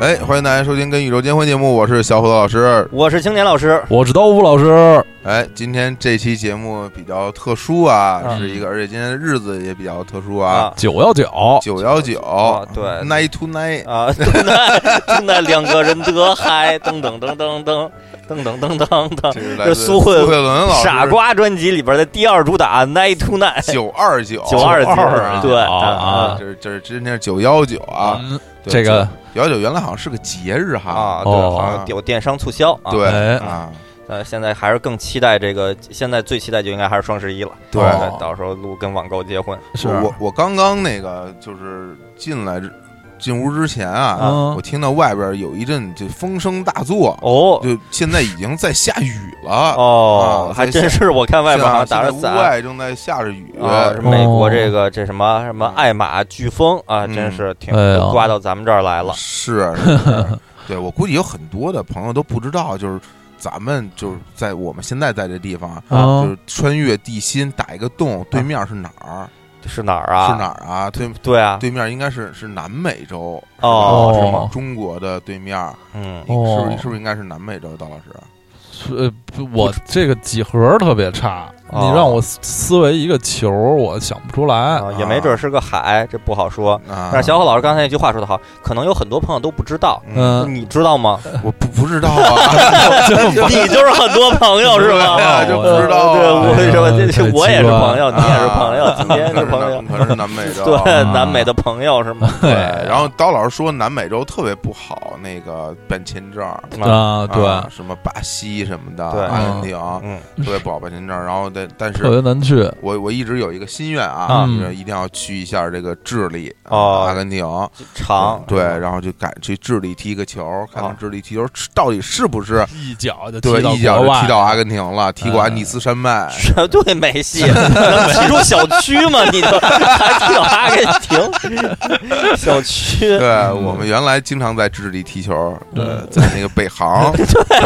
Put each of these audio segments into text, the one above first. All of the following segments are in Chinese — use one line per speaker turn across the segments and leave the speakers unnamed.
哎，欢迎大家收听《跟宇宙结婚》节目，我是小虎头老师。
我是青年老师，
我知道吴老师，
哎，今天这期节目比较特殊啊，
嗯
是一个，而且今天的日子也比较特殊啊
啊，
九幺九，
九幺九
啊，对，
，night to night，
啊， 正在正在两个人得嗨，噔噔噔噔噔噔噔噔噔
这
噔，
是来自
这啊苏
慧
慧
伦老师，
傻瓜专辑里边的第二主打《Night to Night》
九二九
九二九
啊，
对
啊
啊，
啊
这是这是今天是九幺九啊，
嗯这个
九幺九原来好像是个节日哈，
啊，对，
哦
好像有电商促销啊，
对
哎
啊，
呃，现在还是更期待这个，现在最期待就应该还是双十一了，
对
呃到时候录跟网购结婚，
是
我我刚刚那个就是进来之进屋之前啊，
嗯
我听到外边有一阵这风声大作，
哦
就现在已经在下雨了。
哦
啊，
还真是，啊我看外边好像
现
打
在
着
屋
伞。
外正在下着雨，
啊，
是吧
美国这个这什么什么爱玛飓风啊，
嗯
真是挺
哎呀
刮到咱们这儿来了。
是，是是对我估计有很多的朋友都不知道，就是咱们就是在我们现在在这地方啊，
啊
就是穿越地心打一个洞，对面是哪儿？
是哪儿啊？
是哪？儿啊？对，
对啊，
对面应该是是南美洲是吧
哦
是吗？中国的对面
嗯，
你是不
哦
是是不是应该是南美洲？刀老师，
呃，不我这个几何特别差，
哦
啊
你让我思思维一个球，我想不出 来。
啊也没准是个海，这不好说。
啊，
但是小虎老师刚才那句话说的好，可能有很多朋友都不知道，
嗯，
嗯，
你知道吗？
我不不知道啊，
这么
你就是很多朋友是
对
吧？
啊就不知道啊，
对，我
哎呀
什么？
太
这
奇
我也是
怪
朋友，
了
你也是朋 友，今天
啊可
是
是
朋友
南，可是南美洲，
对，南美的朋友是吗？
对，然后刀老师说南美洲特别不好，那个办签证，
啊，对，
什么巴西什么的，
对
阿根廷
嗯，
特别不好办签证。然后但但
特
是
别难去。
我我一直有一个心愿啊，
嗯
就是一定要去一下这个智利、
哦
阿根廷。
长
对，然后就赶去智利踢个球，看看
啊
智利踢球到底是不是
一脚就
对
到
一脚
国
就
外
踢到阿根廷了，踢过
嗯
安第斯山脉。
绝对 没戏，能踢出小区吗？你就 还挺阿根廷 小区
对，我们原来经常在智利踢球，对
嗯，
在那个北 航，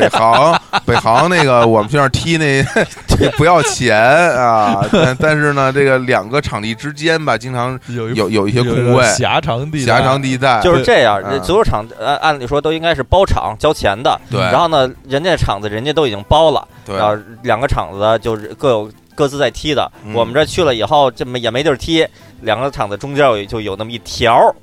北航，北航那个我们去那儿踢那 也不要钱啊，但但是呢，这个两个场地之间吧，经常
有一
有有一些
有
空位
个、狭长地带
狭长地带，
就是这
嗯
样。这足球场按按理说都应该是包场交钱的，
对
然后呢，人家场子人家都已经包了，
对
然后两个场子就是各有各自在踢的
嗯。
我们这去了以后，这没也没地儿踢，两个场子中间有就有那么一条儿，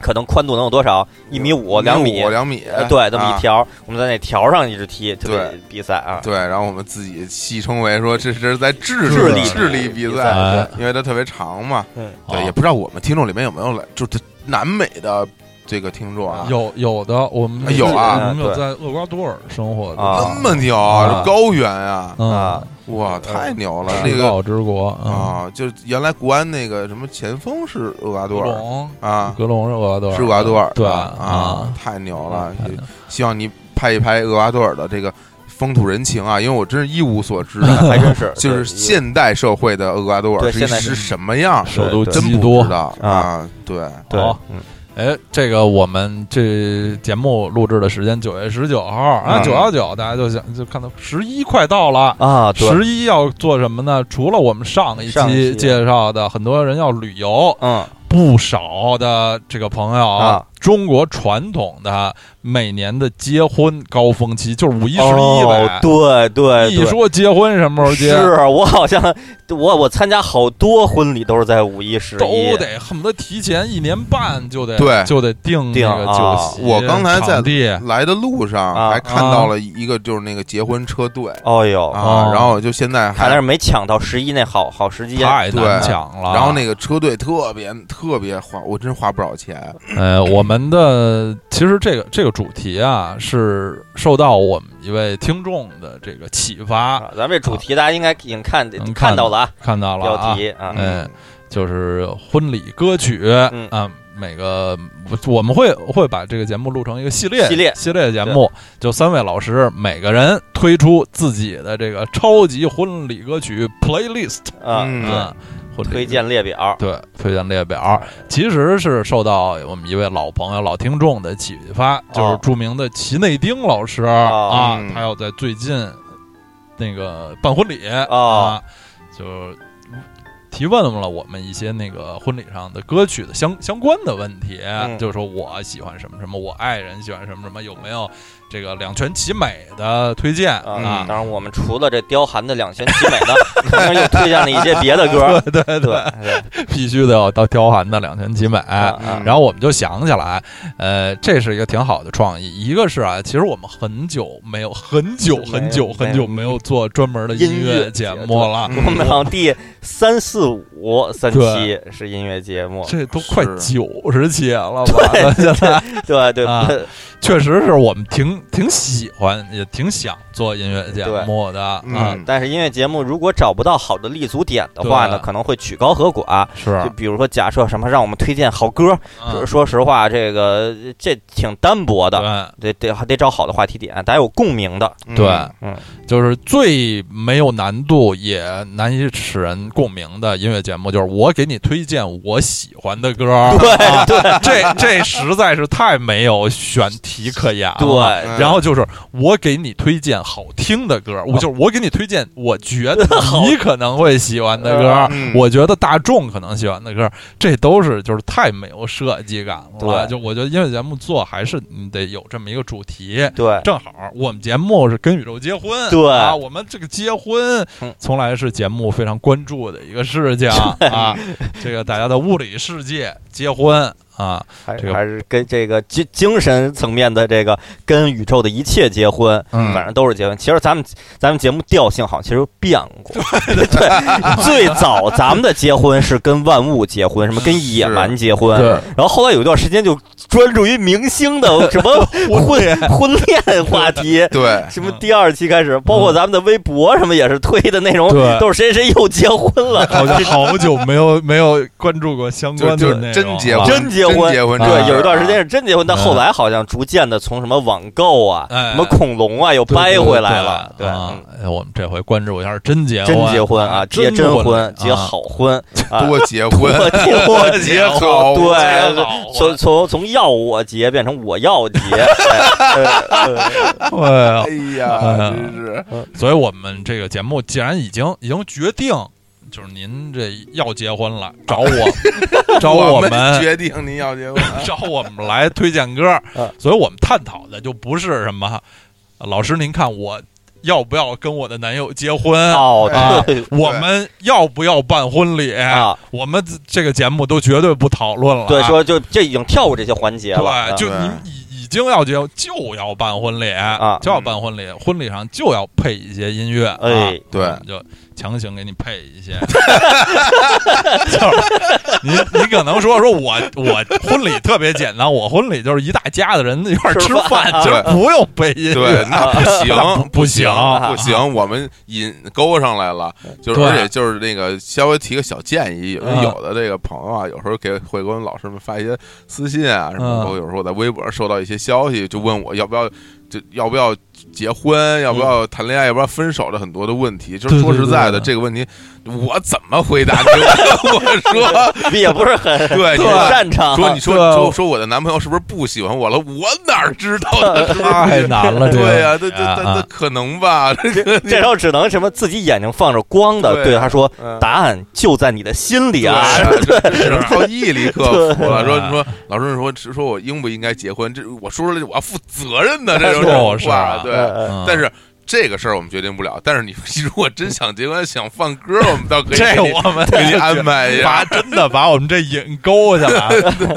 可能宽度能有多少？一米五、两米
五。两米
呃，对，这么一。
啊
条儿，我们在那条儿上一直踢，特别
对
比赛啊，
对，然后我们自己戏称为说这这是在智
智
利
力
智力比
比呃
赛，
哎
因为它特别长嘛。
嗯，
对，
啊
也不知道我们听众里面有没有来，就是南美的这个听众啊，
有有的，我们
有啊
我们有
对
在厄瓜多尔生活的
啊
那么牛，
啊
这高原啊，
嗯
啊，
哇，太牛了！那
至
个
高之国啊，
啊，就是原来国安那个什么前锋是厄瓜
格
多尔
隆
啊，
格隆是厄瓜多尔，
是厄瓜多尔，
对
啊啊
啊，，
太牛了！
太
也
牛
希望你拍一拍厄瓜多尔的这个风土人情啊，因为我真是一无所知啊，
还真是，
就是
对
现代社会的厄瓜多尔
对
是
现代
是什么样，
首都
真
基
不
多
知。道
啊
啊。对，
对
好，
嗯
哎，这个我们这节目录制的时间九月十九号啊，
嗯
九幺九，大家就想就看到十一快到了。
啊，对，
十一要做什么呢？除了我们上一
上一
期
期
介绍的，很多人要旅游，
嗯，
不少的这个朋友
啊，
中国传统的每年的结婚高峰期就是五一、十一
哦
呗。
对对
一
对。
说结婚什么时候结，
是我好像我我参加好多婚礼都是在五一十一
都，得恨不得提前一年半就得
对
就得定
定
那个
啊
酒席。
我刚才在
场地
来的路上
啊
还看到了一个就是那个结婚车队
哦呦，
啊
哦，
然后就现在还
看来是没抢到十一那好好时机啊
太
对
难抢了。
然后那个车队特别特别花，我真花不少钱。
呃，我们的其实这个这个主题啊，是受到我们一位听众的这个启发，
啊！咱们这主题大家应该已经看
能
看到了啊，
看到
嗯
了
标
啊，
题啊，
嗯，就是婚礼歌曲
嗯
啊，每个我们会会把这个节目录成一个系列
系列
系列节目，就三位老师每个人推出自己的这个超级婚礼歌曲 playlist
啊，
嗯
啊，婚礼
推荐列表，
对推荐列表，其实是受到我们一位老朋友、老听众的启发，就是著名的齐内丁老师、啊，
嗯
他要在最近那个办婚礼、
哦
啊，就提问了我们一些那个婚礼上的歌曲的相相关的问题，
嗯
就是说我喜欢什么什么，我爱人喜欢什么什么，有没有这个两全其美的推荐
啊
啊？，
当然我们除了这刁寒的两全其美呢， 可能又推荐了一些别的歌，
对
对
对
对，
必须得要到刁寒的两全其美。
啊
然后我们就想起来，呃，这是一个挺好的创意。一个是啊，其实我们很久没有、很久、
没有
很久、
没有
很久没有做专门的音乐节目了。
音
嗯
乐节
我们好像第三四五三期是音乐节目，
这都快
是
九十期了 吧？现在
对对
啊
不
确实是我们挺挺喜欢，也挺想做音乐节目的
对
啊。
嗯
但是音乐节目如果找不到好的立足点的话呢，
对啊
可能会曲高和寡。
是
就比如说，假设什么让我们推荐好歌，
啊嗯
说实话，这个这挺单薄的，
对，
得得还得找好的话题点，大家有共鸣的。
嗯
对
嗯
就是最没有难度也难以使人共鸣的音乐节目，就是我给你推荐我喜欢的歌。对对，啊 这这实在是太没有选题可言了。
对，
嗯
然后就是我给你推荐好听的歌，我就是我给你推荐我觉得你可能会喜欢的歌，
嗯
我觉得大众可能喜欢的歌，这都是就是太没有设计感了。
对
就我觉得音乐节目做还是你得有这么一个主题。
对，
正好我们节目是跟宇宙结婚，
对
啊，我们这个结婚
嗯
从来是节目非常关注的一个事情啊，这个大家的物理世界结婚啊，
还
这个
还是跟这个精精神层面的这个跟宇宙的一切结婚，
嗯
反正都是结婚。其实咱们咱们节目调性好像其实变 过，对最早咱们的结婚是跟万物结婚，什么跟野蛮结婚，
对
然后后来有一段时间就专注于明星 的什么婚婚恋话题。
对，
什么
嗯
第二期开始，包括咱们的微博什么也是推的内容，
对
都是谁谁又结婚了，
好像好久没有没有关注过相
就
关
就
的
是
内容
真结
了
婚，
真结婚
结婚，嗯
啊
对，有一段时间
是
是真结婚，但后来好像逐渐的从什么网购啊、
哎
什么恐龙啊又
对
掰回来了，
对
对，
啊
嗯
哎我们这回关注一下真结
真结婚啊，结
真
真
婚
婚，结好婚，啊
多结婚，
多结
多结好
对
婚
从从从要我结变成我要结，哎呃呃
婚
哎呀，真是
啊所以我们这个节目既然已经已经决定，就是您这要结婚了，找我，找
我
们。
决定您要结婚，
找我们来推荐歌
嗯，
所以我们探讨的就不是什么，老师您看我要不要跟我的男友结婚，
哦，对
我们要不要办婚礼，
啊，
我们这个节目都绝对不讨论了。
对，说就这已经跳过这些环节了，啊
对，就
对
你已已经要结就要办婚礼
啊
就要办婚礼，婚礼上就要配一些音乐，啊
哎，
对，
就强行给你配一些， 就是你你可能说说我我婚礼特别简单，我婚礼就是一大家子人一块儿吃
吃
饭
饭，
其实
对
不用配音
对，
乐，
那不行，
不行啊
不行，我们引勾上来了，就是
对
而且就是那个稍微提个小建议，有
嗯
有的这个朋友啊，有时候给会给我们老师们发一些私信啊什么
嗯
的，我有时候我在微博上收到一些消息，就问我要不要。就要不要结婚，要不要谈恋爱，要不要分手的很多的问题，就是
对
说
对
实在的，
对
这个问题我怎么回答你？ 我说，
也不是很
对，你
很
说
擅长，啊
说你说
啊对
说说我的男朋友是不是不喜欢我了？我哪儿知道 他是不是
太难了，这个
对呀、这这
啊
这
啊
这可能吧？这个
这时候只能什么自己眼睛放着光的
对
对他说
嗯：“
答案就在你的心里啊！”
对啊，只能靠毅力克服了。
对
说你说老师说说我应不应该结婚？这我说出来我要负责任的这种
就
这
是
种话，
啊
对。
嗯
但是这个事儿我们决定不了。但是你 如果真想结婚想放歌，我们倒可以
这
给你啊
我们
给你安排一
把
下。
真的把我们这引勾下来。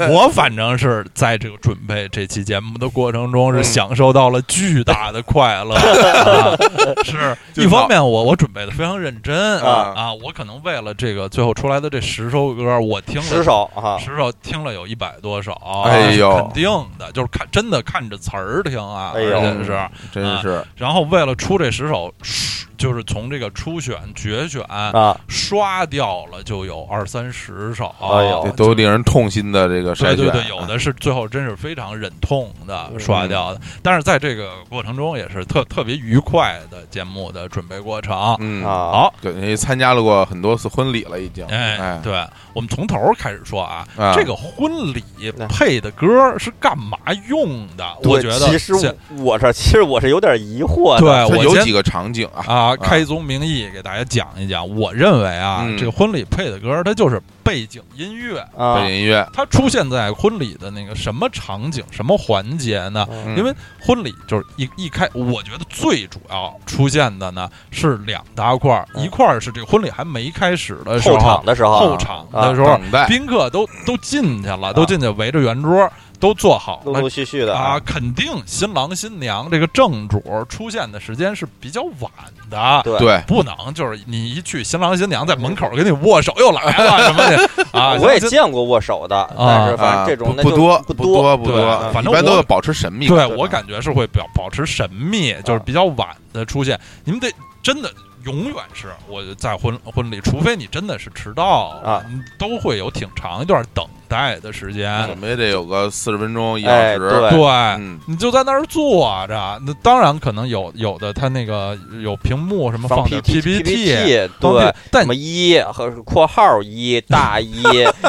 我反正是在这个准备这期节目的过程中，是
嗯
享受到了巨大的 快乐。啊是
就
一方
脑
面我，我准备的非常认真
啊
啊，我可能为了这个最后出来的这十首歌，我听了
十首啊，
十首听了有一百多首，啊
哎呦
是肯定的，就是看真的看着词儿听啊，
哎呦
而且是。
真是
然后为了出这十首，唰就是从这个初选、决选
啊，
刷掉了，就有二三十首。
哎呦
这都令人痛心的这个
对
筛选，啊
对对，有的是最后真是非常忍痛的刷掉的，但是在这个过程中也是特特别愉快的节目的准备过程。
嗯，
啊，
好，
对，你参加了过很多次婚礼了，已经，
哎
哎，，
对，我们从头儿开始说啊，
啊
这个婚礼配的歌儿是干嘛用的？
对
我觉得
其实我这其实我是有点疑惑
对
的。
它
哎我
有
先
几个场景啊，
啊，开宗明义给大家讲一讲，我认为啊，
嗯
这个婚礼配的歌儿它就是背景音乐，
啊
背景音乐，
它出现在婚礼的那个什么场景、什么环节呢？
嗯
嗯
因为婚礼就是一一开，我觉得最主要出现的呢是两大块儿，
嗯
一块儿是这个婚礼还没开始的时候，
后场的时候啊，哎
后场的时候，
等待，
宾客都都进去
啊
了，都进去围着圆桌，都坐好
陆
了
陆续续的
啊，，肯定新郎新娘这个正主出现的时间是比较晚的。
对
对，
不能，就是你一去，新郎新娘在门口跟你握手，又来了什么的啊！
我也
就
见过握手的，但是反
啊
正这种
不
那
不
就
多
不多，
多不
对
多，
反正
一般都
我
要保持神秘感，
对我感觉是会表保持神秘，
啊
就是比较晚的出现。你们得真的永远是我在婚婚礼，除非你真的是迟到
啊，
你都会有挺长一段等待的时间。
怎么也得有个四十分钟一小
哎
时，
嗯对
对，
嗯，
你就在那儿坐着。那当然可能有有的他那个有屏幕什么
放
点
P P
PPT，
T，
放
对
P-，但
什么一和括号一大 一，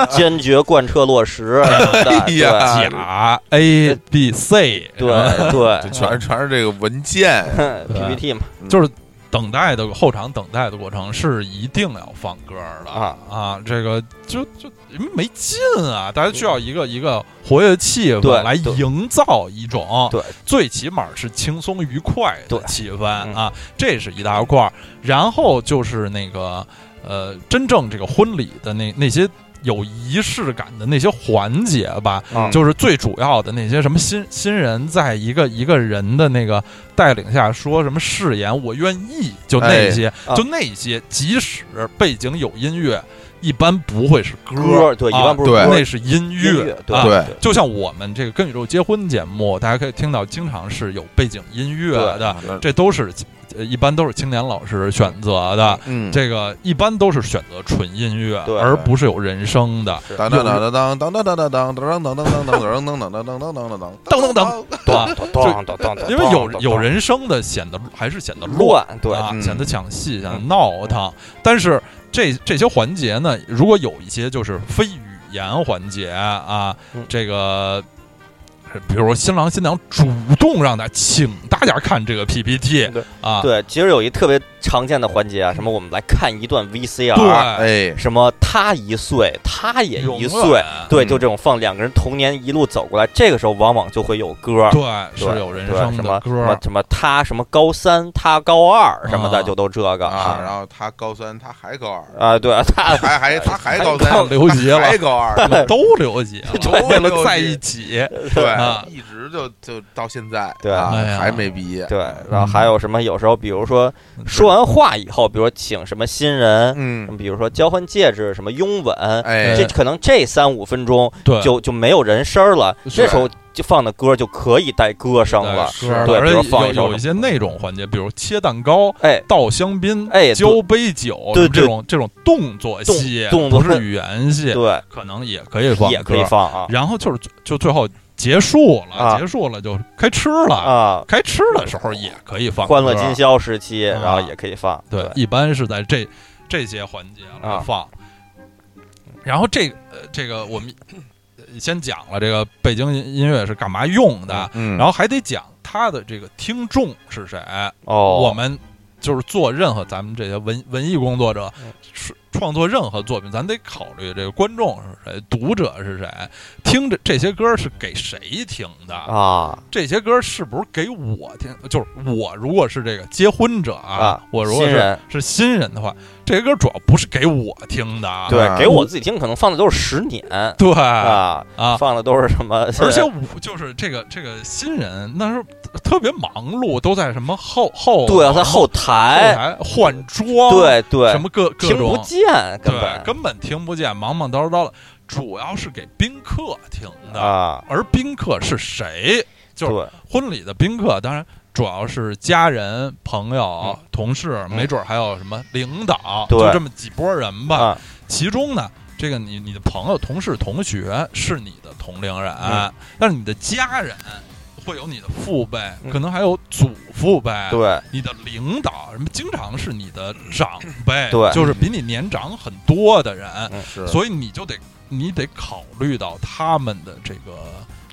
坚决贯彻落实什么的，
哎
对
呀
甲 A B C
对
这
对
全是全是这个文件，
哼，PPT 嘛，
就是等待的后场等待的过程是一定要放歌儿的
啊
这个就就没劲啊！大家需要一个一个活跃气
嗯对
氛来
对
营造一种
对
最起码是轻松愉快的
对
气氛
嗯
啊，这是一大块儿。然后就是那个呃，真正这个婚礼的那那些。有仪式感的那些环节吧，
嗯
就是最主要的那些什么新新人，在一个一个人的那个带领下说什么誓言，我愿意，就那
哎
些，
啊
就那些，即使背景有音乐，一般不会是
歌对，一
啊
般不是
对
歌
那是音
音乐，
啊
对
就像我们这个《跟宇宙结婚》节目，大家可以听到，经常是有背景音乐的，
嗯
这都是呃一般都是青年老师选择的，
嗯，
这个一般都是选择纯音乐，
对
而不是有人声的。
当当当当当当当当当当当当当当当当当当当当当当
噔噔噔
咚咚咚咚咚咚，
因为有有人声的显得还是显得乱，
乱，对
啊，
嗯
显得抢戏，显得闹腾。但是这这些环节呢，如果有一些就是非语言环节啊
嗯，
这个。比如说新郎新娘主动让大家请大家看这个 PPT
对
啊，
对，其实有一特别常见的环节啊，什么我们来看一段 VCR，
对，
哎，
什么他一岁，他也
永
一
远
岁，对，
嗯
就这种放两个人童年一路走过来，这个时候往往就会有歌，
对，是
对
有人
对
声
什
的
么什
歌
么，什么他什么高三，他高二什么的，
啊
就都这个
啊，
啊
然后他高三，他还高二，
啊，对他
还还他还高
到
三，
刘杰
他还
了，
高二，
都留级了，
都
为了
留级
在一起，啊
对，一直就就到现在，
对
啊
哎呀
还没毕业，
对，
嗯
然后还有什么有时候，比如说说完话以后，比如说请什么新人，
嗯，
比如说交换戒指，什么拥吻，
哎，
这可能这三五分钟
对，
就就没有人声儿了，
是
这时候就放的歌就可以带歌声了，
对歌
对
而
比如
且
放
有
一首
有一些那种环节，比如切蛋糕，
哎，
倒香槟，
哎对
交杯酒，
对对
这种这种动作戏，
动动作
不是语言戏，
对，
可能也可以放，
也可以。放啊
然后就是就最后结束了，
啊
结束了就该吃了，
啊，
该吃的时候也可以放歌。
欢乐今宵时期，
啊
然后也可以放，
对，一般是在这这些环节来
啊
放。然后这个呃这个我们呃先讲了这个背景音音乐是干嘛用的，
嗯，
然后还得讲他的这个听众是谁。
哦，
我们就是做任何咱们这些文文艺工作者
嗯
是创作任何作品，咱得考虑这个观众是谁，读者是谁，听着这些歌是给谁听的，
啊
这些歌是不是给我听？就是我如果是这个结婚者啊
啊，
我如果
新
是
人
是新人的话，这些歌主要不是给我听的，
对
啊，
给我自己听，可能放的都是十年
对
啊，
啊
放的都是什么？
而且我就是这个这个新人，那时候特别忙碌，都在什么后后
对，啊在后
后
台，
台换装，
对对
什，么各各
听
种
不见，根
对，
本
根本听不见，忙忙叨叨的，主要是给宾客听的。
啊，
而宾客是谁？就是
对
婚礼的宾客，当然主要是家人、朋友
嗯、
同事，
嗯
没准还有什么领导，
对
就这么几波人吧。
啊，
其中呢，这个你你的朋友、同事、同学是你的同龄人
嗯，
但是你的家人会有你的父辈，
嗯
可能还有祖父辈，
对
你的领导什么，经常是你的长辈，
对
就是比你年长很多的人，
嗯
是
所以你就得你得考虑到他们的这个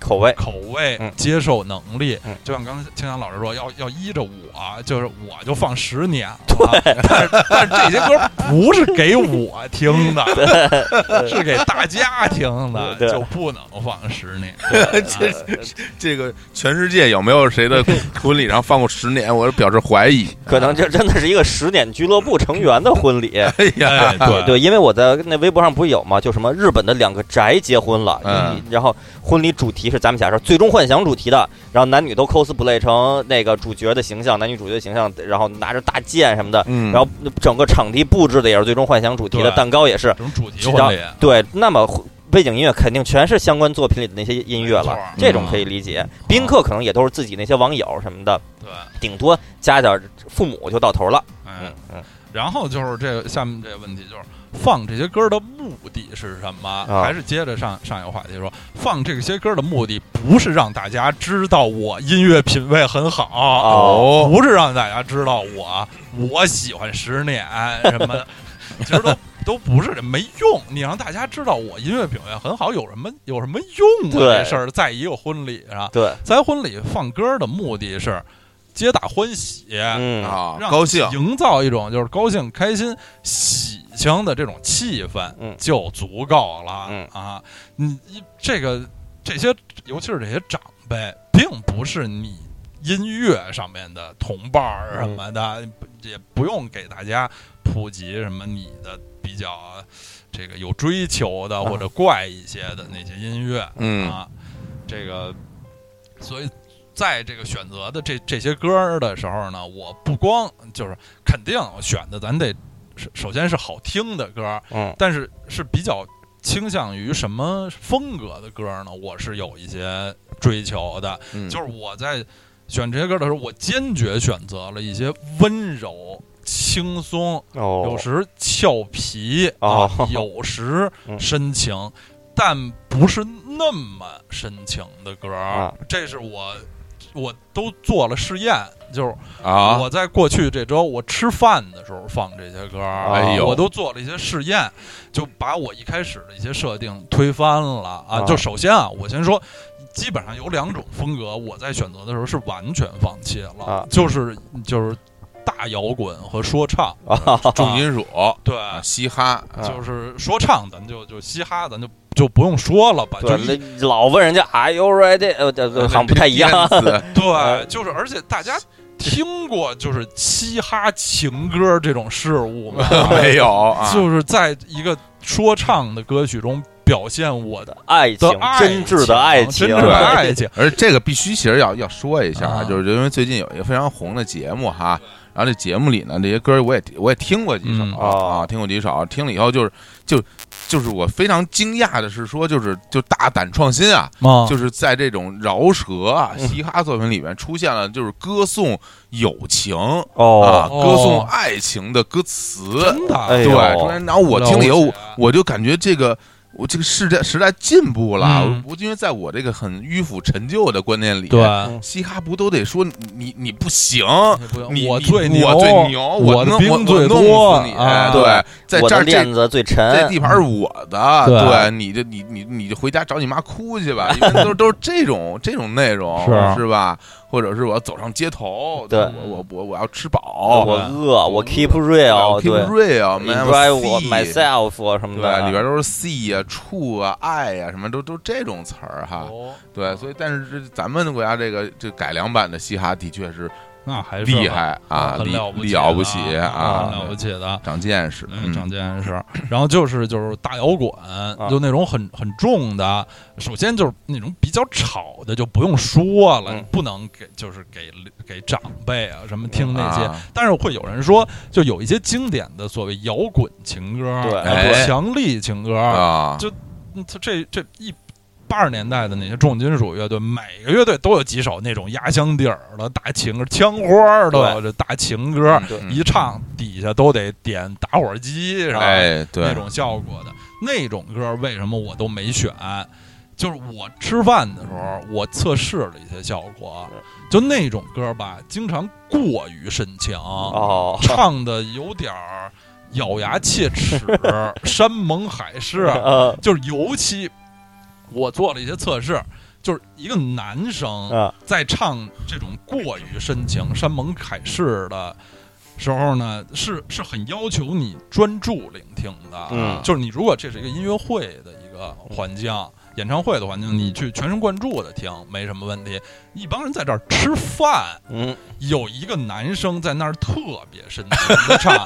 口 味，
口味、
嗯
接受能力。
嗯
就像刚才青阳老师说，要要依着我，就是我就放十年 了。但是但是这些歌不是给我听 的， 是给大家听的，
对
就不能放十年。
这这个全世界有没有谁的婚礼上放过十年？我表示怀疑。
可能这真的是一个十年俱乐部成员的婚礼。啊
哎呀，
哎，对
对，因为我在那微博上不是有嘛，就什么日本的两个宅结婚了，
嗯
然后婚礼主题是咱们假设《最终幻想》主题的，然后男女都 cosplay 成那个主角的形象，男女主角的形象，然后拿着大剑什么的，
嗯，
然后整个场地布置的也是《最终幻想》主题的，
对
蛋糕也是
这，种主题婚礼，
对，那么背景音乐肯定全是相关作品里的那些音乐了
没错，嗯
这种可以理解。宾客可能也都是自己那些网友什么的，
对，
顶多加点父母就到头了。
嗯
嗯。嗯，
然后就是这个下面这个问题，就是放这些歌的目的是什么？
啊
还是接着上上一个话题说，放这些歌的目的不是让大家知道我音乐品味很好，
哦
不是让大家知道我我喜欢十年什么 的，其实都。都不是没用，你让大家知道我音乐品味很好，有什么有什么用啊？
对
这事儿在一个婚礼上，
对，
在婚礼放歌的目的是皆大欢喜，
嗯，
啊，
让
高兴，
营造一种就是高兴、开心、喜庆的这种气氛，
嗯
就足够了。
嗯
啊，你一这个这些，尤其是这些长辈，并不是你音乐上面的同伴儿什么的，
嗯
也不用给大家普及什么你的比较这个有追求的
嗯
或者怪一些的那些音乐。
嗯
啊，这个，所以在这个选择的这这些歌儿的时候呢，我不光就是肯定选的，咱得首首先是好听的歌儿，
嗯
但是是比较倾向于什么风格的歌儿呢？我是有一些追求的，
嗯
就是我在选这些歌儿的时候，我坚决选择了一些温柔、轻松、
哦，
有时俏皮
哦
啊，有时
嗯
深情，但不是那么深情的歌儿
啊。
这是我，我都做了试验，就是
啊，
我在过去这周我吃饭的时候放这些歌儿，
哎
呦
我都做了一些试验，就把我一开始的一些设定推翻了
啊
啊。就首先啊，我先说。基本上有两种风格，我在选择的时候是完全放弃了，
啊
就是就是大摇滚和说唱，
啊，
重金属，
对，
啊嘻哈，
就是说唱，咱就就嘻哈，咱就就不用说了吧。就
对，
一
那老问人家 Are you ready？呃，这这好像不太一样。啊
电子？
对，
呃
就是而且大家听过就是嘻哈情歌这种事物吗
没有 啊，
就是在一个说唱的歌曲中表现我的
爱情，
爱
真挚的爱情，
真挚的爱情。
而且这个必须其实要要说一下，
啊
就是因为最近有一个非常红的节目哈，然后这节目里呢，这些歌我也我也听过几首、
嗯
哦
啊，听过几首，听了以后就是就就是我非常惊讶的是说，就是就大胆创新啊，
啊
就是在这种饶舌啊、
嗯
嘻哈作品里面出现了就是歌颂友情、啊、
哦，
歌颂爱情的歌词，
真的，
哎
对，
呦
中间然后我听了以后
了解，
我就感觉这个我这个时代时代进步了。
嗯
我因为在我这个很迂腐陈旧的观念里，
对，
嘻哈不都得说你你你不行，
也不用
你
我
你
最牛，
我最牛，
我的
弄
兵
我弄
最多
死你，哎
啊
对，在
我
这
的
儿这
链子最
这
沉，
地盘是我的，
对
对，你就你你你就回家找你妈哭去吧，一般都都是这种这种内容，
是
是吧？或者是我要走上街头，
对
我我我我要吃饱，
我饿，我 keep
我
real，
keep
对
real，man，
，enjoy
啊我
我
see
myself 什么的，
对，里边都是 see 啊、处啊、爱啊，什么都都这种词儿哈。
哦
对，所以但是这咱们国家这个这改良版的嘻哈的确是
那还是
厉害啊，
哦很
厉
了不起
了不起
的
啊，
很了不起的。
长见识，
嗯，长
嗯
见识。然后就是就是大摇滚，就那种很很重的。首先就是那种比较吵的，就不用说了，
嗯
你不能给就是给给长辈啊什么听那些。
啊
但是会有人说，就有一些经典的所谓摇滚情歌，
对
然后
哎
强力情歌，
啊，
就嗯它这这一。八十年代的那些重金属乐队，每个乐队都有几首那种压箱底儿的大情歌，枪花儿都有这大情歌，
对
嗯
一唱底下都得点打火机，然后
哎，对
那，种效果的那种歌，为什么我都没选？就是我吃饭的时候，我测试了一些效果，就那种歌吧，经常过于深情，
哦，
唱的有点儿咬牙切齿、山盟海 誓，
呃
就是啊尤其我做了一些测试，就是一个男生
啊
在唱这种过于深情、山盟海誓的时候呢，是是很要求你专注聆听的。
嗯
就是你如果这是一个音乐会的一个环境。演唱会的环境，你去全神贯注的听没什么问题。一帮人在这儿吃饭，
嗯，
有一个男生在那儿特别深情的唱，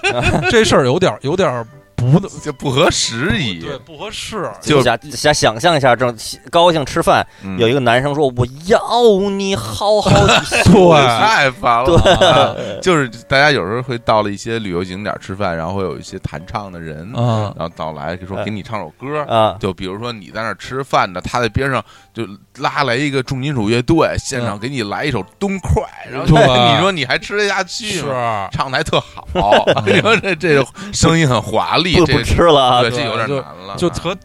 这事儿有点儿有点儿不
就不合时宜。
哦对不合适。
就
想想想象一下，正高兴吃饭，
嗯
有一个男生说：“我要你好好地
对
太烦了。
啊
就是大家有时候会到了一些旅游景点吃饭，然后会有一些弹唱的人，
嗯
然后到来就说
哎
给你唱首歌。
啊，
就比如说你在那儿吃饭呢，他在边上就拉来一个重金属乐队，现场给你来一首《东快》，然后
嗯对啊
你说你还吃得下去
是啊
吗？唱的还特 好，你说这这声音很华丽，
不
这
不吃了啊
对，这
对
有点
就
难了，嗯
就和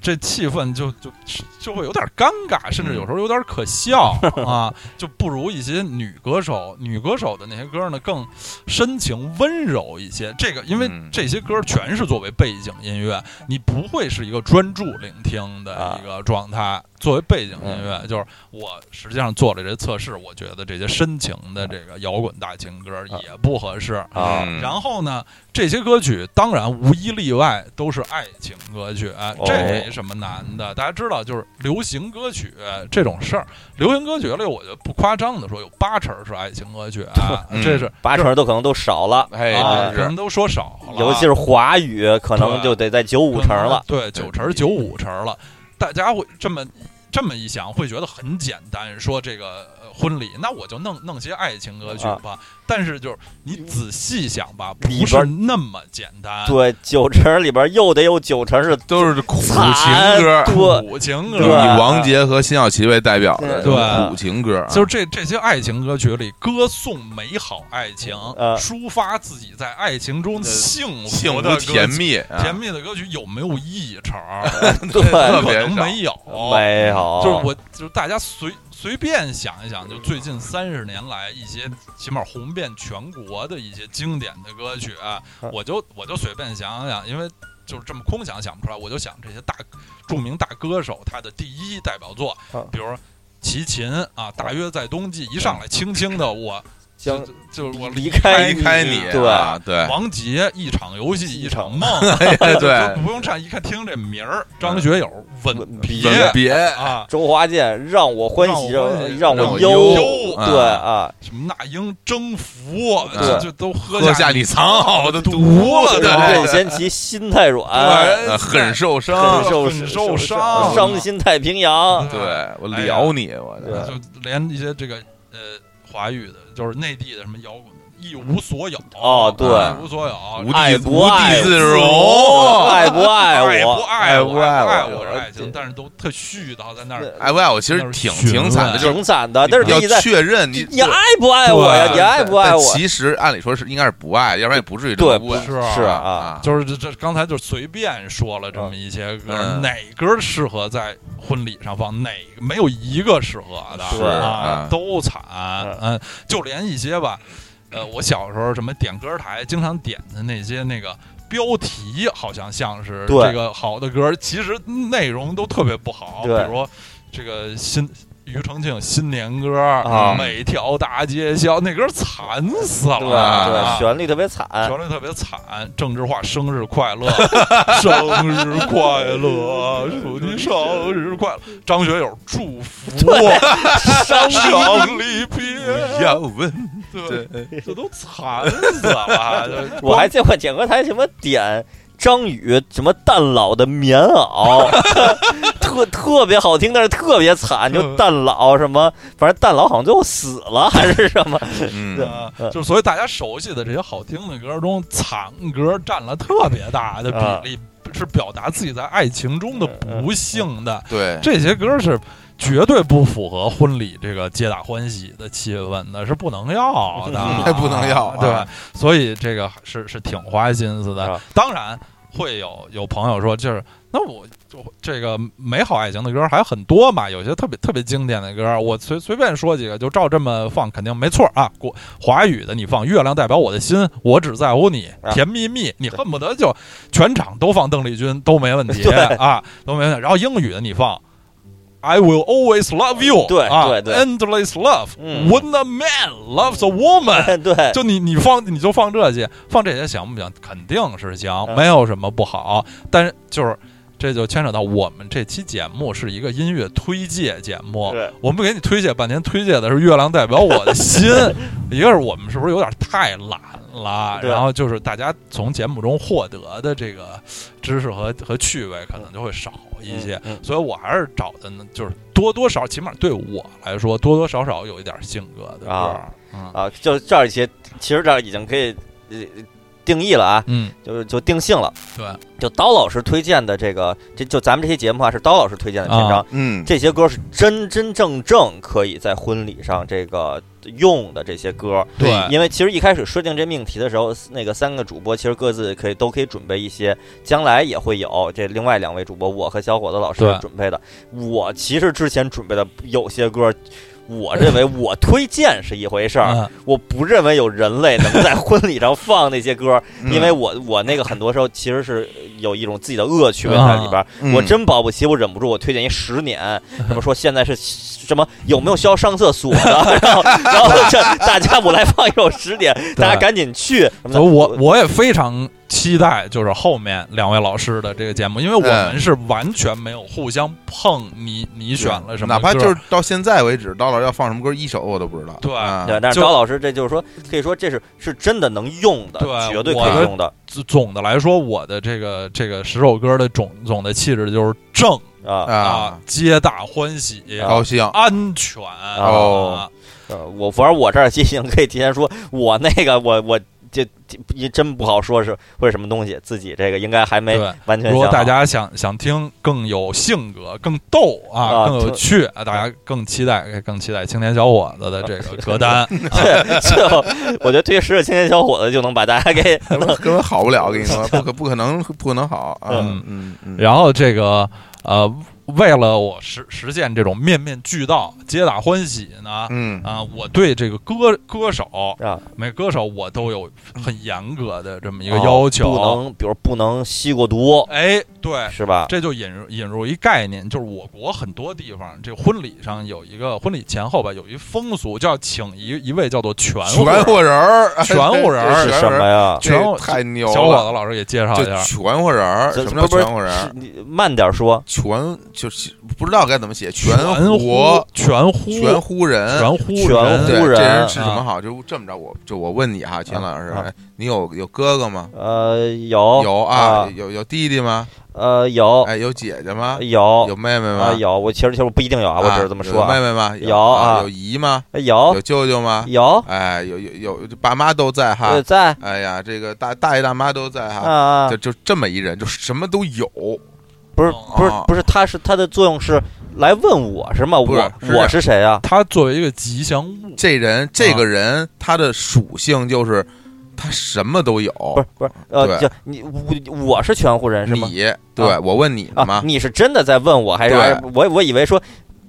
这气氛就就就会有点尴尬，甚至有时
嗯
候有点可 笑啊，就不如一些女歌手，女歌手的那些歌呢更深情温柔一些。这个因为
嗯
这些歌全是作为背景音乐，你不会是一个专注聆听的
啊
一个状态。作为背景音
嗯
乐，就是我实际上做了这测试，我觉得这些深情的这个摇滚大情歌也不合适。
啊
嗯
然后呢，这些歌曲当然无一例外都是爱情歌曲，啊
哦
这没什么难的。大家知道，就是流行歌曲这种事儿，流行歌曲里，我就不夸张的说，有八成是爱情歌曲，啊
嗯
这是
八成都可能都少了，
哎，
啊，
真
人
是
都说少了，
尤其是华语，可能
对
就得在九五
可
成
能啊
了。
对，九成九五成了，大家会这么这么一想，会觉得很简单，说这个。呃婚礼，那我就弄弄些爱情歌曲吧。但是就是你仔细想吧，
啊里
不是
边
那么简单。
对，九成里边又得有九成是
都是苦情
惨
歌，
多，
苦情
就是以
对
歌，
王杰和辛晓琪为代表的
对
苦情歌啊，
就是这这些爱情歌曲里歌颂美好爱情，
嗯
呃
抒发自己在爱情中幸
幸
福的
福
歌曲
甜、蜜，啊
甜蜜的歌曲有没有一成？
对，
可能没有，
没有，
就是我，就是大家随随便想一想，就最近三十年来一些起码红遍全国的一些经典的歌曲，啊我就我就随便想想，因为就是这么空想想不出来，我就想这些大著名大歌手他的第一代表作
啊，
比如齐秦啊，《大约在冬季》，一上来轻轻的我就
将
就就我
离
开
离开你，
对
啊对，
王杰一场游戏一场梦，
哎
就
对，
不用唱，一看听这名儿，张学友吻
吻
别
别别，
啊，
周华健让我欢喜，
让我欢喜
让
让我
忧，
忧
对啊，
什么那英征服，
对
这就都喝
喝
下
下你藏好 的毒
对对
对
任贤齐心太软，
对
呃很受伤
很，受
很
受
受伤
伤心太平洋，
对我
哎呀
撩你，我的
就连一些这个呃华语的，就是内地的什么摇滚，一无所有啊
哦对
一无所有，
无
爱
地
不
无
爱
地自
我
容，
爱不爱
爱不
我？
爱
爱不爱我
爱我是爱
对
情，但是都特絮叨在那啊儿，
爱不哎爱我其实挺挺惨的，就是
挺惨的，啊但是
要
你在
确认你
你爱不爱我呀？
对
你爱不爱我
但？其实按理说是应该是不爱，要不然也不至于这
对
么问。
是啊
是啊
就是这这刚才就随便说了这么一些歌，
嗯
哪歌适合在婚礼上放，哪没有一个适合的，
是
啊
啊，
都惨，嗯，就连一些吧，呃，我小时候什么点歌台经常点的那些那个。标题好像像是
对
这个好的歌，其实内容都特别不好。比
对
如这个新庾澄庆新年歌，
啊
每条大街小，那歌惨死了。
对
啊
对，旋律特别惨，
旋律特别惨，郑智化生日快乐，生日快乐，祝你生日快乐，张学友祝福，
伤
生离别
不要问，
对，
对，
这都惨死了。啊这
我还见过点歌台什么点张宇什么蛋老的棉袄， 特特别好听，但是特别惨，
嗯
就蛋老什么，反正蛋老好像最后死了还是 什么，
嗯，
光呃就是所以大家熟悉的这些好听的歌中，惨歌占了特别大的比例。是表达自己在爱情中的不幸的，
对，
这些歌是绝对不符合婚礼这个皆大欢喜的气氛的，是不能要的，
那不能要啊
对，所以这个是是挺花心思的
啊。
当然会有有朋友说，就是那我就这个美好爱情的歌还有很多嘛，有些特别特别经典的歌，我随随便说几个，就照这么放，肯定没错啊。
嗯
国华语的你放《月亮代表我的心》，我只在乎你，
啊
《甜蜜蜜》，你恨不得就全场都放邓丽君都没问 题
对
啊，都没问题。然后英语的你放。I will always love you，
对
啊
对对
，endless love、
嗯
When a man loves a woman，
对，
就你你放你就放这些，放这些行不行？肯定是行，
嗯
没有什么不好。但是就是这就牵扯到我们这期节目是一个音乐推介节目，
对
我们给你推荐半天，推荐的是《月亮代表我的 心》，一个是我们是不是有点太懒了，
对
然后就是大家从节目中获得的这个知识和和趣味可能就会少一些。
嗯嗯
所以我还是找的呢，就是多多少，起码对我来说，多多少少有一点性格的歌
啊
儿，嗯
啊，就这儿一些，其实这儿已经可以呃定义了啊，
嗯，
就就定性了。
对。
就刀老师推荐的这个，这就咱们这期节目啊，是刀老师推荐的篇
啊
章。
嗯，
这些歌是真真正正可以在婚礼上这个用的这些歌，
对
因为其实一开始设定这命题的时候，那个三个主播其实各自可以都可以准备一些，将来也会有这另外两位主播，我和小伙子老师
对
准备的。我其实之前准备的有些歌，我认为我推荐是一回事儿，
嗯
我不认为有人类能在婚礼上放那些歌，
嗯
因为我我那个很多时候其实是有一种自己的恶趣味在里边儿。
嗯
我真保不齐，我忍不住我推荐一十年，什么说现在是什么有没有需要上厕所的， 然后然后这大家我来放一首十年，大家赶紧去什么
所
的。
以我我也非常期待，就是后面两位老师的这个节目，因为我
哎
们是完全没有互相碰你，你选了什么歌，
哪怕就是到现在为止，刀老师要放什么歌，一首我都不知道。
对
啊
对，但是
就
高老师这就是说，可以说这是是真的能用的，
对
绝对可
我
以
的
用的
总总的来说，我的这个这个十首歌的总总的气质就是正哎
啊。
啊，
皆大欢喜，
啊
高 兴，
安全啊
哦
呃我反正我这儿进行可以提前说，我那个我我这这也真不好说是会什么东西，自己这个应该还没
对
完全
如果
想好
大家想想听更有性格、更逗啊、
啊
更有
对
趣啊，大家更期待、更期待青年小伙子的这个歌单。
对， 最后我觉得推十个青年小伙子就能把大家给
根本 根本好不了，跟你说， 不可不可能不可能好啊！
嗯
嗯嗯，
然后这个呃，为了我实实现这种面面俱到、皆大欢喜呢，
嗯
啊，我对这个歌歌手
啊
每歌手我都有很严格的这么一个
哦
要求。
不能，比如不能吸过毒，
哎，对，
是吧？
这就引入引入一概念，就是我国很多地方这婚礼上有一个婚礼前后吧，有一风俗叫请一一位叫做全
全
户
乎人 儿，
全乎人儿
这 这
是什么呀？
这
全乎
太牛
小伙啊
了！
子老师给介绍
就
一下。
全乎人儿，
这
什么叫
不是
全乎人
是
儿？
你慢点说，
全就是不知道该怎么写，全
乎
乎
全乎
全乎人，
全乎
全乎
对，
人
这人是什么好？就这么着，我就我问你哈，钱老师
啊，
你有有哥哥吗？
呃，有
有啊
啊，，
有有弟弟吗？
呃，有
哎，有姐姐吗？有
有
妹妹
啊
吗？
有，我其实其实我不一定有啊，我只是这么说
有妹
啊，
妹吗？
有啊
有姨吗？
有
有舅舅吗？
有
哎，有有有，爸妈都在哈
呃。在
哎呀，这个大大爷大妈都在
啊
哈，
啊
就，就这么一人，就什么都有。
不是不是
哦
不是，他是他的作用是来问我是吗？
不是
我
是
我是谁啊？
他作为一个吉祥物，
这人这个人他的属性就是他什么都有。
不是不是，呃，
对
就你我我是全户人是吗？
你对
啊
我问你呢
啊，
吗？
你是真的在问我，还是
对
还是我我以为说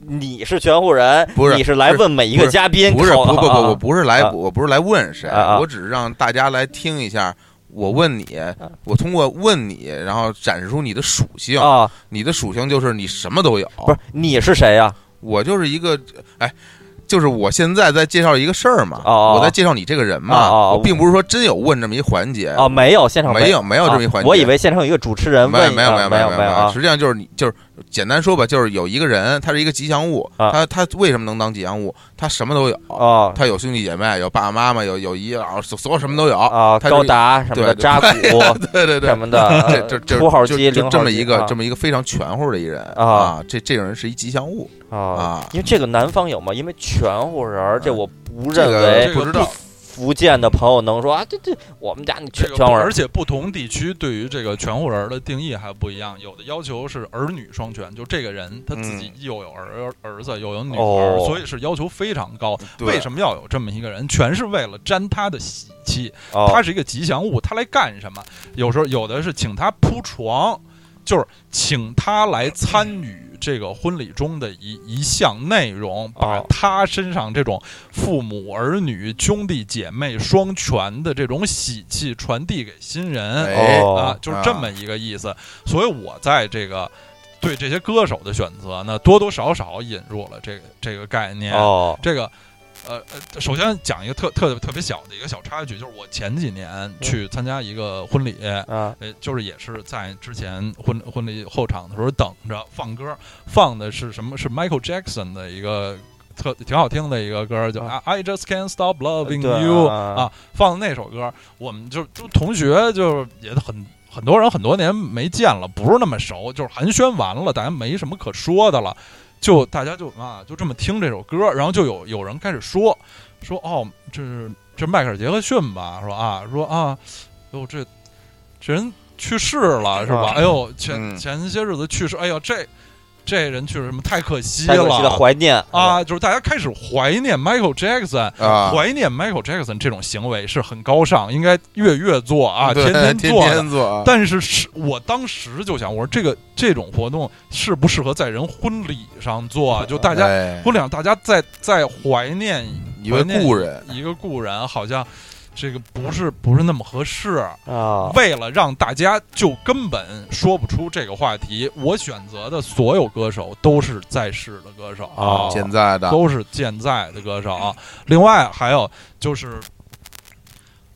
你是全户人，
不是
你是来问每一个嘉宾，
不是，
靠
不不不，我
啊
不是来，
啊
我不是来问谁，
啊啊
我只是让大家来听一下。我问你，我通过问你，然后展示出你的属性。
啊，
你的属性就是你什么都有。
不是你是谁啊呀？
我就是一个，哎，就是我现在在介绍一个事儿嘛，
哦哦
我在介绍你这个人嘛，
哦哦哦
我并不是说真有问这么一环节，
哦，没有现场
呃没有没有这么一
啊
环节，
我以为现场有一个主持人
没有
问，
没
啊
有
没
有
没
没有
没有
有，
啊
实际上就是你就是简单说吧，就是有一个人，他是一个吉祥物，
啊
他他为什么能当吉祥物？他什么都有，
哦
他有兄弟姐妹，有爸爸妈妈，有有姨老所所有什么都有，
啊，
他是
高达什么的，
对
扎古
对对对
什。么的，
这
呃
这这
呼号
就
机、
就
零
这
号
么一
机
个、
啊
这么一个非常全乎的一人
啊
这这种人是一吉祥物，
啊
啊，
因为这个南方有吗？因为全户人儿，这我不
这
认
个
为
这
不
个
知
不
道
福建的朋友能说啊，这这我们家那
这
全
个
全
不
会儿
而且不同地区对于这个全户人儿的定义还不一样，有的要求是儿女双全，就这个人他自己又有儿、儿子又有女儿，
哦
所以是要求非常高。
对
为什么要有这么一个人？全是为了沾他的喜气，
哦
他是一个吉祥物，他来干什么？有时候有的是请他铺床，就是请他来参与。这个婚礼中的一一项内容，把
哦
他身上这种父母、儿女、兄弟姐妹双全的这种喜气传递给新人、
哎
啊
哦，
就是这么一个意思。所以我在这个对这些歌手的选择呢，多多少少引入了这个这个概
啊
念。
哦
这个，呃，呃首先讲一个特特特别小的一个小插曲，就是我前几年
嗯
去参加一个婚礼，
啊
呃，就是也是在之前婚婚礼后场的时候等着放歌，放的是什么？是 Michael Jackson 的一个特挺好听的一个歌，叫
啊
《I I Just Can't Stop Loving
对
You》
啊
啊，放的那首歌，我们就就同学就是也很。很多人很多年没见了，不是那么熟，就是寒暄完了，大家没什么可说的了，就大家就啊就这么听这首歌，然后就有有人开始说说哦，这是这迈克尔杰克逊吧？说啊说啊，哟这这人去世了是吧？
啊
哎呦，前、
嗯
前些日子去世，哎呦这这人去世什么太可惜
太可惜了，
了。
怀念，
啊，就是大家开始怀念 Michael Jackson，、
啊，
怀念 Michael Jackson 这种行为是很高尚，应该月月做
嗯
啊，
对
天
天
做的。
天做啊，
但是是我当时就想，我说这个这种活动适不适合在人婚礼上做啊？就大家
哎
婚礼上大家在在怀念
一位故人，
一个故人，好像这个不是不是那么合适。
啊，
为了让大家就根本说不出这个话题，我选择的所有歌手都是在世的歌手啊
哦
现在的
都是健在的歌手啊。另外还有就是，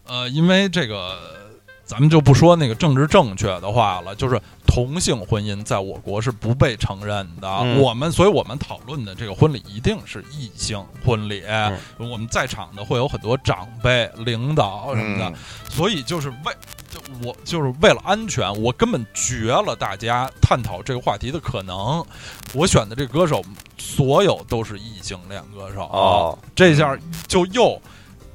呃，因为这个咱们就不说那个政治正确的话了，就是同性婚姻在我国是不被承认的。
嗯
我们所以我们讨论的这个婚礼一定是异性婚礼。
嗯
我们在场的会有很多长辈、领导什么的，
嗯
所以就是为。就我就是为了安全，我根本绝了大家探讨这个话题的可能。我选的这歌手，所有都是异性恋歌手，
哦
这下就又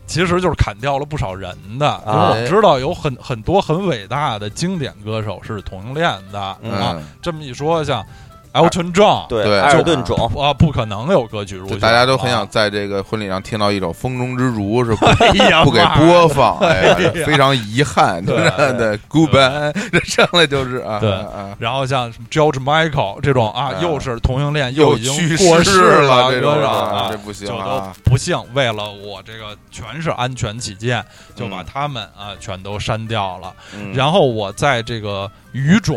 其实就是砍掉了不少人的。因为
啊
我知道有很很多很伟大的经典歌手是同性恋的、
嗯
啊。
嗯，
这么一说，像 Elton John，
对
对
艾
就
尔顿种，
啊，不可能有歌曲入
就
选，
大家都很
啊
想在这个婚礼上听到一首《风中之烛》，是不
哎呀
不给
妈
播放，哎呀
哎呀，
非常遗憾，
对
真的对，Goodbye，这上来就是啊，
对
啊，
然后像什么 George Michael 这种啊，
啊
又是同性恋，
又
已经
去
过
世
了，
这
歌
种
手
啊
啊，
这不行
就都
啊，
不幸，为了我这个全是安全起见，就把他们啊全都删掉了。
嗯
然后我在这个语种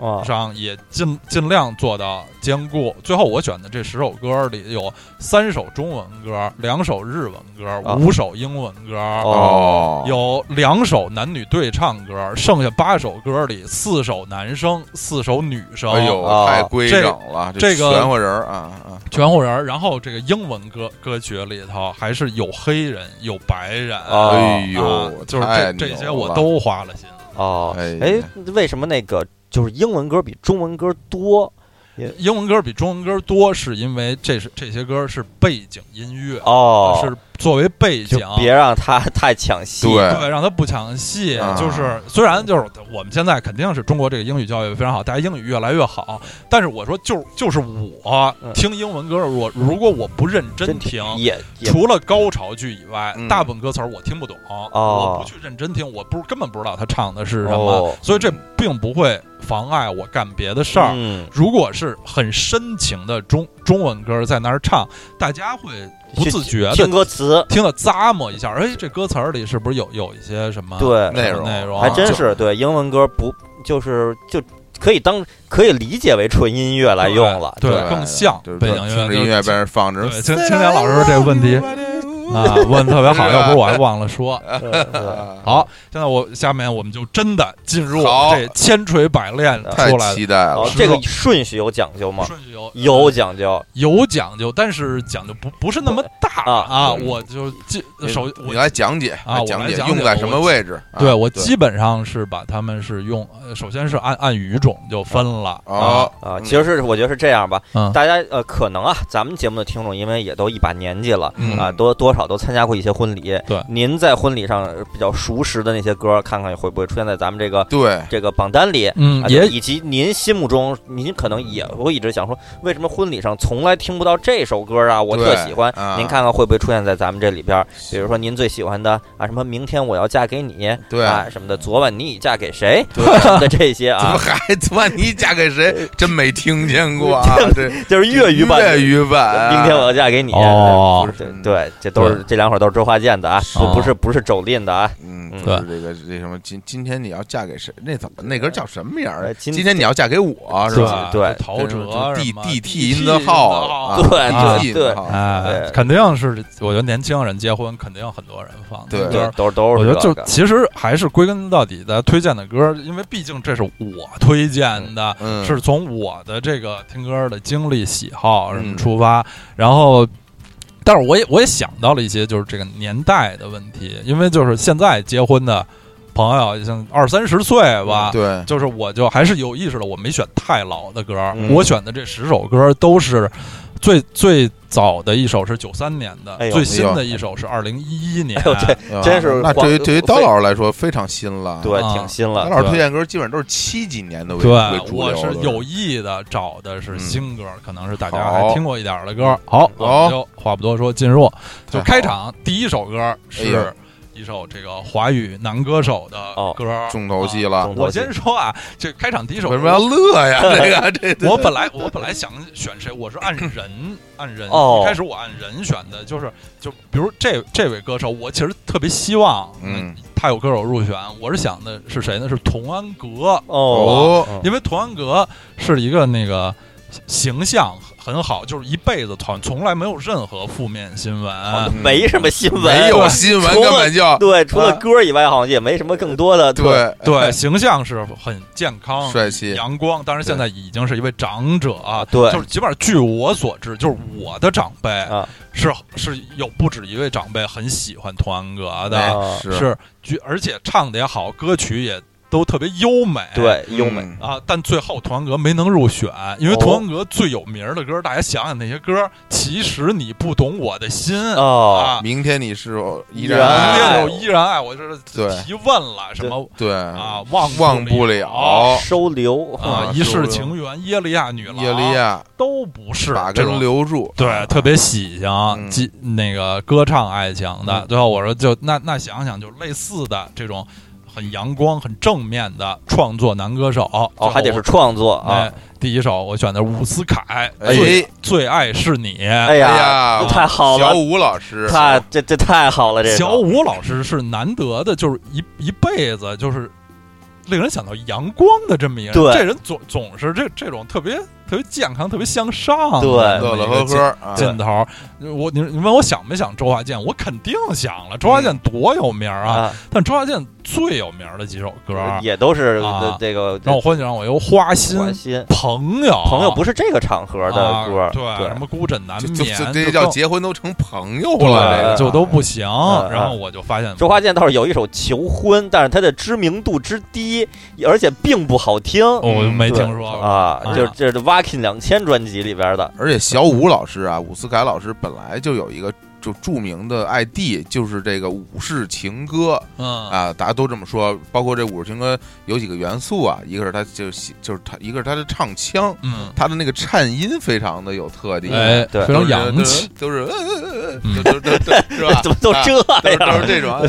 啊
上也尽尽量做到兼顾。最后我选的这十首歌里有三首中文歌，两首日文歌，
啊
五首英文歌。
哦，
有两首男女对唱歌，剩下八首歌里四首男生，四首女生，
哎呦，
啊
太规整了，
这这个
玄乎人儿啊啊，
全乎人儿。然后这个英文歌歌曲里头还是有黑人，有白人，
啊
哎
啊
呦，
就是
太
这
牛
这些我
了
都花了心思。
哦，
哎
哎，为什么那个就是英文歌比中文歌多？
英文歌比中文歌多，是因为这是这些歌是背景音乐，
哦，
啊是作为背景
就。别让他太抢戏。
对
对，让他不抢戏，
啊
就是虽然就是我们现在肯定是中国这个英语教育非常好，大家英语越来越好，但是我说就就是我
嗯
听英文歌，我如果我不认真听。
也也
除了高潮剧以外，
嗯
大部分歌词儿我听不懂，
哦
我不去认真听，我不是根本不知道他唱的是什么，
哦
所以这并不会妨碍我干别的事儿。
嗯，
如果是很深情的中中文歌在那儿唱，大家会不
去
自觉的
听歌词，
听了咂摸一下，哎，这歌词儿里是不是有有一些什么
对
什啊么内
内容啊
容？
还真
就是
对英文歌不就是就可以当可以理解为纯音乐来用了。
对
对
更像
就是
背景音乐
听着
就是
音乐被人放着
对，青青年老师这问题啊问得特别好，
是吧
要不是我还忘了说。
对 对
啊，
好，现在我下面我们就真的进入
好
这千锤百炼
太
出来的
期待了
哦，
是
这个
的
顺序有讲究吗？
顺序有呃
有讲究
有讲究，但是讲究不不是那么大
啊
啊。我就进呃首
你
我
来讲解
啊我来
讲
讲解
用在什么位置？啊
对我基本上是把他们是用，呃首先是按按语种就分了
哦，
啊，
嗯
其实是我觉得是这样吧，
啊，嗯
大家呃可能啊，咱们节目的听众因为也都一把年纪了。
嗯
啊，多多少都参加过一些婚礼。
对
您在婚礼上比较熟识的那些歌，看看会不会出现在咱们这个
对，
这个榜单里。
嗯
啊，
也
以及您心目中，您可能也会一直想说，为什么婚礼上从来听不到这首歌啊？我特
对
喜欢。
啊
您看看会不会出现在咱们这里边儿？比如说您最喜欢的啊，什么明天我要嫁给你，
对
啊什么的，昨晚你已嫁给谁
对
什么的这些
怎么
啊，
还怎么你嫁给 谁？真没听见过啊！这
就是粤语版的。
粤语版，啊
明天我要嫁给你。啊
哦
不是
对对，这都是这两会儿都是周华健的啊，
是
不不是不是周林的啊。
嗯，
嗯
就是这个这什么，今今天你要嫁给谁？那怎么那歌叫什么名儿啊
呃？今
天你要嫁给我是吧？
对
陶
对
喆什
，D
么
D T in the house，
对
啊
对
DT in the
对
house
哎
对，
肯定是，我觉得年轻人结婚肯定很多人放
对
歌
对，。都是都
我
是
觉
这
得就
个。
其实还是归根到底的推荐的歌，因为毕竟这是我推荐的，
嗯，
是从我的这个听歌的经历、喜好什么
嗯
出发，然后。但是我也我也想到了一些，就是这个年代的问题，因为就是现在结婚的朋友，像二三十岁吧，
对，
就是我就还是有意识的，我没选太老的歌，
嗯
我选的这十首歌都是最最早的一首是九三年的，
哎呦
最新的一首是二零一一年。
哎呦这
啊
真是
那对于
广
对于刀老师来说非常新了，
对，
啊
挺新
刀
了。
老师推荐歌基本上都是七几年的为
对
为，主
我
流
是
的
有意的找的是新歌，可能是大家
嗯好
还听过一点儿的歌。好，我们就话不多说，进入就
太好
开场第一首歌
哎
是
呦
一首这个华语男歌手的
哦
歌，
重头戏
啊。
了
重，头
我
戏
先说啊，这开场第一首
为什么要乐 呀？这个这这
我本来我本来想选谁，我是按人按人，
哦
一开始我按人选的，就是就比如这这位歌手，我其实特别希望，
嗯，
他有歌手入选，我是想的是谁呢？是童安格，
哦，
哦，
因为童安格是一个那个形象很好，就是一辈子团从来没有任何负面新闻，
好像没什么新闻，
没有新闻
除了
根本就
对，除了
啊
歌以外，好像也没什么更多的。
对
对，形象是很健 康、
帅气，
阳光。当然，现在已经是一位长者啊，
对
就是起码据我所知，就是我的长辈
啊
是是有不止一位长辈很喜欢童安格
哎
的，
啊
是
是，据而且唱的也好，歌曲也都特别优美，
对，优美。
嗯
啊，但最后童安格没能入选，因为
哦
童安格最有名儿的歌，大家想想那些歌，其实你不懂我的心。
哦，
啊，
明天你是否依
依
然
然
爱
爱
恋有依然爱，我这是
对
提问了什么
对
啊，忘
忘
不
不
了
了
收留
啊
啊，
一世
是
情缘、耶利亚女郎、
叶利亚
都不啊是
把
这
根
种。
留住，
对，
啊
特别喜庆，
嗯
记那个歌唱爱情的。
嗯
最后我说就那那想想，就类似的这种很阳光、很正面的创作男歌手，最
哦，
后
还得是
我
创作啊
哎。，第一首我选的伍思凯，
哎
最最爱是你。
哎
哎
呀
呀，
这太好
小
了，
武老师，
太这这太好了，这个
小五老师是难得的，就是一一辈子就是令人想到阳光的这么一个人。
对
这人总总是这这种特别特别健康、特别向上的
对
这么
乐乐
一个
呵
劲
呵啊，
劲头儿。我你你问我想没想周华健，我肯定想了。周华健多有名儿啊！
嗯啊，
但周华健最有名儿的几首歌儿，
也都是
啊
这个
让我回想，我又花心、
关心
朋友、
朋友不是这个场合的歌
啊，，对什么孤枕难
就就
眠，
就这
就
叫
更
结婚都成朋友了，这
对，
个
就都不行。
嗯
然后我就发现
周华健倒是有一首《求婚》，但是他的知名度之低，而且并不好听
哦我就没听说过
啊
啊，
就是这是 Walking 两千专辑里边的
而且小武老师啊，伍思凯老师本来就有一个就著名的 ID，就是这个武士情歌
嗯
啊，大家都这么说。包括这武士情歌有几个元素啊，一个是他就就是他，一个是他的唱腔，
嗯，
他的那个颤音非常的有特点，
哎，
对
非
都
常
是
洋气，，
都是都都都是呃吧？
怎么
啊
都这
都是都
样？
是这种，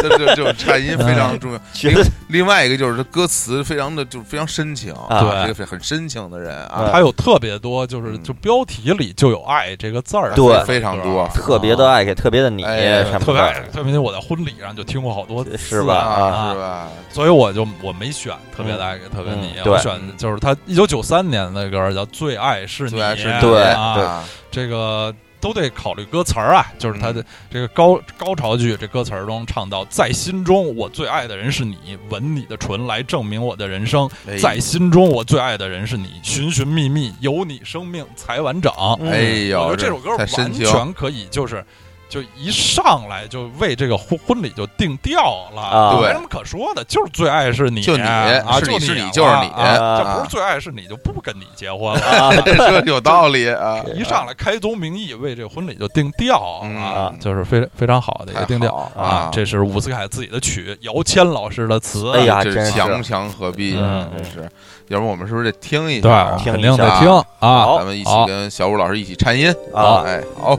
这这这种颤音非常重要。
觉
哦
得
另外一个就是歌词非常的就是非常深情，
啊
这个很深情的人
嗯
啊，
他有特别多，就是
嗯
就标题里就有“爱”这个字儿，
对
非常多
特别的爱给特别的你
哎
什么
特别爱
的，
特别，我在婚礼上就听过好多次
是吧啊
是吧？
所以我就我没选特别的爱给特别你，啊
嗯对
我选就是他一九九三年的歌叫《最爱是你》，
最爱是你
对
啊
对
啊
这个都得考虑歌词儿啊，就是
嗯
他的这个高高潮句，这歌词儿中唱到在心中我最爱的人是你，吻你的唇来证明我的人生，
哎
在心中我最爱的人是你，寻寻觅觅有你生命才完整。
嗯
哎呦，
我觉得这首歌
太
完
深情，
全可以，就是就一上来就为这个婚婚礼就定调了，
啊
没
对
什么可说的，就是最爱是你，
就你
啊，
是
就
你
你
是你
了
就是你
啊这
啊
不是最爱是你就不跟你结婚了。
啊，
这有道理 啊，
一上来开宗明义为这个婚礼就定调
嗯
啊，就是非非常好的一
太
个定调
好
啊
啊，
这是伍思凯自己的曲，姚谦老师的词，
哎呀
这
真是
强强合璧啊，
嗯
这是，要不然我们是不是得听一
对，
下
我
啊？
们
听
肯
一
定得
下
听啊
好。
咱们一起
好
跟小武老师一起颤音
啊
哎，好。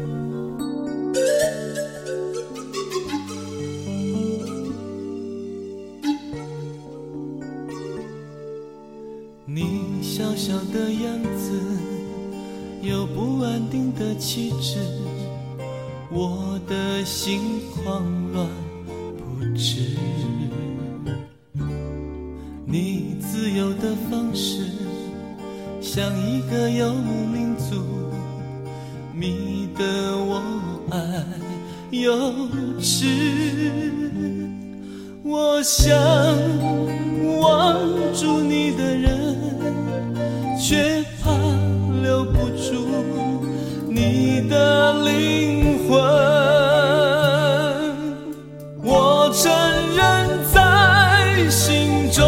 你小小的样子，有不安定的气质，我的心狂乱不止。你自由的方式，像一个游牧民族，迷得我爱幼稚。我想望住你的人，却怕留不住你的灵魂。我承认在心中，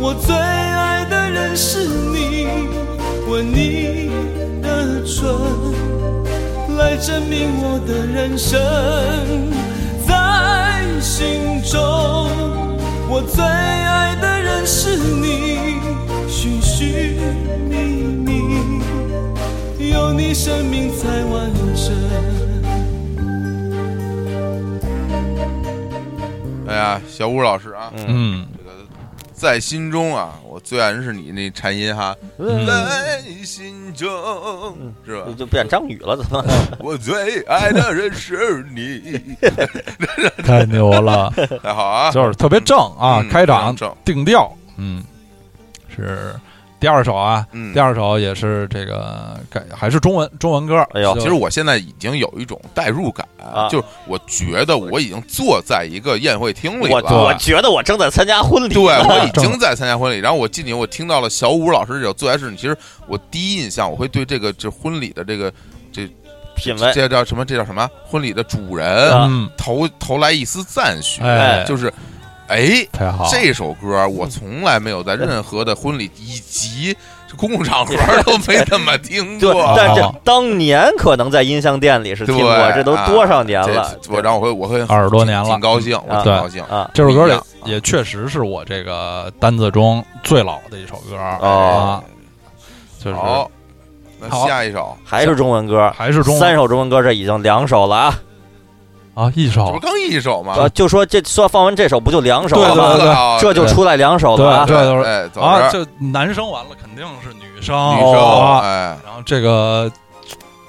我最爱的人是你，吻你的唇。来证明我的人生，在心中，我最爱的人是你，寻寻觅觅，有你生命才完整。
哎呀，小武老师啊，
嗯，
这个在心中啊，我最爱人是你那颤音哈，
嗯
在心
嗯
中是吧
就？就变张宇了，怎么？
我最爱的人是 你，
太牛了，
太好啊！
就是特别正啊
嗯，
开场
非常正
定调，嗯，是第二首啊，
嗯
第二首也是这个改还是中文中文歌，
哎呦
就
其实我现在已经有一种代入感，
啊
就是我觉得我已经坐在一个宴会厅里
我
了。
我觉得我正在参加婚礼，
对，我已经在参加婚礼，然后我进去，我听到了小武老师这首《最爱是你》。其实我第一印象，我会对这个这婚礼的这个
品味
这叫什么？这叫什么？婚礼的主人
啊
嗯，
投投来一丝赞许，
哎，
就是，哎，
太好，
这首歌我从来没有在任何的婚礼以及公共 场合都没怎么听
对
过。，
但
哦
这当年可能在音像店里是听过，
对
这都
啊
多少年了
这？我然后我会我会
二十多年了
挺高兴，我
啊
挺高兴。
啊，
这首歌
不一
里
样啊
也确实是我这个单子中最老的一首歌
哦
啊，就是
好，那
好
下一首，
还是中文歌，
还是中文
三首中文歌，这已经两首了啊！
啊一
这不
首，
刚一首吗？
呃，就说这说放完这首不就两首
对
了
啊对
吗？
对
啊
这就出来两首了啊！
对
对
对
哎，走
啊，
着
这男生完了肯定是女生，
女
啊
生，哎，
然后这个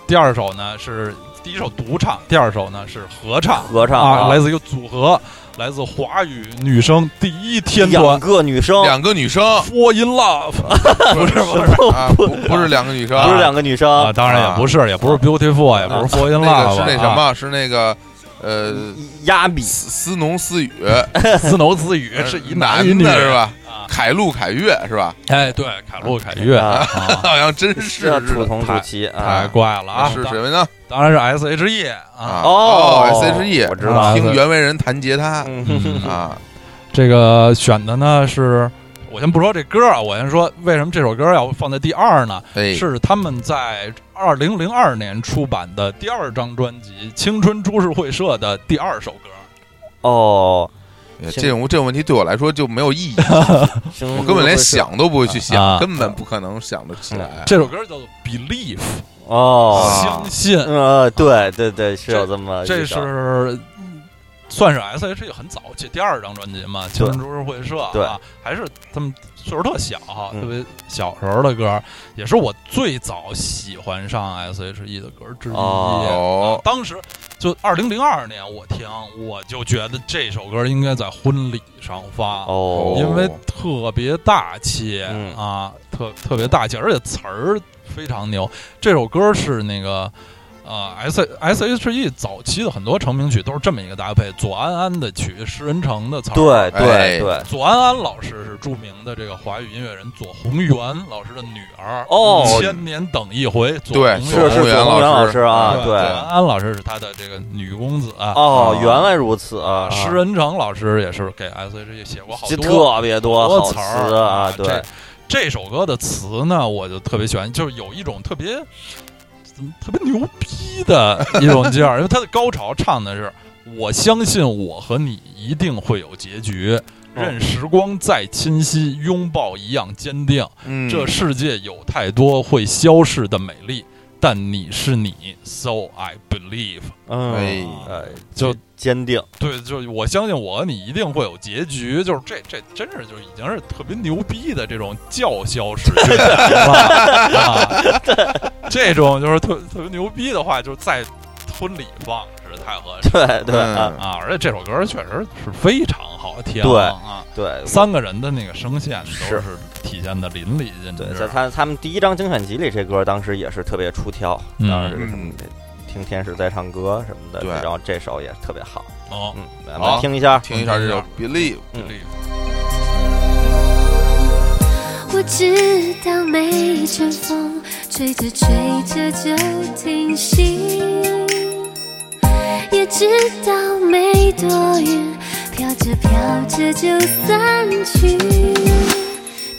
第二首呢是第一首独唱，第二首呢是合唱
合唱
啊，来自一个组合，来自华语女声第一天
两
团
个女生，
两个 女生
Fall in Love
不是不是啊，不不是两个女生，
不是两个女
啊，
生，
当然也不是，也不是 Beautiful，也不是 Fall in
啊那个
Love，
是那什
啊
么，是那个呃。
压比
思思农思雨
自谋自语 是一
呃男
一女
的是？吧？
啊
凯路凯越是吧？
哎，对，凯路凯越
啊
啊，
好像真是
这楚
是
同楚齐
太
啊！
怪了啊！
是
当
谁呢？
当然是 S H E 啊，
哦
，S H E，
我知道
听袁惟仁弹吉他
嗯
嗯
啊，
这个选的呢是，我先不说这歌啊，我先说为什么这首歌要放在第二呢？
哎，
是他们在二零零二年出版的第二张专辑《青春株式会社》的第二首歌。
哦，
这种这种问题对我来说就没有意义，我
我
根本连想都不会去想
啊，
根本不可能想得起来。
这首歌叫做《Believe》，
哎
啊
哦，
相信，
呃，对对对，是有这么一
这
首
是。算是 S.H.E 很早期第二张专辑嘛，《青春株式会社》
对
啊，还是他们岁数特小，
嗯
特别小时候的歌，也是我最早喜欢上 S.H.E 的歌之一。
哦
哦，
当时就二零零二年我听，我就觉得这首歌应该在婚礼上发，
哦，
因为特别大气、
嗯
啊，特特别大气，而且词儿非常牛。这首歌是那个。啊，S S H E 早期的很多成名曲都是这么一个搭配，左安安的曲，石人成的词儿。
对对
哎
对，
左安安老师是著名的这个华语音乐人左宏元老师的女儿
哦
千年等一回。左
对，
宏
是
元
是
袁
左宏元老师
师
啊对
哎对，左安安老师是他的这个女公子啊。
哦
啊，
原来如此啊，
石人成老师也是给 S H E 写过好
这
多
特别
好
多
多
好
词儿
词啊，对
这，这首歌的词呢，我就特别喜欢，就是有一种特别怎么特别牛逼的一种劲儿，因为它的高潮唱的是“我相信我和你一定会有结局”。任时光再侵袭，拥抱一样坚定。
嗯，
这世界有太多会消逝的美丽，但你是你，so I believe。
哎
嗯，哎，
就
坚定，
对，就是我相信我和你一定会有结局，就是这这真是就已经是特别牛逼的这种叫嚣式宣言了啊！这种就是特特别牛逼的话，就是在婚礼放是太合适
对对啊，
嗯
啊！而且这首歌确实是非常好听，
对
啊，
对，
三个人的那个声线都
是
是体现的淋漓尽
对，
致
在。他他们第一张精选集里，这歌当时也是特别出挑，
嗯
当时什么听天使在唱歌什么的，
对
然后这首也特别好，
哦，
嗯，咱
好
们听一下，
听一下
嗯
这首《Believe》。
这个
我知道每一阵风吹着吹着就停息，也知道每一朵云飘着飘着就散去。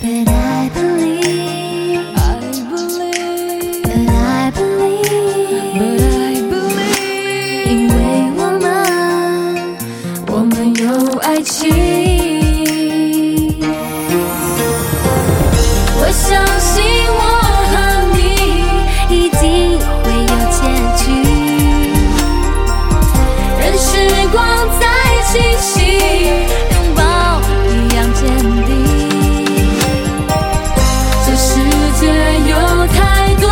But I believe,
I believe,
but I believe，
but I believe，
因为我们我们有爱情。我相信我和你一定会有结局，任时光再清晰，拥抱一样坚定。这世界有太多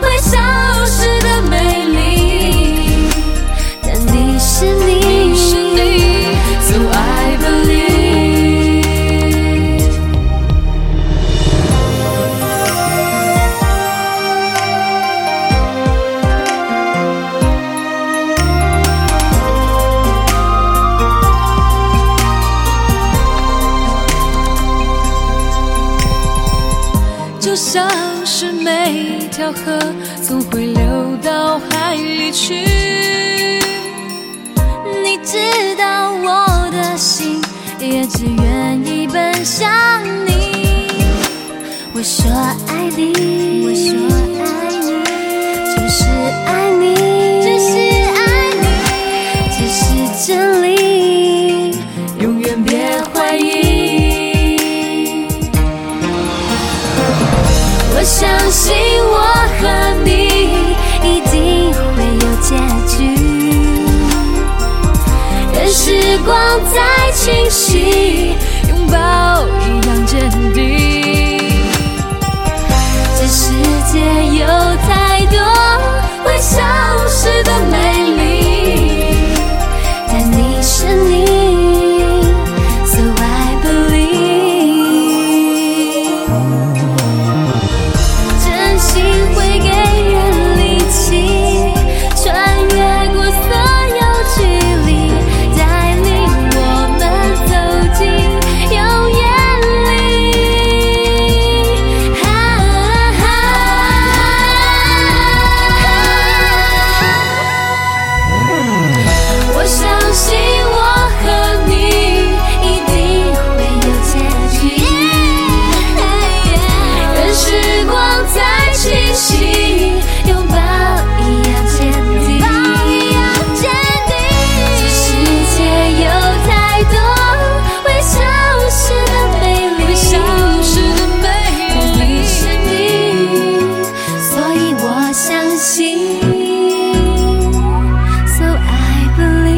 会消失的美丽，但你是你，是你，So I believe。
就像是每一条河总会流到海里去。
你知道我的心也只愿意奔向你。我说爱你，我说爱你，只是爱你，只是爱你，这是真理，永远别怀疑。我相信我和你一定会有结局。任时光再清晰，
拥抱一样坚定，
这世界有太多会消失的美丽，但你是你，So I believe，真心会给人力气，穿越过所有距离，带领我们走进永远里。我相信我和你一定会有结局。任时光再清晰，拥抱一样坚定。这世界有太多会消失的美丽，
消失的
但
美
你
丽。
是你，所以我相信。So I believe。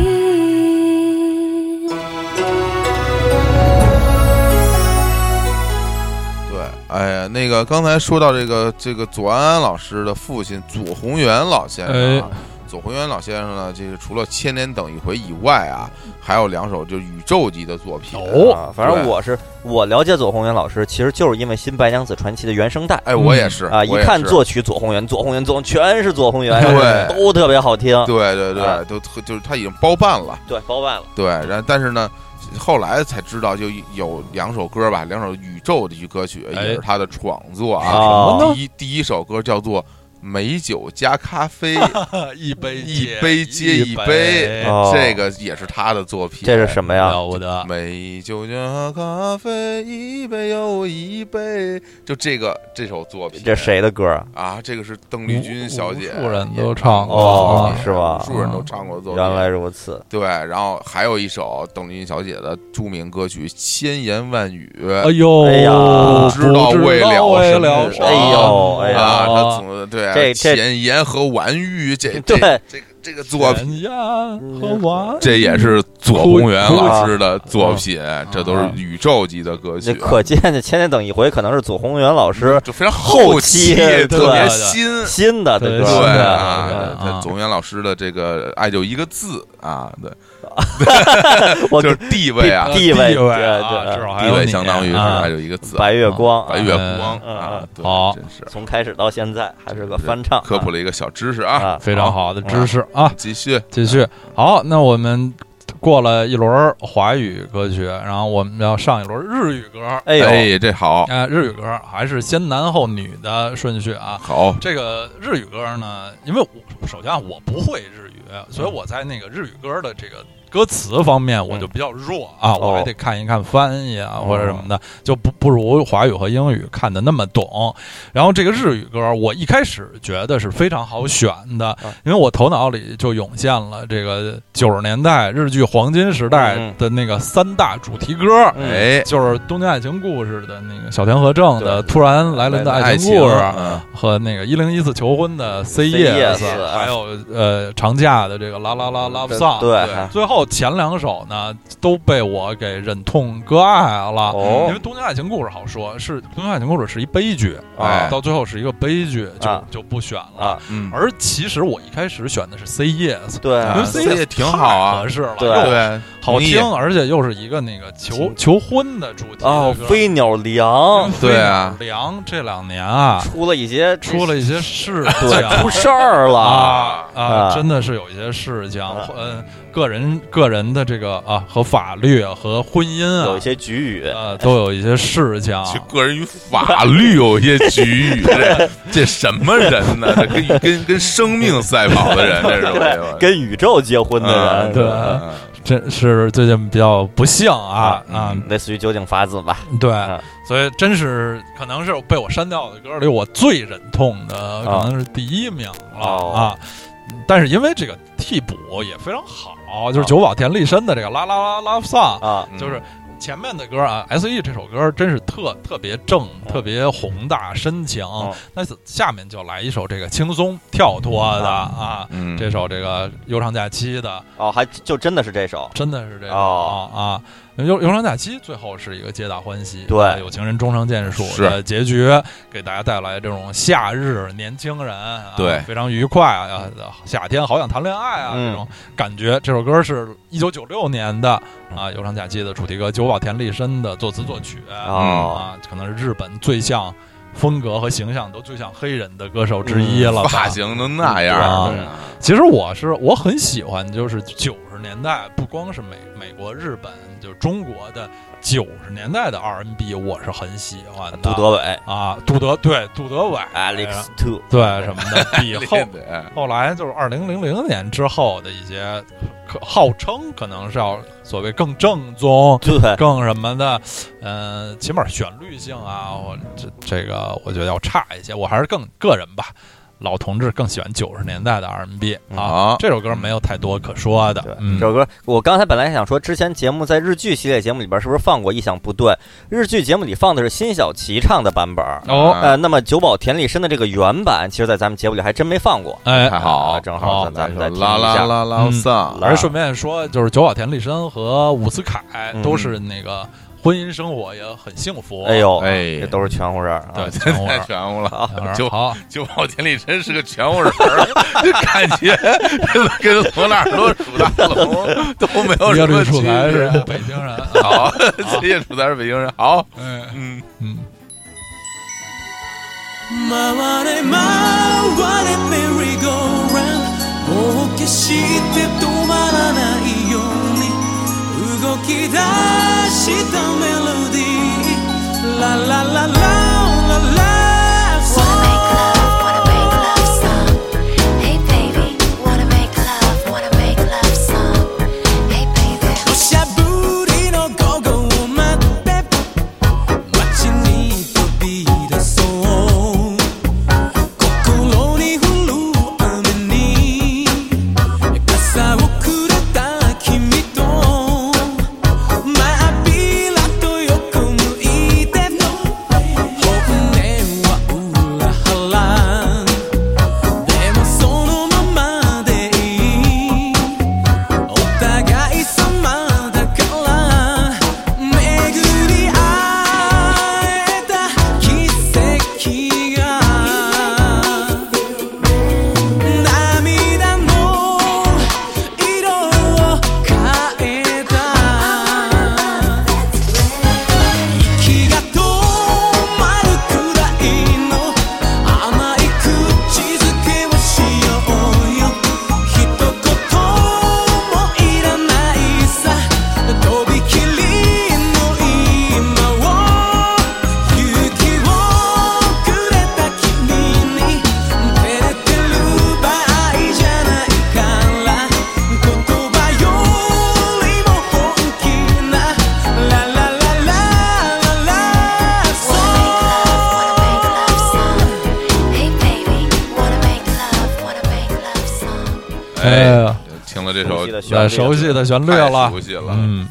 对，哎呀，那
嗯哎
个刚才说到这个这个左安安老师的父亲左宏元老先生啊，左宏元老先生呢，这个除了《千年等一回》以外啊，还有两首就宇宙级的作品。
哦
啊，反正
对
我是我了解左宏元老师，其实就是因为《新白娘子传奇》的原声带
哎，我也是
啊，一
我也
看
是
作曲左宏元，左宏元，左宏全是左宏元，
对
都特别好听，
对对
啊
对，都特就是他已经包办了。
对，包办了。
对，然后但是呢，后来才知道就有两首歌吧，两首宇宙的歌曲
哎
也是他的创作啊。
啊
什么呢
第一第一首歌叫做《美酒加咖啡》，
呃一杯
呃一
接
杯啊接一
一
杯
哦
这个也是他的作品。
这是什么呀？
了不得，
美酒加咖啡，一杯又一杯，就这个这首作品，
这谁的歌啊？
啊？这个是邓丽君小姐，
无无数人都唱过啊
哦是吧
无数人都唱过的作品。
原来如此，
对，然后还有一首邓丽君小姐的著名歌曲《千言万语》
哎呦，
哎呀
不
知道未了
未
什么
了
人
什么
哎呦哎呀
啊，她
哦
总对啊
这这
前言和婉语，这
对
这这个这个作品，
天呀和完，
这也是左宏
啊
元老师的作品，这都是宇宙级的歌
这
曲，啊
可见这《千年等一回》可能是左宏元老师
就非常
后
期，
期
特别
对
新。
新的
对
这歌，
对
是的
啊，
是的
对
啊
左宏元老师的这个爱就一个字啊，对，
我
就是地位啊
这，
地
位
位
对对
啊，至少还
地
有
位
你
相当于是
啊
爱就一个字，
白月光啊，
白月光
嗯
啊，对
好
真是
从开始到现在还是个翻唱啊，
科普了一个小知识啊，
啊，
非常好的知识啊。
继续
继续，好，那我们过了一轮儿华语歌曲，然后我们要上一轮日语歌。
哎呦，
哎，这好
啊，日语歌还是先男后女的顺序啊。
好
这个日语歌呢，因为我首先啊我不会日语，所
嗯
以我在那个日语歌的这个歌词方面我就比较弱啊，
哦
我还得看一看翻译啊或者什么的，就不不如华语和英语看的那么懂。然后这个日语歌，我一开始觉得是非常好选的，
嗯
因为我头脑里就涌现了这个九十年代日剧黄金时代
嗯
的那个三大主题歌，
嗯
哎，
就是《东京爱情故事》的那个小田和正的《
对
突然来临的
爱
情故事》
嗯
和那个一零一次求婚
嗯
的《Say
Say
Yes》，
Yes 啊
还有呃长假的这个《啦啦啦 Love
对
Song》。
对
最后前两首呢都被我给忍痛割爱了。因
哦
为《东京爱情故事》好说，是《东京爱情故事》是一悲剧，啊
哎
到最后是一个悲剧，就、
啊
就不选了。
啊，
嗯，
而其实我一开始选的是《Say Yes》，
对
啊
因为
啊
Say
Say
Yes
Yes 挺好啊
太合适了，
对啊
又
对，
好
同意
听，而且又是一个那个求
情
求婚的主题
哦，
飞
飞鸟 梁
对啊
凉这两年啊，
出了一些
出了一些事
对出
情。
事儿了，
啊啊！
啊
真的是有一些事情
啊，
嗯，个人个人的这个啊和法律啊和婚姻
有
啊
一，些局语，
呃，都有一些事情。
其实个人与法律有一些局域， 这这什么人呢？这跟跟跟生命赛跑的人，这是我
跟宇宙结婚的人，
嗯
啊对
嗯
真是最近比较不幸啊
啊
啊！
类似于酒井法子吧，
对
啊，
所以真是可能是被我删掉的歌里我最忍痛的，
啊
可能是第一名了
哦
啊。但是因为这个替补也非常好，就是久保田利伸的这个《啦啦啦 Love Song
啊，》，
嗯
就是前面的歌啊，S.E 这首歌真是特特别正、
嗯
特别宏大、深情
哦。
那下面就来一首这个轻松跳脱的啊，
嗯
这首这个悠长假期的，
哦，还就真的是这首，
真的是这个
哦
啊啊！悠悠长假期最后是一个皆大欢喜，
对
啊有情人终成眷属的结局，给大家带来这种夏日年轻人啊
对
非常愉快啊，夏天好想谈恋爱啊、
嗯
这种感觉。这首歌是一九九六年的啊，悠长假期的主题歌，久保田利伸的作词作曲
哦
啊，可能是日本最像风格和形象都最像黑人的歌手之一
嗯
了吧。
发型都那样
啊
对
其实我是我很喜欢，就是九十年代，不光是美美国、日本，就是中国的九十年代的 R&B，我是很喜欢的。
杜德伟
啊，杜德对杜德伟
，Alex Two，
对什么 的，比后
对对
后来就是二零零零年之后的一些，可号称可能是要所谓更正 宗、
对，
更什么的，嗯、起码旋律性啊，我这这个我觉得要差一些。我还是更个人吧，老同志更喜欢九十年代的 R&B 啊。
好，
这首歌没有太多可说的
对，，
嗯
这，首歌我刚才本来想说，之前节目在日剧系列节目里边是不是放过？意想不对，日剧节目里放的是辛晓琪唱的版本儿，
哦，
嗯
呃，那么久保田利伸的这个原版，其实，在咱们节目里还真没放过。
哎，
太好
啊正好
好
咱咱们再
来
听
首
一
啦啦
下。
啦啦
嗯
丧，
啦
而顺便说，就是久保田利伸和伍思凯
嗯
都是那个婚姻生活也很幸福。
哎，呦，
哎
这都是全乎人啊。
哦对，全
太
我
全乎了。就
好，
九宝田里真是个全乎人儿，这感觉跟从哪儿都数大龙都没有什
叶
么
律
区
楚才是
别。
北京人啊。
好，叶楚才是北京人。好，
嗯
嗯，
嗯，
回れ回れメリーゴーランもう決して止まらないように動き出したメロディーララララララ
Wanna make love, wanna make love song. Hey baby, wanna make love, wanna make love song. Hey baby,
土砂降りの午後を待って街に飛び出そう心に降る雨に傘をくれた君と真っ平らと横向いてと本音は裏腹でもそのままでいいお互い様だから巡り会えた奇跡が涙の色を変えた気が止まるくらいの甘い口づけをしようよ一言もいらないさとびきりの今を勇気をくれた君に照れてる場合じゃないから言葉よりも本気なララララララ
wanna make love, wanna make love song. Hey baby, wanna make love, wanna make love song.
哎呀，
听了这
熟
首
悉的旋
对
律，
熟悉的旋律
太
了
熟，悉了。
嗯，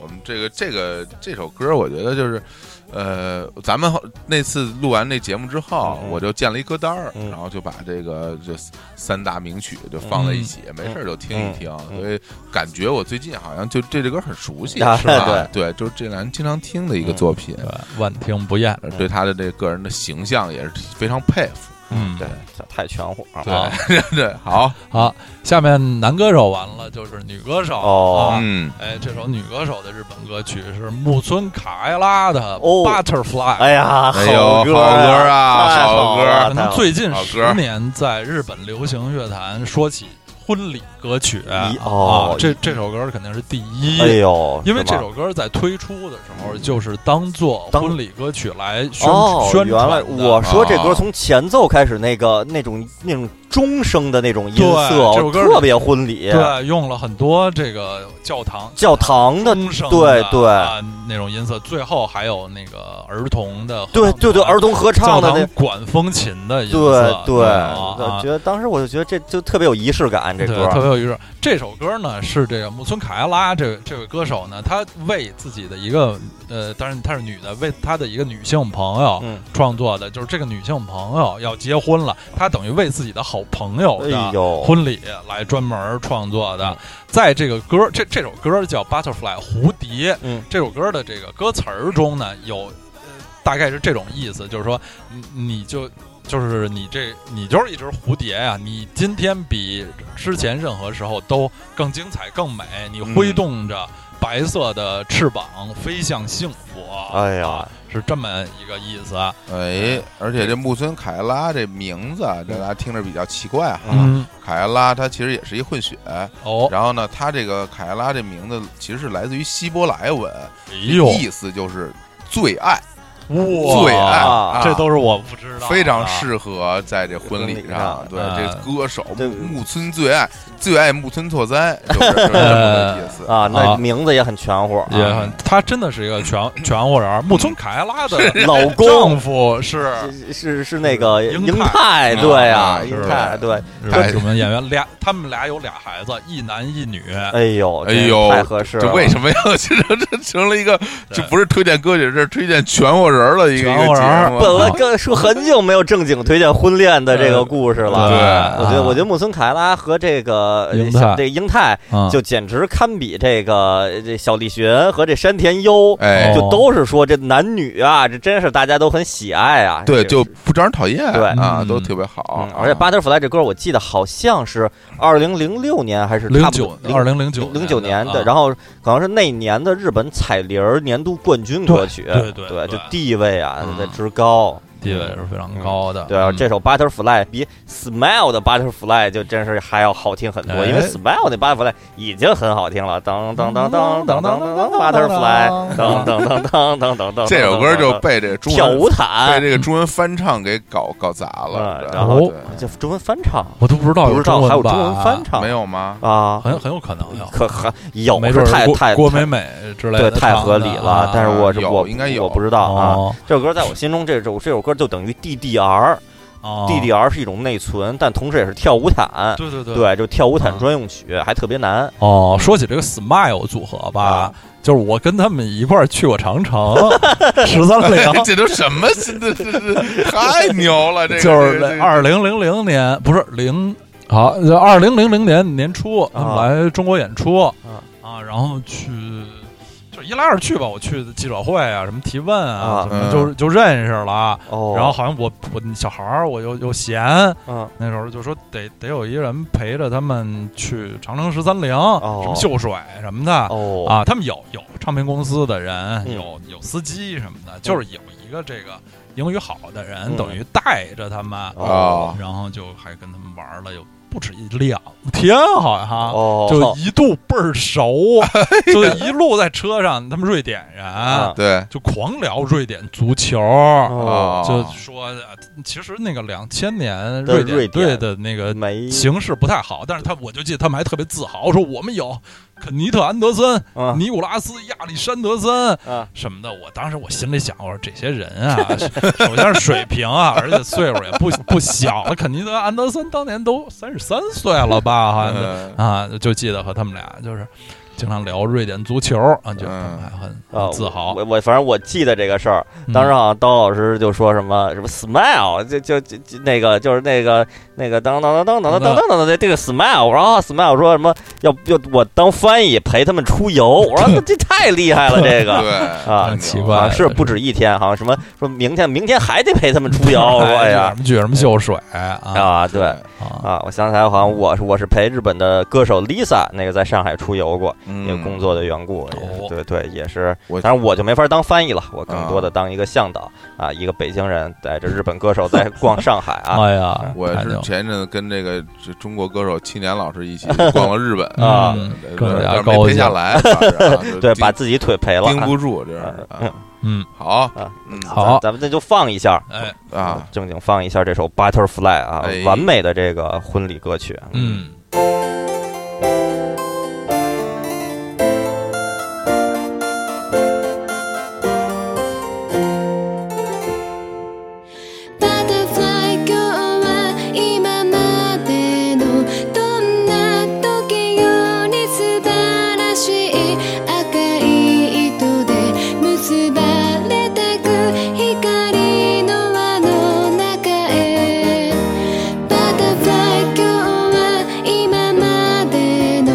我们这个这个这首歌，我觉得就是，呃，咱们后那次录完那节目之后，
嗯
我就建了一歌单儿，
嗯
然后就把这个这三大名曲就放在一起，没事儿就听一听，
嗯
所以感觉我最近好像就对这歌很熟悉，
啊
是吧？对，就是这两人经常听的一个
嗯
作品，
对，万听不厌，
呃对他的这个人的形象也是非常佩服。
嗯，
对，这太全乎啊。
好，
对，好，
好，下面男歌手完了就是女歌手
哦
啊
嗯，
哎，这首女歌手的日本歌曲是木村卡艾拉的《
哦
Butterfly》。
哎呀，
哎呦
歌
好歌啊
啊，太
好歌
了
可能最近
好歌
十年在日本流行乐坛说起婚礼歌曲
一哦
啊，这这首歌肯定是第一。
哎呦，
因为
是吗
这首歌在推出的时候，就是当做
当
婚礼歌曲来宣
哦，
宣
原来
传的。
我说这歌
哦
从前奏开始，那个那种那种钟声的那种音
对
色，
这首歌
特别婚礼，
对用了很多这个教堂
教堂的，
钟声的，
对对
啊那种音色，最后还有那个儿童的合唱
对
团，
对对，儿童合唱
教
的那
堂，管风琴的音色
对，对，
啊
我
啊
觉得当时我就觉得这就特别有仪式感，这
对，
歌
特别有意思。这首歌呢是这个木村卡耶拉这位这位歌手呢，她为自己的一个呃，当然她是女的，为她的一个女性朋友
嗯，
创作的，就是这个女性朋友要结婚了，她等于为自己的好朋友
哎
的
呦，
婚礼来专门创作的。在这个歌这这首歌叫《Butterfly》蝴蝶，
嗯
这首歌的这个歌词儿中呢有、呃大概是这种意思，就是说你你就。就是你这，你就是一只蝴蝶呀、你今天比之前任何时候都更精彩、更美。你挥动
嗯
着白色的翅膀飞向幸福。
哎呀
啊是这么一个意思。啊
哎，而且这木村凯拉这名字啊，这大家听着比较奇怪哈。啊
嗯，
凯拉拉他其实也是一混血，
哦，
然后呢，他这个凯拉拉这名字其实是来自于希伯来文，
哎呦，
意思就是最爱，
哇，
最爱，啊、
这都是我不知道的，啊
非常适合在这婚礼上。
婚礼上
对，
嗯
这歌手
对
木村最爱，最爱木村拓哉，就是 就是这么个意思。
啊，那
啊
名字也很全乎啊，
也很，他真的是一个全 全乎人儿。木村凯耶拉的
老公
丈夫是
是是是那个
英
英
泰
泰，对
啊
呀，
是
英泰，对，
是
哎
我们演员俩，他们俩有俩孩子，一男一女。
哎呦，
哎
这
呦
太合适
这
了，
为什么要这这成了一个？这不是推荐歌曲，这是推荐全国人人了一个一个
全乎人
节
儿
目，啊
本来跟说很久没有正经推荐婚恋的这个故事了。啊
对
我觉得，我觉得木村凯拉和这个
英
这
泰啊
这英泰
得
就简直堪比这个呃这小栗旬和这山田优，
哎
哦，
就都是说这男女啊，这真是大家都很喜爱啊。
对，
这
就不招人讨厌，
对
啊，
嗯
都特别好
嗯，而且《Butterfly》这歌我记得好像是二零零六年还是
零
差不
九
多
二零零九
零九年的，
后
然后可能是那年的日本彩铃儿年度冠军歌曲，
对对对
就地位啊
嗯
在之高，
地位是非常高的。
对啊，
嗯
这首 Butterfly 比 Smile 的 Butterfly 就真是还要好听很多，
哎
因为 Smile 那 Butterfly 已经很好听了，当当当当当当当当 Butterfly，当当当当当当当，
这首歌就被这个中
跳舞
文被
毯，
这个中文翻唱给搞搞砸了
啊
嗯，
对
然
后
对
就中文翻唱，
我都不知道
不知道
哦中
还有
版
中文翻，唱
没有吗？
啊，
很很有可能有，
可还有
没
是
准儿
太
郭
太
郭
太
美美之类
对
的，啊
太合理了，但是我是
有
我
应该有，
我不知道啊。
哦
这首歌在我心中，这首这首歌就等于 DDR，DDR、
哦
DDR 是一种内存，但同时也是跳舞毯，
对对对
对，就跳舞毯
嗯
专用曲，还特别难。
哦，说起这个 Smile 组合吧，
啊
就是我跟他们一块儿去过长城十三陵
这都什么？这这这太牛了！这个
就是
这个
二零零零年，不是零，好，就二零零零年年初他们
啊
来中国演出啊，然后去。就一来二去吧，我去记者会啊，什么提问
啊
啊，什么
嗯
就就认识了。
哦，
然后好像我我小孩儿我又又闲，
嗯，
那时候就说得得有一个人陪着他们去长城十三陵，
哦
什么秀水什么的。
哦
啊，他们有有唱片公司的人，
嗯
有有司机什么的，就是有一个这个英语好的人，
嗯
等于带着他们，
哦
然后就还跟他们玩了有不止一两天，好像哈。
哦，
就一度倍儿熟，啊 就一路在车上，他们瑞典人、
啊
对
就狂聊瑞典足球，
哦，
就说呃其实那个两千年
对
瑞典
瑞典
队的那个
没
形势不太好，但是他我就记得他们还特别自豪，说我们有肯尼特·安德森、
啊
尼古拉斯·亚历山德森
啊
什么的。我当时我心里想，我说这些人啊， 是首先是水平啊， 而且岁数也不不小了。肯尼特·安德森当年都三十三岁了吧？好像是
嗯
啊，就记得和他们俩就是经常聊瑞典足球啊，就他们还很
啊
很自豪
我。我反正我记得这个事儿，
嗯
当时好像刀老师就说什么什么 smile，就就就就那个就是那个那个当当当当当当当当当这个 smile，然后 smile 说什么要要我当翻译陪他们出游，我 说这太厉害了这
对
个。啊
太牛了
奇
啊，
怪
是不止一天，好像什么说明天，明天还得陪他们出游。 我说哎呀
什，么举什么秀水啊
啊，对
啊
啊，我想起来，好像我是我是陪日本的歌手 Lisa 那个在上海出游过，因为
嗯，
工作的缘故，
哦
对对，也是
我
当然我就没法当翻译了，我更多的当一个向导啊，一个北京人带着日本歌手 在逛上海啊
哎呀，
我
太
是
牛了
前一阵子跟这个这中国歌手青年老师一起逛了日本
啊
嗯 对
更加
但是
高
没
级
陪下来，反正啊就
对，
盯
把自己腿赔了
盯
啊。
不住，这是啊
嗯，
好
啊，
嗯
好
咱咱们那就放一下
哎，
啊，
正经放一下这首《Butterfly》啊
哎，
完美的这个婚礼歌曲。，
嗯。
Butterfly 今日は今までのどんな時より素晴らしい赤い糸で結ばれてく光の輪の中へ Butterfly 今日は今ま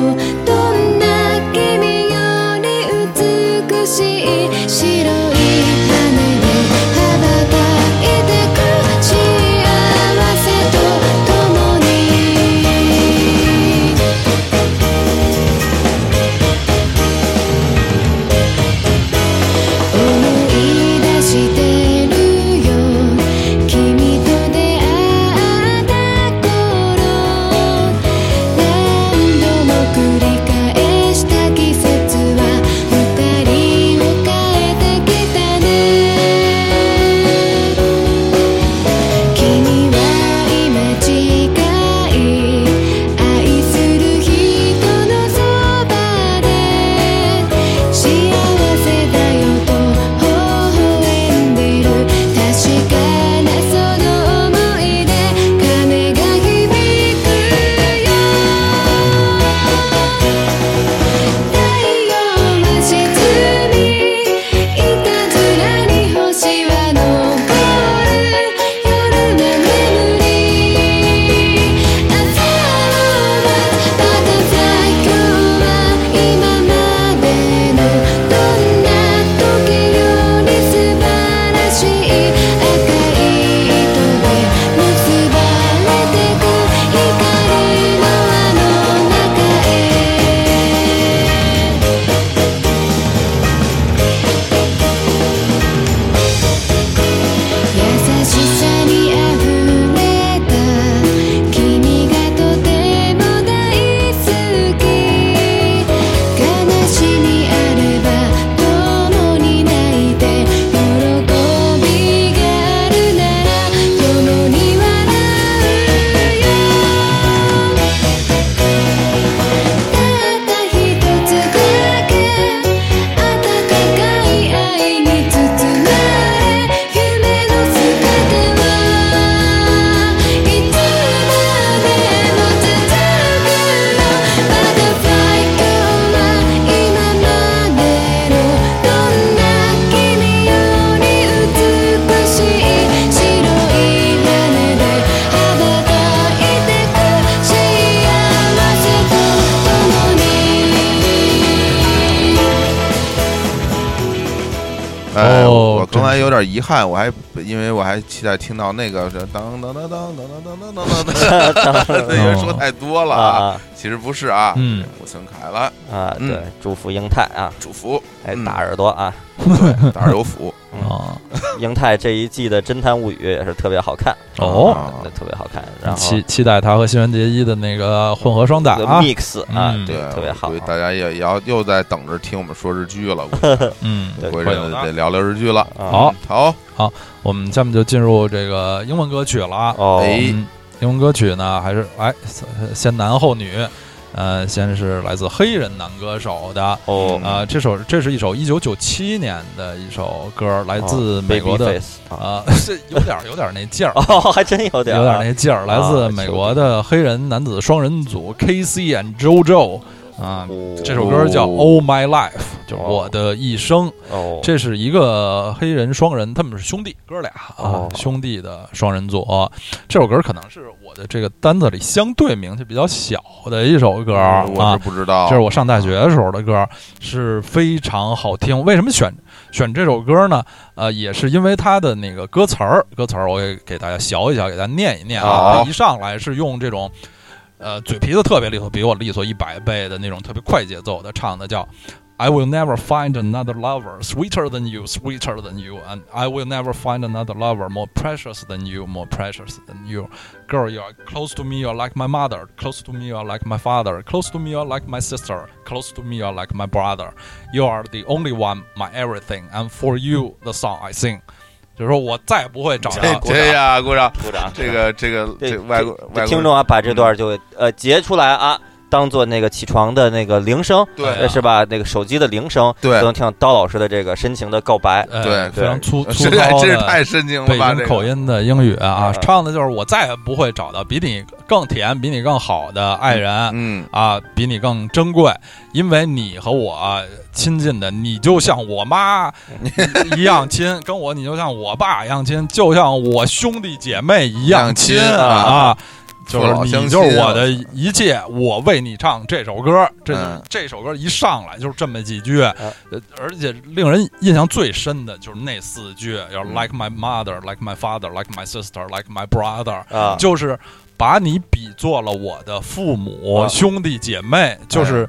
哦
我刚
真
才
是
有点遗憾，我还因为我还期待听到那个是当当当当当当当当当当，因为说太多了啊，
啊
其实不是啊，
嗯，
我孙凯了，
啊！
嗯
对，祝福英泰啊，
祝福，
哎，
嗯
大耳朵啊！
对大耳有福，
啊，
英泰这一季的《侦探物语》也是特别好看
哦，
啊
那特别好看。然后
期期待他和新垣结衣的那个混合双打
这个
啊，
mix 啊，
嗯
对，特别好
所以。大家也也要又在等着听我们说日剧了，我
嗯，
对
估计
会
得
有的
得聊聊日剧了。
啊
好，
好，
我们下面就进入这个英文歌曲了啊。
哦，
哎
嗯，英文歌曲呢，还是哎先男后女，呃，先是来自黑人男歌手的啊、
哦，
呃这首这是一首一九九七年的一首歌，来自
哦
美国的
Babyface 啊，
啊， 这有点有点那劲儿。啊
哦，还真有点
啊
儿
有点那劲儿，来自美国的黑人男子双人
啊
组 K C and JoJo 啊，
哦
这首歌叫《All My Life》，就是
哦
我的一生。
哦，
这是一个黑人双人，他们是兄弟哥俩啊
哦，
兄弟的双人组。啊这首歌可能是我的这个单子里相对名气比较小的一首歌
嗯我是
啊，
不知道，
这是我上大学的时候的歌，是非常好听。为什么选选这首歌呢？呃，也是因为它的那个歌词儿，歌词儿我也给大家学一下，给大家念一念啊。
好
它一上来是用这种。呃，嘴皮子特别利索，比我利索一百倍的那种特别快节奏的，唱的叫 I will never find another lover sweeter than you, sweeter than you, and I will never find another lover more precious than you, more precious than you. Girl, you are close to me, you are like my mother, close to me, you are like my father, close to me, you are like my sister, close to me, you are like my brother. You are the only one, my everything, and for you, the song I sing. 就是说我再也不会找
这
到，
这呀，鼓掌，
鼓掌
这个这个
对
这外国嗯
这
外
听
国
众啊，把这段就呃截出来啊，当做那个起床的那个铃声，
对
呃是吧？那个手机的铃声，
对
都能听到刀老师的这个深情的告白。
呃
对
非 常粗粗
真是
糙
真是
的
太深情
北
了吧，这
京
个
口音的英语啊，
啊
唱的就是我再也不会找到比你更甜、比你更好的爱人。
嗯，
啊，比你更珍贵，因为你和我啊亲近的，你就像我妈一样亲，跟我你就像我爸一样亲，就像我兄弟姐妹一样亲
一样亲
啊
啊
就
父
是
老
你
乡亲啊
就是我的一切，我为你唱这首歌，这、
嗯
这首歌一上来就是这么几句，呃而且令人印象最深的就是那四句，要是
嗯
like my mother, like my father, like my sister, like my brother，
啊
就是把你比作了我的父母、
啊
兄弟姐妹，就是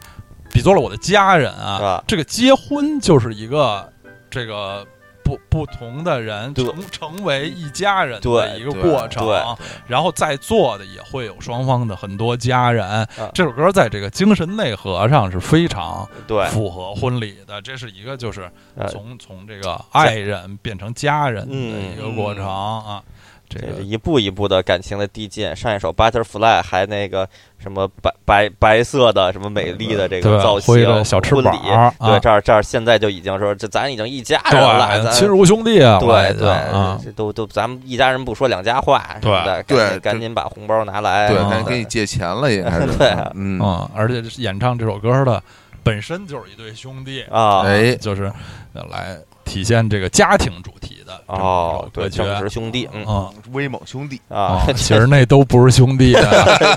比作了我的家人啊
啊。
这个结婚就是一个这个不不同的人
对
成成为一家人的
对
一个
对
过程
对，
然后在座的也会有双方的很多家人。
啊
这首歌在这个精神内核上是非常
对，
符合婚礼的，这是一个就是
呃
从从这个爱人变成家人的
嗯
一个过程啊。这
这
个
是一步一步的感情的递进。上一首《Butterfly》还那个什么白白白色的什么美丽的这
对
个造型，
挥着小翅膀
婚礼
啊
对，这儿这儿现在就已经说，这咱已经一家人了，
对，
咱
亲如兄弟啊，我也
对
觉
对
得啊，，
这都都咱们一家人不说两家话什么的，
对
赶紧
对
赶紧把红包拿来，
对，
啊
咱给你借钱了也开始
哎嗯 对啊，
嗯，
嗯，而且是演唱这首歌的本身就是一对兄弟，
啊，
哎，
就是呃来体现这个家庭主题的这么一首
哦，
歌
对，
曲。
正直兄弟，嗯
嗯
威猛兄弟，
啊
啊，，其实那都不是兄弟，啊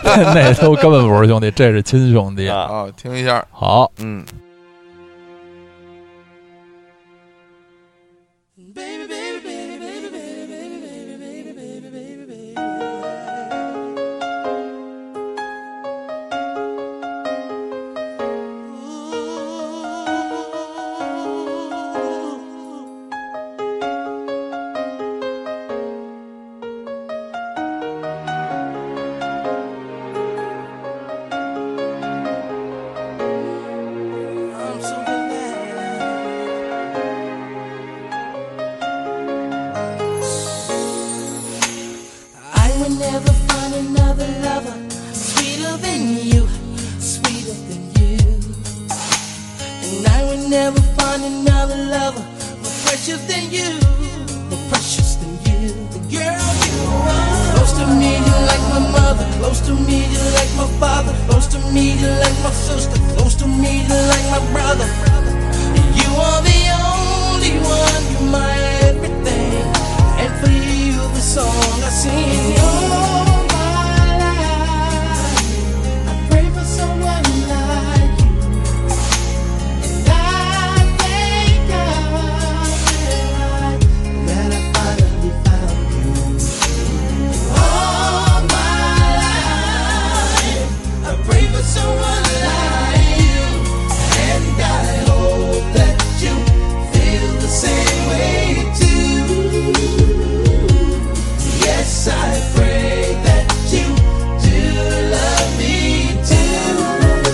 那都根本不是兄弟，这是亲兄 弟。
啊，
啊，听一下，
好，
嗯，
Baby, baby, baby, baby, baby, baby, baby, baby, baby, baby, baby. Ooh. I'm so glad. I will never find another lover sweeter than you, sweeter than you. And I will never find another lover more precious than you, more precious than you. Girl, you are close to me, you're like my mother. Close to me, you're like my father. Close to me, you're like my sister. Close to me, you're like my brother. You are the only one, you're my everything. And for you, the song I sing. All my life, I pray for someone like you. And I thank God that I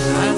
oh.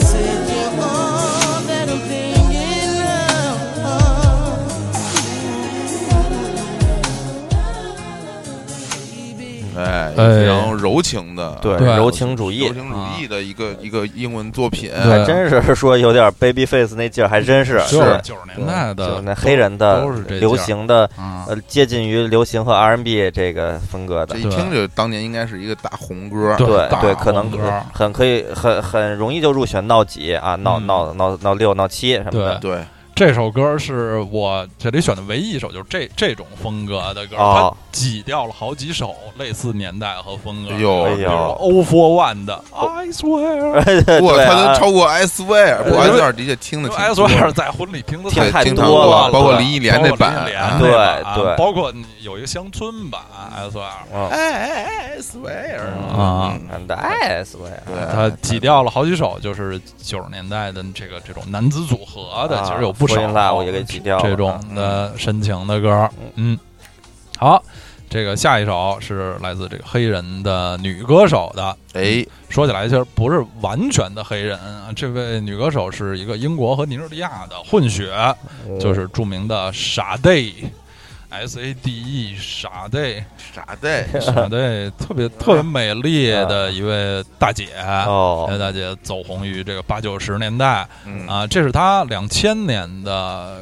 哎，
哎
非常柔情的，
对
对
柔情主义嗯
柔，情主义的一个一个英文作品，
对
真是说有点 baby face 那劲儿，还真是
就是九十
对
年代
就是
的
那黑人的
都是这劲儿
流行的，
啊，
呃，接近于流行和 R&B 这个风格的
这。一听就当年应该是一个大红歌，
对
对
大
对，可能
红歌
很可以很很容易就入选闹几啊，闹
嗯
闹闹闹六、闹七什么 的。
对，
这首歌是我这里选的唯一一首，就是这这种风格的歌，
啊
哦
它挤掉了好几首类似年代和风格。
哎呦哦
比如说 O for One 的 I swear，
对，
不过它能
啊
超过艾斯威尔，不过艾斯威尔的确听的挺
I
多
swear 在婚礼听的
听
对
太
听
多
多
了
包括
对
林忆莲那版，啊
对对
包括你有一个乡村版 I swear，
嗯，
哎哎哎艾斯威尔
啊
嗯
男的 S Y，
对，
它
呃
挤掉了好几首，就是九十年代的这个这种男子组合的，
啊
其实有不少啊
Four in Love 也给挤掉了嗯
这种的深情的歌。嗯，好，这个下一首是来自这个黑人的女歌手的。
哎，
说起来，其实不是完全的黑人啊。这位女歌手是一个英国和尼日利亚的混血，
哦
就是著名的傻 day，S A D E 傻 day，
哦
傻对，
傻 day 特别特别美丽的一位大姐。
啊哦
这位大姐走红于这个八九十年代
嗯
啊，这是她两千年的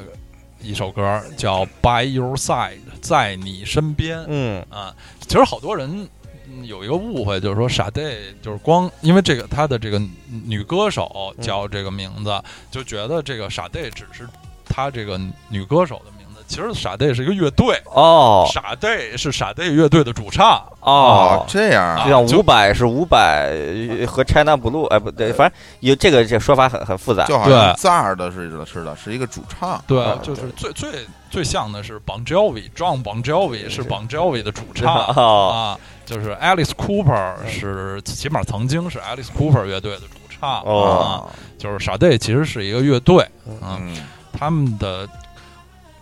一首歌，叫《By Your Side》，在你身边
嗯
啊。其实好多人嗯有一个误会，就是说傻 day 就是光因为这个她的这个女歌手
嗯
叫这个名字，就觉得这个傻 day 只是她这个女歌手的名字。其实傻 day 是一个乐队，
哦
傻 day 是傻 day 乐队的主唱。
哦
哦，
这样啊
就像
就
伍佰是伍佰和 China Blue，哎不对，反正有这个这说法很很复杂。
就好像
对
萨尔的似的，似的，是一个主唱，
对
啊，
就是最最最像的是 Bon Jovi，John Bon Jovi 是 Bon Jovi 的主唱
哦
啊，就是 Alice Cooper 是起码曾经是 Alice Cooper 乐队的主唱啊，
哦，
就是傻 day 其实是一个乐队啊，
嗯，
他们的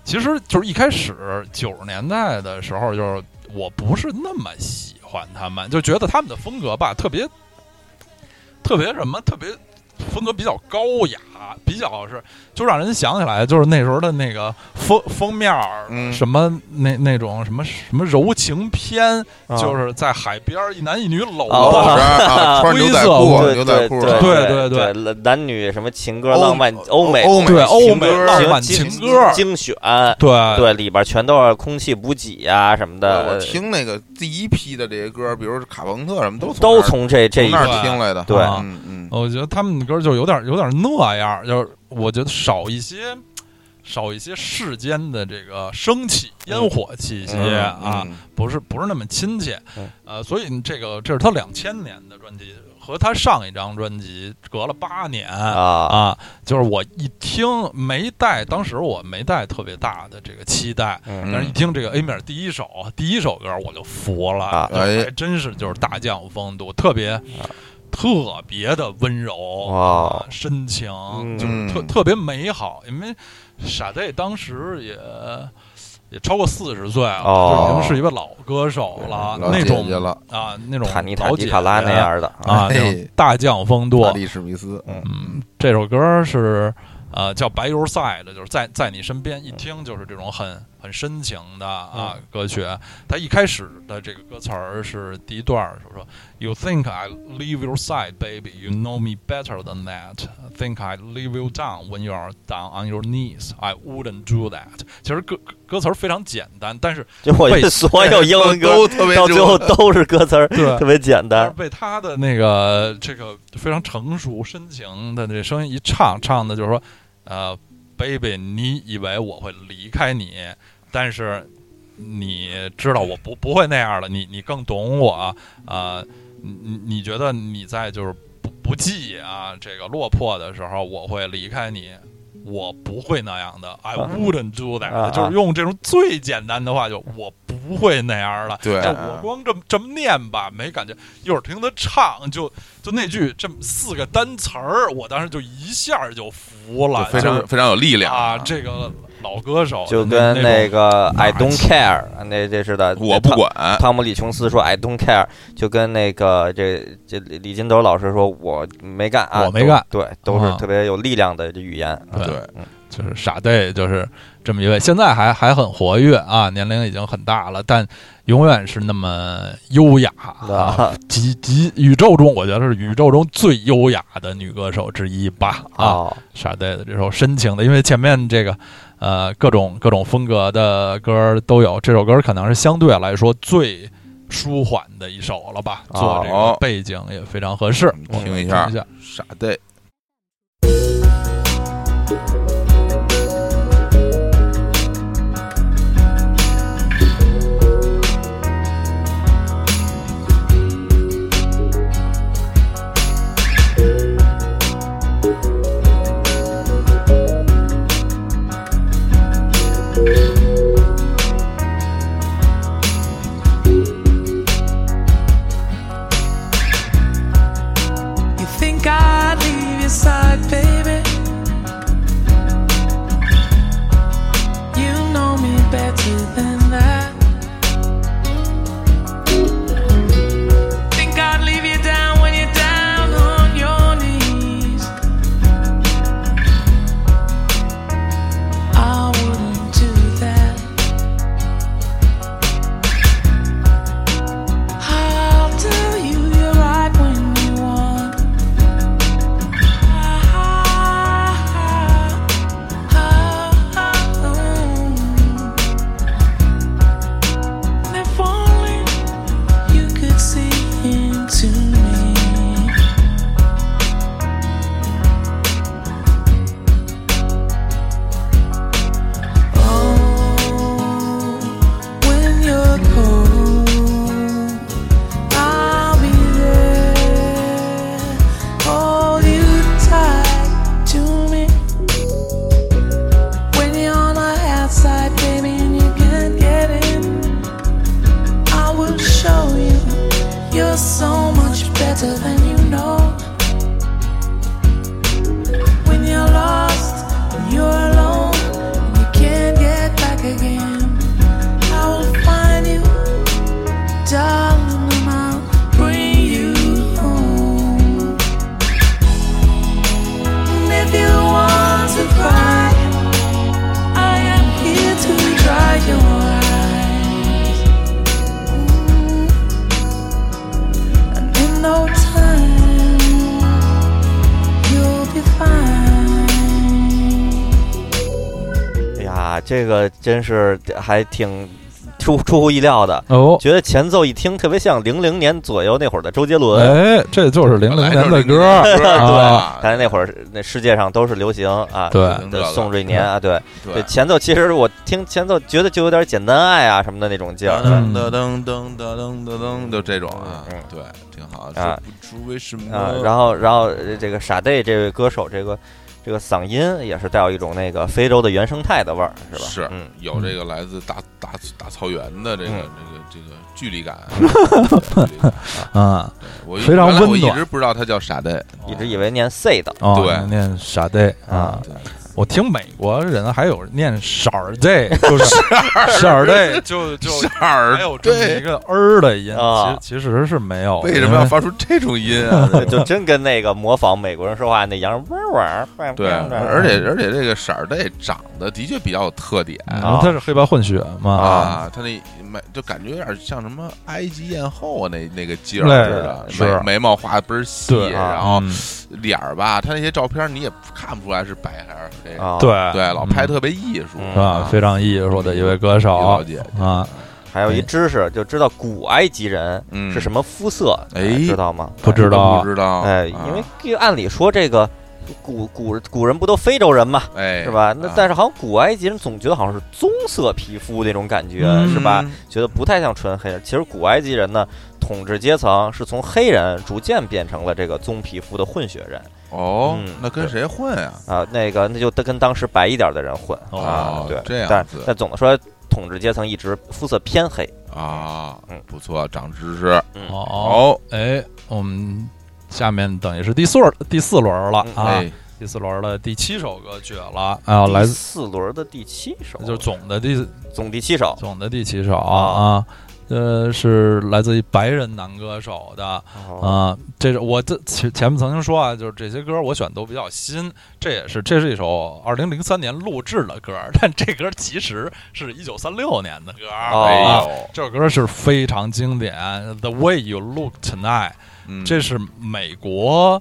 其实就是一开始九十年代的时候，就是我不是那么喜欢他们，就觉得他们的风格吧特别特别什么特别。风格比较高雅，比较是就让人想起来，就是那时候的那个封封面儿，
嗯
什么那那种什么什么柔情片，
啊
就是在海边儿一男一女搂
哦
着，
是 啊，穿着牛仔
灰
裤，
对
牛仔裤，
对
对
对对，男女什么情歌浪漫
欧
美
欧美
对欧
情
美
歌
浪漫
情
情歌，
精选，
对
对里边全都是空气补给啊什么
我
的
我，听那个第一批的这些歌，比如卡朋特什么，都
都
从
从这这一
那儿
一
从那儿
块
听来的。
对
啊
嗯嗯，
我觉得他们的歌就有点有点那样，就是我觉得少一些少一些世间的这个生气、烟火气息
嗯
啊，，
嗯
不是不是那么亲切
嗯。
呃，所以这个这是他两千年的专辑，和他上一张专辑隔了八年
啊
啊，就是我一听没带，当时我没带特别大的这个期待，
嗯
但是一听这个 A 面第一首第一首歌我就服了，
啊
就还
哎
真是就是大将风度，特别、特别的温柔
哇
啊深情，
嗯
就是特
嗯
特别美好，因为傻 d 当时也。也超过四十岁了，
哦
就已经是一位老歌手了，
老
那
姐
种
姐了，
啊，那种
塔尼塔
老
迪
姐
卡拉
姐
那样的啊
啊，那
哎
种大将风度
大，力史密斯，
嗯，这首歌是呃叫《白油赛》的，就是在在你身边，一听就是这种很很深情的啊、歌曲。它一开始的这个歌词儿是第一段儿，说说 You think I leave your side, baby? You know me better than that. Think I leave you down when you are down on your knees? I wouldn't do that. 其实歌歌词儿非常简单，但是
就我觉
被
得所有英文歌
都特别
到最后
柔
都是歌词儿
对
特别简
但是
单，
被他的那个这个非常成熟深情的这声音一唱，唱的就是说，呃，baby，你以为我会离开你，但是你知道我不不会那样的，你你更懂我啊、呃你你你觉得你在就是不不济啊这个落魄的时候，我会离开你。我不会那样的，I wouldn't do that，、
啊
就是用这种最简单的话，就我不会那样的。
对
哎
嗯
就我光这么这么念吧，没感觉。一会儿听他唱，就就那句这么四个单词儿，我当时就一下就服了，
就非常
就
非常有力量
啊，这个老歌手
就跟那
那种
个 I
大
don't
气
care 那这似的，
我不
汤。
管，
汤姆·李·琼斯说 “I don't care”，就跟那个这这李李金斗老师说“我没干啊，
我没干
都”，对，都是
啊
特别有力量的这语言。啊
对嗯
对，
就是傻 day，就是这么一位，现在还还很活跃啊，年龄已经很大了，但永远是那么优雅 啊
啊，
极极宇宙中，我觉得是宇宙中最优雅的女歌手之一吧啊，
哦
傻 day 的这首深情的，因为前面这个呃各种各种风格的歌儿都有，这首歌儿可能是相对来说最舒缓的一首了吧，做这个
哦
背景也非常合适，我们
听一
一
下
下。
傻 day。
You think I'd leave your side, baby? You know me better than that. Think I'd leave you down when you're down on your knees. I wouldn't do that. I'll tell you you're right when you want. And if only you could see into me. Oh, when you're cold. I'll be there. Hold you tight to me. When you're on the outside, baby, and you can't get in, I will show you you're so much better than you know. When you're lost, and you're alone, and you can't get back again, I will find you. Darling, I'll bring you home. And if you want to cry, I am here to dry your eyes. And in no time, you'll be fine.
哎呀，这个真是还挺出出乎意料的。
哦，
觉得前奏一听特别像零零年左右那会儿的周杰伦，
哎，这就是零零年的歌 儿，哎啊
但是那会儿那世界上都是流行啊，
对
对
的宋瑞年啊，对
对，
前奏其实我听前奏觉得就有点简单爱啊什么的那种劲儿，
嗯
噔噔噔噔噔噔噔噔，就这种啊
嗯，
对，挺好。
啊
这不知为什
啊
么，，
然后然后呃这个傻 day 这位歌手这个这个嗓音也是带有一种那个非洲的原生态的味儿，是吧？
是
嗯，
有这个来自大大大草原的这个这
嗯
个这个距离感。对距离感
嗯，
对我
非常
原来
温
我
暖
一直不知道他叫傻 day，
一直以为念 C 的
哦，
对
念傻 day 啊
啊，
对
我听美国人还有念色儿 day，就是色儿 day，就就
傻儿
还有这么一个儿的音，
啊
其其实是没有，
为什么要发出这种音啊？
就真跟那个模仿美国人说话那洋人汪汪汪汪
对，
汪汪
而且而且这个色儿这长得的确比较有特点
因为？
啊
他是黑白混血嘛，
啊，他那眉就感觉有点像什么埃及艳后啊，那那个劲儿
对
似的，
是
眉眉毛画的倍儿细，
对
啊
然后
嗯
脸儿吧，他那些照片你也看不出来是白还是黑，
啊，
对，
对，老拍啊
嗯
特别艺术
嗯
是吧？非常艺术的一位歌手
了解
啊，
还有一知识就知道古埃及人
嗯
是什么肤色，
哎
知道吗？
不知道
不知道，
哎，
啊
因为就按理说这个古古古人不都非洲人嘛，
哎
是吧？那
啊
但是好像古埃及人总觉得好像是棕色皮肤那种感觉，
嗯
是吧？
嗯
觉得不太像纯黑人。其实古埃及人呢，统治阶层是从黑人逐渐变成了这个棕皮肤的混血人
哦
嗯，
那跟谁混啊？
啊，那个那就跟当时白一点的人混
哦
啊，对，
这样
但
子
但总的说，统治阶层一直肤色偏黑。
啊
嗯，
不错，长知识。
嗯
哦，
好，
哎，我们下面等于是第四轮第四轮了
嗯
啊
哎，，
第四轮的第七首歌曲了啊，
第
来自
四轮的第七首，
就是总的第
总第七首
总的第七首啊啊，呃，是来自于白人男歌手的啊、这是我这前前面曾经说啊，就是这些歌我选都比较新，这也是这是一首二零零三年录制的歌，但这歌其实是一九三六年的歌。
哦
啊
哎呦，
这首歌是非常经典，《The Way You Look Tonight》，
嗯
这是美国。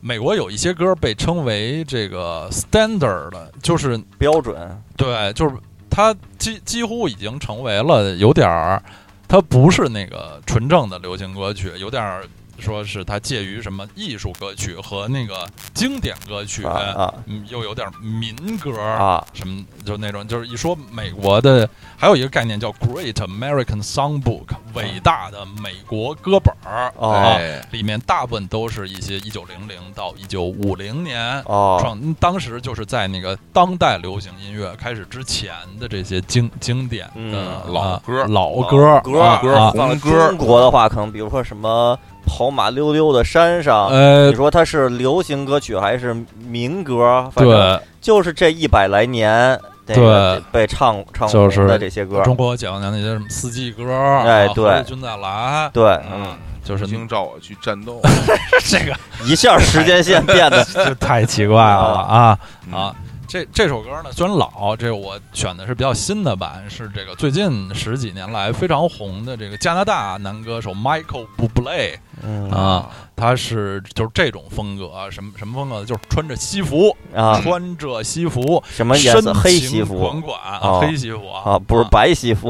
美国有一些歌被称为这个 standard 的，就是
标准
对，就是它几几乎已经成为了有点儿，它不是那个纯正的流行歌曲，有点儿说是它介于什么艺术歌曲和那个经典歌曲，
啊啊
嗯，又有点儿民歌
啊，
什么就那种，就是一说美国的，还有一个概念叫 Great American Songbook，伟大的美国歌本儿
哦
啊
哎，
里面大部分都是一些一九零零到一九五零年
哦
创当时就是在那个当代流行音乐开始之前的这些经经典的、
嗯
啊
老歌
老
老
歌
歌
啊
歌
啊
放在
红歌
中国的话，可能比如说什么《跑马溜溜的山上》，
呃
你，说它是流行歌曲还是民歌？反正
对，
就是这一百来年，这个被唱唱
就
红
是
的这些歌，
中国解放前那些什么四季歌，啊
哎
红日
对
军再来，啊
对，
嗯，
就是
请召我去战斗。
这个
一下时间线变 得
这太奇怪了啊
嗯
啊！这这首歌呢，虽然老，这我选的是比较新的版，是这个最近十几年来非常红的这个加拿大男歌手 Michael Bublé
嗯
啊，他是就是这种风格啊，什么什么风格呢？就是穿着西服，
啊，
穿着西服，
什么颜
深
色？
情
黑西
款
服
款啊，
哦
黑西服
啊，不是白西服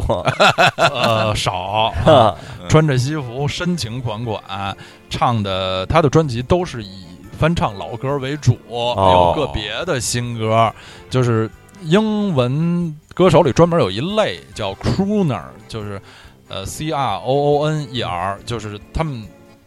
呃少，啊
啊
穿着西服，深情款款，唱的他的专辑都是以翻唱老歌为主，没有
哦
个别的新歌，就是呃英文歌手里专门有一类叫 crooner，就是呃 C R O O N E R，就是他们。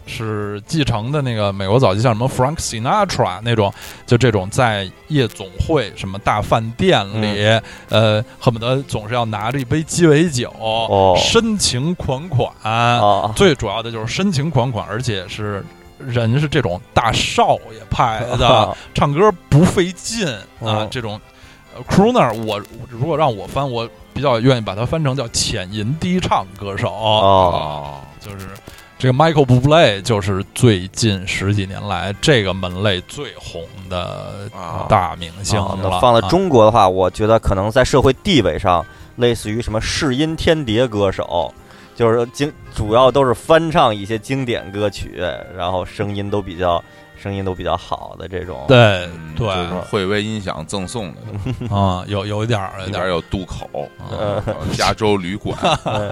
是继承的那个美国早期像什么 Frank Sinatra 那种，就这种在夜总会、什么大饭店里，呃，恨不得总是要拿着一杯鸡尾酒，
哦
深情款款。
啊，
最主要的就是深情款款，而且是人是这种大少爷派的，
啊
唱歌不费劲啊
哦，
这种。呃 crooner，我我如果让我翻，我比较愿意把它翻成叫浅吟低唱歌手
哦，
就是这个 Michael Bublé，就是最近十几年来这个门类最红的
啊
大明星
啊
了。
那放在
啊
中国的话，我觉得可能在社会地位上，类似于什么世音天碟歌手，就是经主要都是翻唱一些经典歌曲，然后声音都比较声音都比较好的这种。
对
嗯
对
就是惠威音响赠送的，
啊，有有一点儿，有
里边
一点
儿
儿
有渡口、
嗯
有加州旅 馆、
嗯，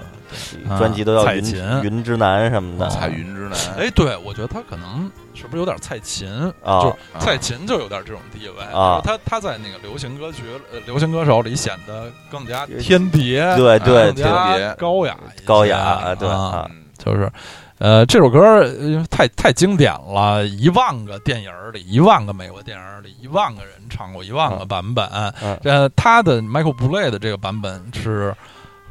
啊
专辑都叫
蔡
云
琴
云之南什么的。
彩哦云之
嗯
南。
哎，对，我觉得他可能是不是有点蔡琴？
啊
就是蔡琴就有点这种地位
啊
就是他他在那个流行歌曲、呃流行歌手里显得更加天碟，
对对
更
天
加
碟
高雅一些
高雅啊对
啊，
嗯
就是。呃，这首歌儿因为太太经典了，一万个电影儿里，一万个美国电影儿里，一万个人唱过，一万个版本。
嗯
呃，他的 Michael Bublé 的这个版本是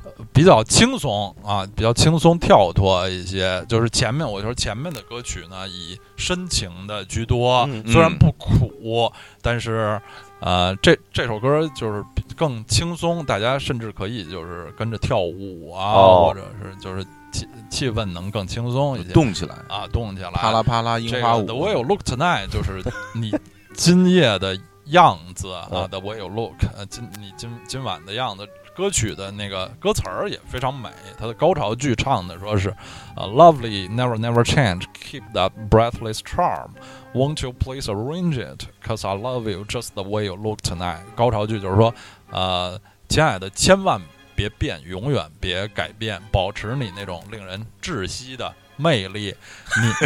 呃比较轻松啊，比较轻松跳脱一些。就是前面我说前面的歌曲呢，以深情的居多，
嗯
虽然
嗯
不苦，但是呃，这这首歌就是更轻松，大家甚至可以就是跟着跳舞啊，
哦
或者是就是气气氛能更轻松一些，
动起来，
啊动起来。
啪啦啪啦，
这
樱
个
花舞
The way you look tonight 就是你今夜的样子啊
嗯
，The way you look，呃今你今今晚的样子。歌曲的那个歌词儿也非常美，它的高潮句唱的说是，呃、l o v e l y never never change, keep that breathless charm. Won't you please arrange it? Cause I love you just the way you look tonight. 高潮句就是说，呃，亲爱的，千万别变，永远别改变，保持你那种令人窒息的魅力。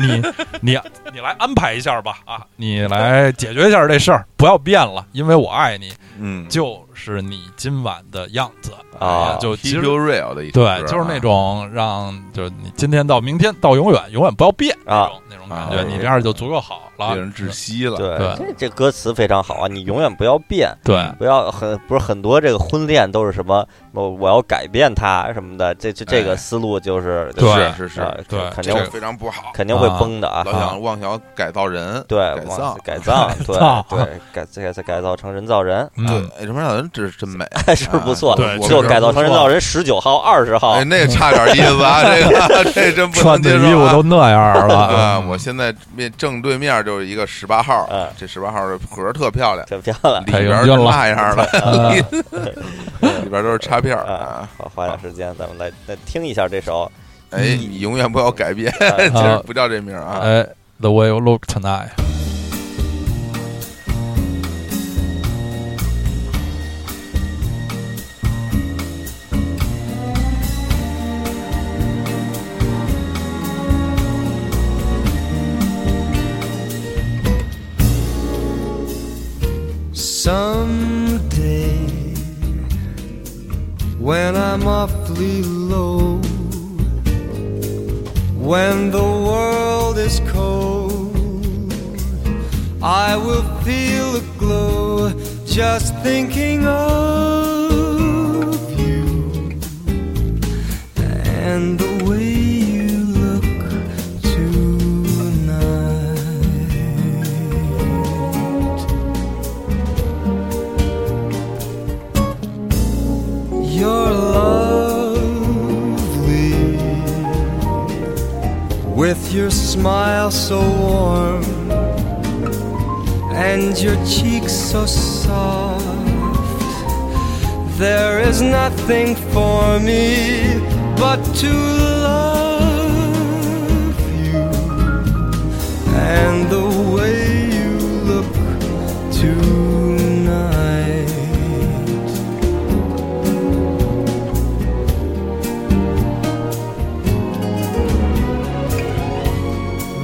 你你你你来安排一下吧啊，你来解决一下这事儿，不要变了，因为我爱你，
嗯，
就是你今晚的样子哎
啊
就其
Keep
实
You Real 的一首歌
对
啊，
就是那种让就是你今天到明天到永远，永远不要变
啊
那种那种感觉，
啊
你这样就足够好了
令。人窒息了。
对，
啊对哎
这这歌词非常好啊！你永远不要变，
对，
不要很不是很多这个婚恋都是什么我我要改变他什么的，这这这
哎
个思路就是
对
就是
是是
啊
是，
对
肯
这
定
个非常不好，
肯定会崩的啊！
老想妄想改造人，
对，
改
往
造
改造，对
造
对，改再再改造成人造人，
嗯，
对，哎人造人真是真美，
是不是不错
啊
对
我
就
我
改造成人造人十九号、二十号
哎，，那个差点意思啊，这个这真不
穿
能
的
接
衣
受
服
啊
都那样
啊！
了。嗯
我现在面正对面就是一个十八号
嗯，
这十八号的盒儿特漂亮，
挺漂亮
里
太
边
英
儿
俊
是
了
那样的，
嗯
里边儿都是插片儿
啊
啊！。
好，花点时间，咱们来来听一下这首。
嗯
哎，你永远不要改变，
啊
其实不叫这名儿啊。
哎，The way you look tonight，
Someday, when I'm awfully low, when the world is cold, I will feel a glow just thinking of you and the way you look tonight. You're lovely with your smile so warm and your cheeks so soft. There is nothing for me but to love you and the way you look tonight.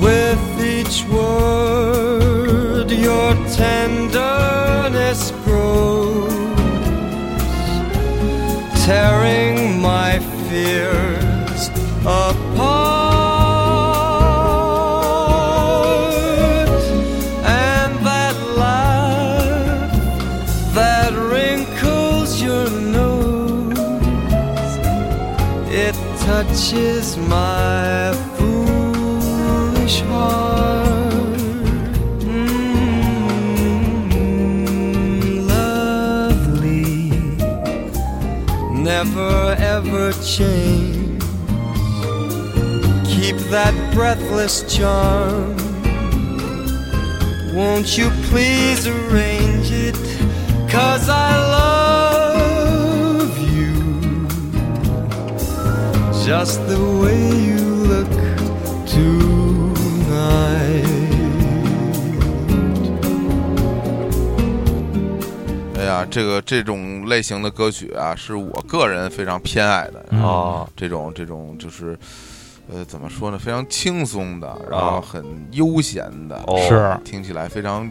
With each word, your tenderness grows, tearing my fears apart. And that laugh that wrinkles your nose. It touches my foolish heart. Mm-hmm. Mm, lovely, never ever change. Keep that breathless charm. Won't you please arrange it? Cause I love you just the way you look tonight.
哎呀，这个这种类型的歌曲啊，是我个人非常偏爱的。
嗯
然后
哦，
这种这种就是，呃，怎么说呢？非常轻松的，然
啊
后很悠闲的，
哦
是
听起来非常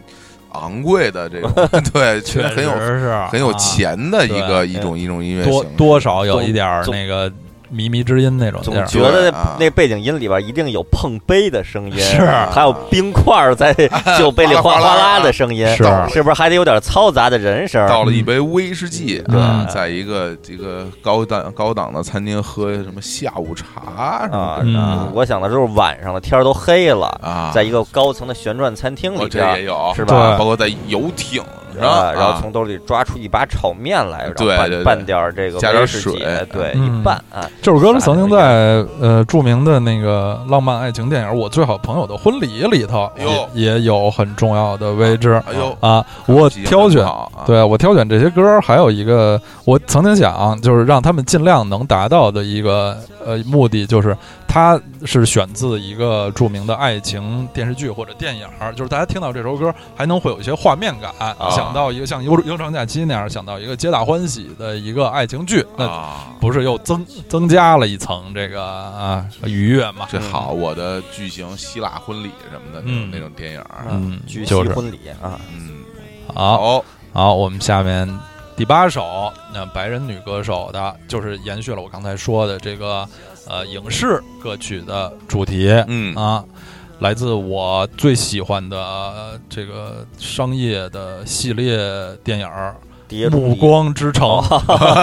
昂贵的这种， 对，其实很有
确实是
很有
啊
钱的一个
对
一种一种音乐
多
形式。
多少有一点儿
总
那个靡靡之音那种
总
劲儿。
觉得那
啊
那背景音里边一定有碰杯的声音，
是
还啊有
啊
冰块儿在 酒杯里
哗啦
哗
哗啦
哗啦的声音，
是
是不是还得有点嘈杂的人声？
倒了一杯威士忌，
啊嗯
啊
对
在一个一个高档高档的餐厅喝什么下午茶什么
啊
的
嗯
啊！我想的就是晚上了，天儿都黑了，
啊，
在一个高层的旋转餐厅
我
里
这也
边，
有啊
是吧？
包括在游艇上，
啊，然后
啊
从兜里抓出一把炒面来，然后
对
拌
对对
拌点儿这个
加点
威士忌
水，
对，
嗯
一拌啊，
这首歌曾经在呃著名的那个浪漫爱情电影《我最好朋友的婚礼》里头
哎呦
也也有很重要的位置
哎呦，
啊。我
记性
挑
真
选
好啊，
对我挑选这些歌儿，还有一个我曾经想，就是让他们尽量能达到的一个呃目的，就是它是选自一个著名的爱情电视剧或者电影儿，就是大家听到这首歌还能会有一些画面感，
啊
想到一个像《悠悠长假期》那样，想到一个皆大欢喜的一个爱情剧，那
啊，
不是又增增加了一层这个啊愉悦嘛？
这好，我的巨型希腊婚礼什么的那种
嗯
那种电影儿，
嗯，
举
就
席
是
婚礼啊，
嗯，
好。
好，
好，我们下面第八首，那、白人女歌手的，就是延续了我刚才说的这个呃影视歌曲的主题、
嗯
啊，来自我最喜欢的、呃这个商业的系列电影儿《
叠出
暮
一
光之城》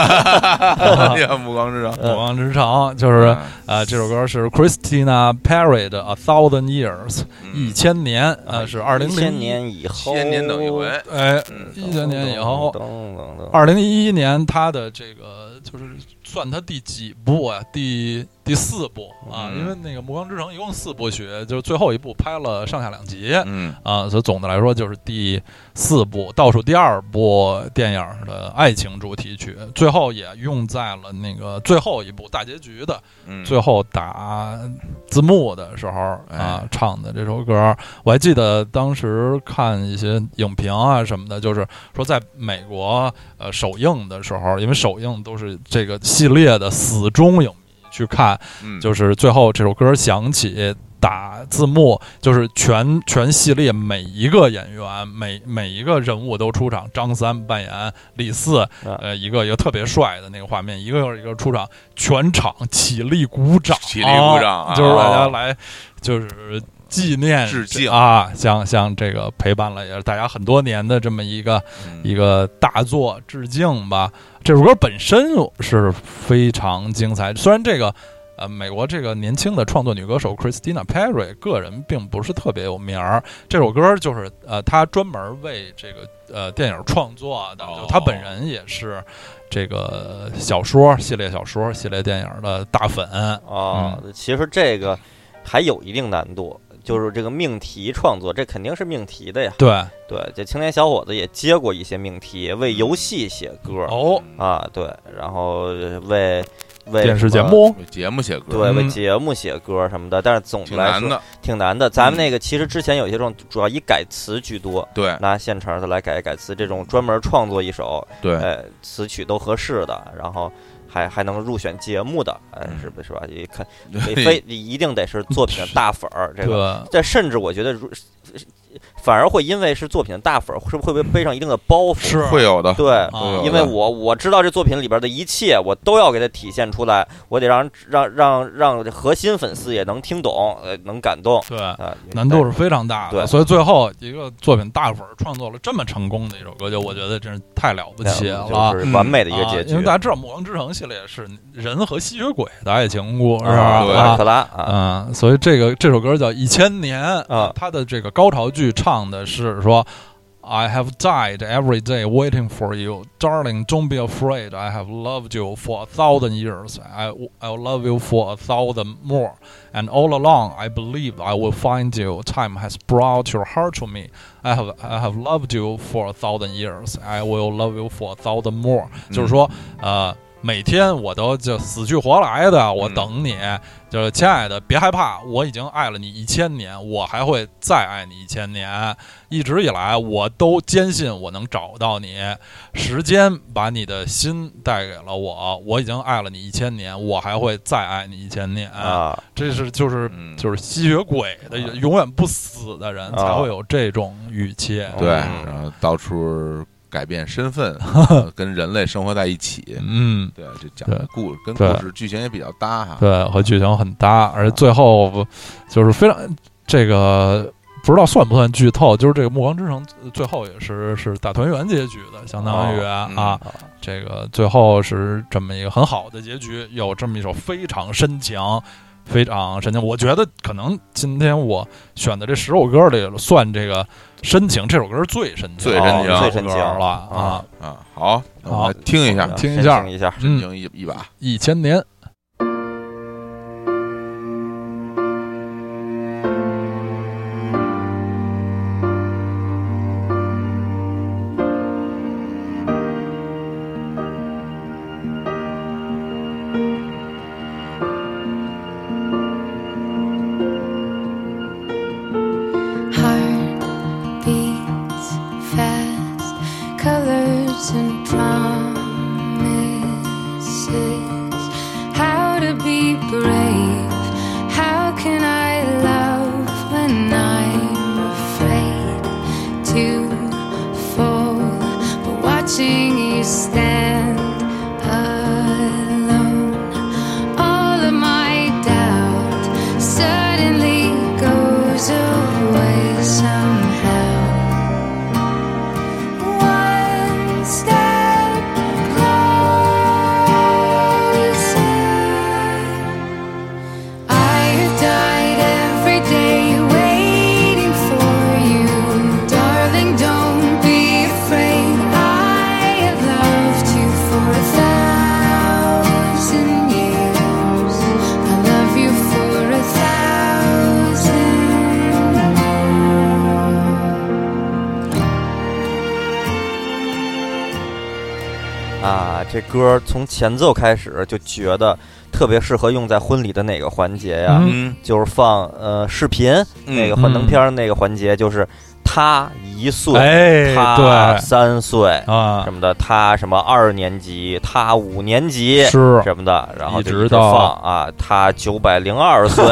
哎呀，暮光之城，
暮光之城就是
嗯
啊、呃这首歌是 Christina Perry 的《A Thousand Years》一千年，呃，是二零
一千
零，
年以后，
啊千年等一回，
哎，
嗯
一千年以后，
噔噔噔噔
二零一一年他的这个就是算他第几部啊？第第四部啊，
嗯
因为那个《暮光之城》一共四部曲，就是最后一部拍了上下两集。
嗯
啊，所以总的来说就是第四部倒数第二部电影的爱情主题曲，最后也用在了那个最后一部大结局的
嗯，
最后打字幕的时候啊
哎
唱的这首歌。我还记得当时看一些影评啊什么的，就是说在美国呃首映的时候，因为首映都是这个系列的死忠影迷去看，
嗯
就是最后这首歌响起，打字幕，就是全全系列每一个演员、每每一个人物都出场。张三扮演李四，呃，一个一个特别帅的那个画面，一个又一个出场，全场起立鼓掌，
起立鼓掌啊
就是大家来，就是。纪念
致敬
啊，像像这个陪伴了也是大家很多年的这么一个
嗯
一个大作致敬吧。这首歌本身是非常精彩，虽然这个呃美国这个年轻的创作女歌手 Christina Perry 个人并不是特别有名儿，这首歌就是呃她专门为这个呃电影创作的，
哦
就她本人也是。这个小说系列、小说系列电影的大粉，
啊，
嗯
其实这个还有一定难度，就是这个命题创作，这肯定是命题的呀。
对
对，这青年小伙子也接过一些命题，为游戏写歌
哦，
啊，对，然后为为
电视
什
节
么。
目
为节目写歌，
对，为
嗯
节目写歌什么的，但是总的
挺
来
难
说
的，嗯
挺难的。咱们那个其实之前有些这种主要以改词居多，
对
拿现成的来改一改词，这种专门创作一首，
对，
哎，词曲都合适的，然后还还能入选节目的，哎，
嗯
是不是吧？你看，你非你一定得是作品的大粉儿，这
对
个。但甚至我觉得，如反而会因为是作品的大粉儿，是不是会背上一定的包袱？
是
会有的，
对，
会有
啊
的
因为我我知道这作品里边的一切，我都要给它体现出来，我得让让让让核心粉丝也能听懂，呃，能感动
对，
啊。
难度是非常大的，
对
所以最后一个作品大粉儿创作了这么成功的一首歌，就我觉得真是太了不
对
起了。
就是完美的一个结
啊，因为
局
大。家知道《暮光之城》系列是人和吸血鬼的爱情故事
啊对
马
啊
克，拉啊，
嗯，所以这个这首歌叫《一千年》
啊
它的这个高潮句唱的是说。I have died every day waiting for you, darling. Don't be afraid. I have loved you for a thousand years. I I'll love you for a thousand more. And all along, I believe I will find you. Time has brought your heart to me. I have I have loved you for a thousand years. I will love you for a thousand more. 就是说，呃，每天我都就死去活来的，我
嗯
等你。就是亲爱的，别害怕，我已经爱了你一千年，我还会再爱你一千年。一直以来，我都坚信我能找到你。时间把你的心带给了我，我已经爱了你一千年，我还会再爱你一千年。
啊，
这是就是
嗯
就是吸血鬼的
啊
永远不死的人
啊
才会有这种语气。
对，
嗯
然后到处改变身份，呃跟人类生活在一 起，
嗯，
对，这讲的
对
故跟
对
故事剧情也比较搭哈，
对，和剧情很搭，而最后就是非常这个不知道算不算剧透，就是这个《暮光之城》最后也是是大团圆结局的，相当于
哦嗯
啊，这个最后是这么一个很好的结局，有这么一首非常深情。非常深情，我觉得可能今天我选的这十首歌里算这个深情，这首歌是最深情、
最深情
的
最
深情
歌了啊！
啊，好，那我们来听一下，
嗯听一
先
下
听一下，
嗯，
听一一把，
一千年，
Heart beats fast, colors and promises.
啊这歌从前奏开始就觉得特别适合用在婚礼的哪个环节哎呀？
嗯
就是放呃视频那个幻灯片儿那个环节，就是他一岁，
嗯
嗯
哎，
他
对
三岁
啊
什，么的，他什么二年级，他五年级。
是
什么的，然后
一
就
直
一直
到
放啊，他九百零二 岁，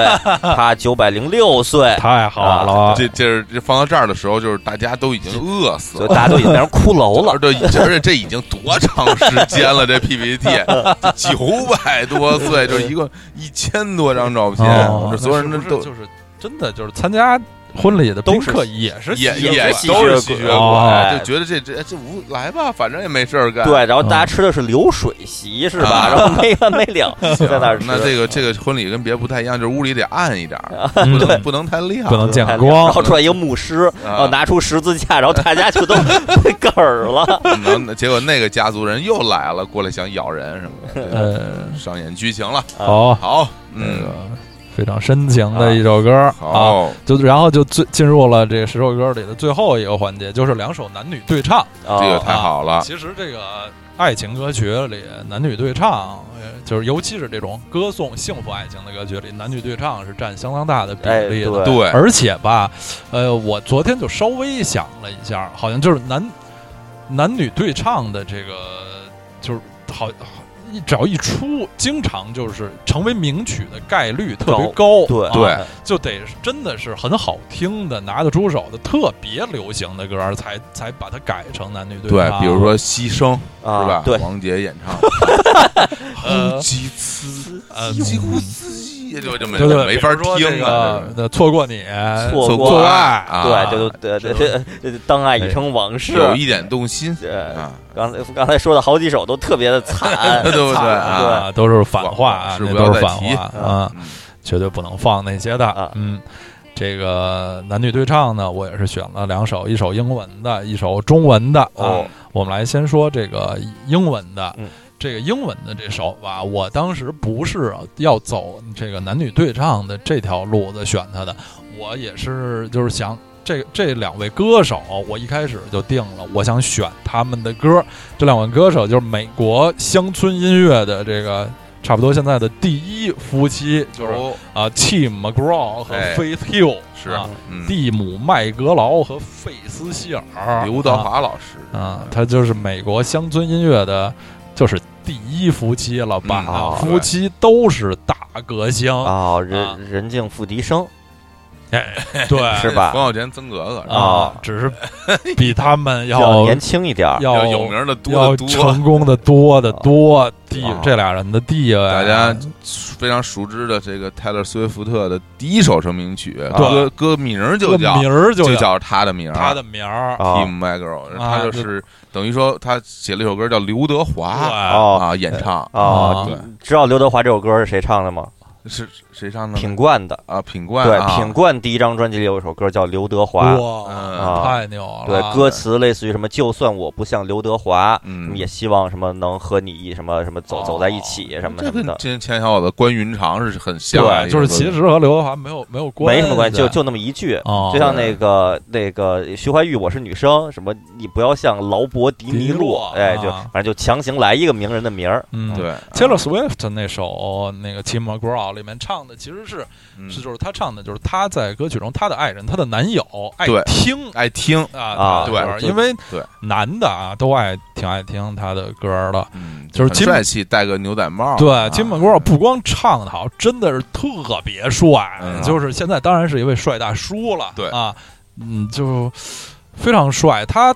他九百零六岁，
太好了，
啊这这是这放到这儿的时候，就是大家都已经饿死
所以
了。
大家都已经变成骷髅 了
而。这而且这已经多长时间了？这 PPT 九百多岁，就一个一千多张照片，
哦
这所有人
那
都
是不是就是真的就是参加婚礼的
都
宾
是
客也是
也
喜
也
吸血
都
鬼
是吸血鬼，
哦
就觉得这哎这这无来吧，反正也没事儿干。
对，
嗯
然后大家吃的是流水席是吧？
啊
然后没完没 了
行，
在那儿吃。
那这个这个婚礼跟别不太一样，就是屋里得暗一点儿，
嗯
不能不能太亮，
不能见
太亮
光
然后出来一个牧师，
啊
然后拿出十字架，然后大家就都 梗儿了。
然后结果那个家族人又来了，过来想咬人什么的，对
呃，
上演剧情了。
好，
好，
那
啊嗯，
个非常深情的一首歌啊，
好，
就然后就最进入了这十首歌里的最后一个环节，就是两首男女对唱。
这
这个太好了，
其实这个爱情歌曲里男女对唱，呃就是尤其是这种歌颂幸福爱情的歌曲里，男女对唱是占相当大的比
哎，
例的。
对，
对，
而且吧，呃，我昨天就稍微想了一下，好像就是男男女对唱的这个，就是好，一只要一出，经常就是成为名曲的概率特别高，
对
啊
对，
就得是真的是很好听的、拿得出手的、特别流行的歌儿，才才把它改成男女对
对
唱，，
比如说《牺牲》是吧
啊，？对，
王杰演唱，
呃
几次
呃，
几乎自己就就没
对对，
没法
比如说这
听了
个，，呃错过你，
错
错
过
过
爱
啊，哎
对，这都对对对，这当爱已成往事。
有一点动心
呃，
啊，
刚才刚才说的好几首都特别的惨，
对不对
惨
啊？
啊，都是反话啊，
是
那
不要
都是
再
反
提
话啊，
嗯
绝对不能放那些的。
啊
嗯，这个男女对唱呢，我也是选了两首，一首英文的，一首中文的。
哦
啊，我们来先说这个英文的。
嗯
这个英文的这首吧，我当时不是要走这个男女对唱的这条路子选它的，我也是就是想这这两位歌手，我一开始就定了，我想选他们的歌。这两位歌手就是美国乡村音乐的这个差不多现在的第一夫妻，就是
哦
啊，Tim McGraw 和
哎
Faith Hill
是
啊，
嗯
蒂姆麦格劳和费斯希尔，
刘德华老师
啊啊，他就是美国乡村音乐的，就是第一夫妻了吧？
嗯
啊
哦
夫妻都是大歌星，
哦，
啊
人人敬付笛声
对
是吧
冯小田、曾格格
啊
啊，
只是比 他们
要
要
年轻一点儿，
要
要
有名的多
要
得多
成。功的多得多，地
啊
这俩人的地位，
大
啊
家非常熟知的这个泰勒·斯威夫特的第一首成名曲，歌歌名儿
这
就
个
叫
名儿
就
叫
叫他的名儿，
他的名儿，
啊
Tim McGraw，
啊
他就是等于说他写了一首歌叫《刘德华》
对，
哦
啊，演唱
哦，
对
你知道刘德华这首歌是谁唱的吗？
是谁唱的呢？
品冠的，
啊，品冠
对，
啊
品冠第一张专辑里有一首歌叫《刘德华》，
哇，
嗯
啊
太牛了，
对，歌词类似于什么“就算我不像刘德华”，
嗯
也希望什么能和你什么什么走走在一起什么
哦这
什么
跟
的，
之前前小友的关云长是很像的
对，
一
就
个歌，嗯
是其实和刘德华没有没有关
没
系，
什么关系，就就那么一句。
哦，
就像那个那个徐怀钰，我是女生，什么你不要像劳勃迪尼
迪尼洛
哎，就
啊
反正就强行来一个名人的名儿，
嗯，
对
Taylor Swift 那首那个《Tim McGraw》里面唱的其实是
嗯
是就是他唱的就是他在歌曲中他的爱人他的男友爱
对
听
爱听，
啊
啊
他的歌
对
因为
对
男的啊都爱挺爱听他的歌儿的。
嗯，
就是
很
金
帅气，戴个牛仔帽，
对
啊，
金本光不光唱的好，真的是特别帅，
嗯
就是现在当然是一位帅大叔了，
对
啊，嗯，就非常帅。他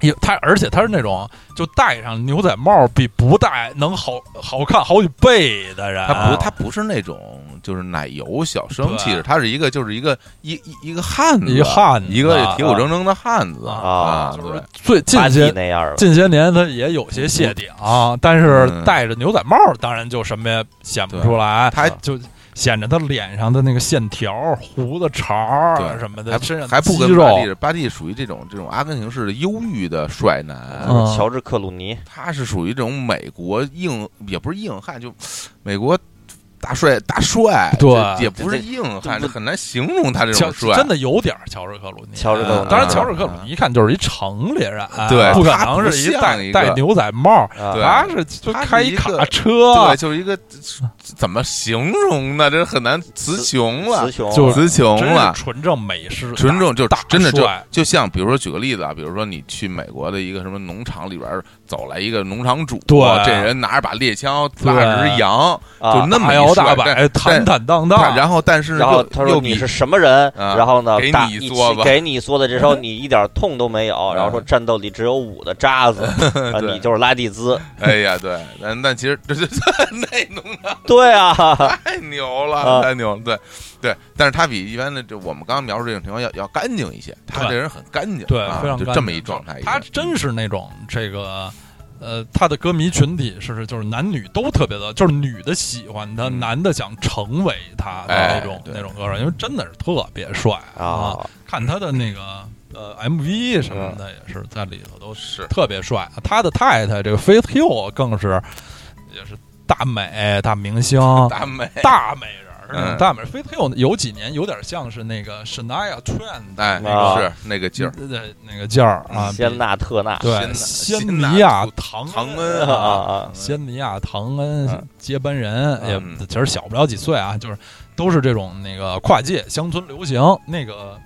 也他，而且他是那种就戴上牛仔帽比不戴能好好看好几倍的人，
他不，他不是那种就是奶油小生气
对
质，他是一个就是一个一一一个汉子，
一个汉子
一个铁骨铮铮的汉子
啊
啊，
就是
对
最近
巴蒂
些
那样儿吧。
近些年他也有些谢顶、啊，但是
嗯
戴着牛仔帽当然就什么也显不
对
出来，
他
就显着他脸上的那个线条、胡子茬儿
对
什么的，身
还
上
还不
肌
跟巴
肉
蒂，巴蒂属于这种这种阿根廷式的忧郁的帅男，
嗯
乔治克鲁尼
他是属于这种美国硬也不是硬汉，就美国大帅大帅，
对
这也不是硬汉，
这
这很难形容他这
乔
种啊帅，
真的有点乔治克鲁尼。啊
乔治克鲁尼
当然乔治克鲁尼一看就是一城里人，
对
不可
他不
能是
像
戴
一个
戴牛仔帽，
啊
对
他是就
他是
开
一
一
个
卡车啊
对，，就是一个怎么形容呢？这很难词穷了
雌，雄啊
就
词穷
真是
了。
纯正美式，
纯正就是
大
真的就
帅
就像比如说举个例子啊，比如说你去美国的一个什么农场里边儿走来一个农场主，
对
这人拿着把猎枪，
对
拉着只羊，
啊
就那么
大
一
摇
帅
大
但
摆，坦
但
坦荡啊
但
荡。
然后但是
然后
又
他说
又
你
比
是什么人？
啊
然后呢，
给你
大
一
起
撮吧嗯
给你一梭子，这时候你一点痛都没有，然后说战斗力只有五的 渣子，啊
对
你就是拉蒂兹。
哎呀，对，但但其实 这这那农场
对 啊，
太牛
啊
了，太牛了，对对，但是他比一般的就我们刚刚描述这种情况要要干净一些，他
对
这人很干净，
对，
啊
非常
就
干
这么
净
一状态，
他真是那种这个。呃，他的歌迷群体是就是男女都特别的，就是女的喜欢他，
嗯
男的想成为他的
哎
那种、
对
那种歌手，因为真的是特别帅啊！
啊，
看他的那个呃 MV 什么的也是在里头都
是
特别帅。他的太太这个 Faith Hill 更是也是大美大明星，
大美，
大美人儿，那种
嗯
大美人。Faith Hill 有几年有点像是那个 Shania Twain 的
哎，
啊
是那个劲儿，
呃那个劲儿啊，
仙纳特纳
对，
仙
仙
纳
尼亚
仙纳
唐
唐
啊
恩
啊
啊，
啊，
仙尼亚唐恩
嗯
接班人
嗯
也其实小不了几岁啊，就是都是这种那个跨界乡村流行那个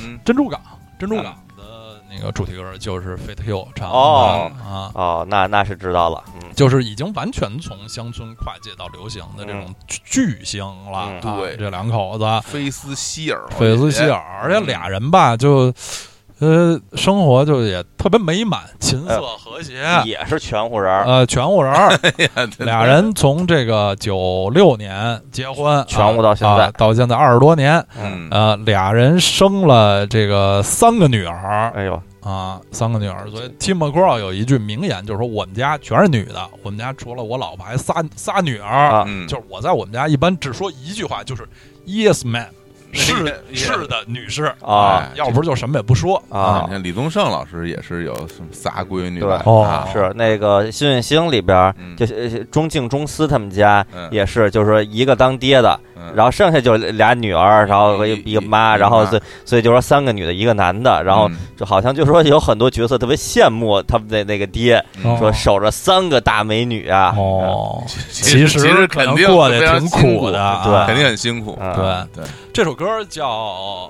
嗯，
珍珠港，珍珠港的那个主题歌就是 Fit Hill 唱的、
哦
啊。
哦，那那是知道了，嗯，
就是已经完全从乡村跨界到流行的这种巨星了，
嗯
啊
对
这两口子，
菲斯希尔，
菲斯希尔，
哦
而
嗯
且俩人吧，就呃，生活就也特别美满，琴
哎
瑟和谐，
也是全乎人儿，
呃，全乎 人儿，
哎，
俩人从这个九六年结婚，
全乎到现在
啊到现在二十多年，
嗯，
呃，俩人生了这个三个女儿
哎呦，
啊，三个女儿。所以 Tim McGraw 有一句名言，就是说我们家全是女的，我们家除了我老婆还仨仨女儿，
啊
嗯，
就是我在我们家一般只说一句话，就是 Yes, ma'am，是
Yeah,
是的，女士。
啊
哎
要不就什么也不说
啊
你看李宗盛老师也是有什么仨闺女
对
的
哦
啊，
是那个《新运星》里边儿
嗯，
就是呃中敬中司他们家
嗯
也是，就是说一个当爹的，
嗯
然后剩下就俩女儿，然后一
一
一个妈，
一个
然后
妈
所以所以就说三个女的，一个男的，然后
嗯
就好像就说有很多角色特别羡慕他们的那个爹，
嗯
说守着三个大美女啊，
哦。
其
实
实
可
肯
能
定
过得
非常
挺
辛苦
苦的啊，
对
肯定很辛苦，
嗯
对，
对，
这首歌叫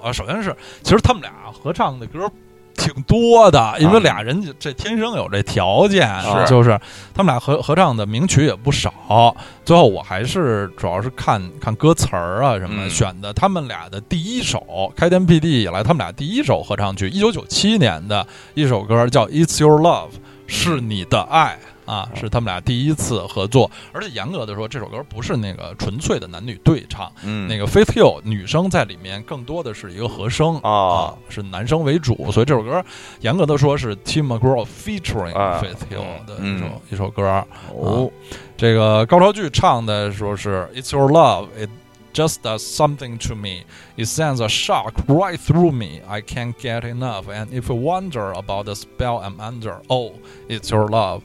呃，首先是其实他们俩合唱的歌挺多的，因为
嗯
俩人这天生有这条件，啊
是
就是他们俩合合唱的名曲也不少。最后我还是主要是看看歌词儿啊什么的
嗯
选的，他们俩的第一首开天辟地以来，他们俩第一首合唱曲，一九九七年的一首歌叫《It's Your Love》，是你的爱。啊，
嗯
是他们俩第一次合作，而且严格的说，这首歌不是那个纯粹的男女对唱，
嗯，
那个 Faith Hill 女生在里面更多的是一个和声、
哦
啊，是男生为主，所以这首歌严格的说是 Tim McGraw featuring
啊
Faith Hill 的一首、
嗯
一首歌。哦、这个高潮剧唱的说是 It's your love, it just does something to me. It sends a shock right through me. I can't get enough. And if you wonder about the spell I'm under, oh, it's your love.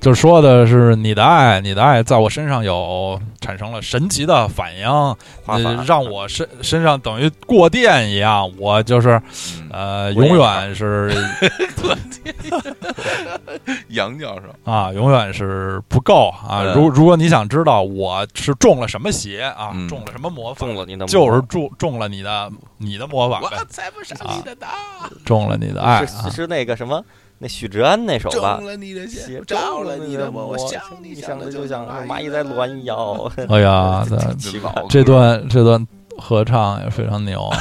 就说的是你的爱，你的爱在我身上有产生了神奇的反应，
花法
呃让我身身上等于过电一样，我就是
嗯
呃，
过电
永远是
杨教授，
啊，永远是不够啊。
嗯
如如果你想知道我是中了什么邪啊，
嗯
中了什么魔法
中，了你的
就是中中了你的你的魔法呗，
才不上
啊
你
的当，
中了你的
哎
爱
是
啊
是。是那个什么那许志安那首吧。
了你的
写中你想哎的就像
哎
蚂蚁在
乱
乱摇，
哎呀，这
起宝
这段这段合唱也非常牛啊，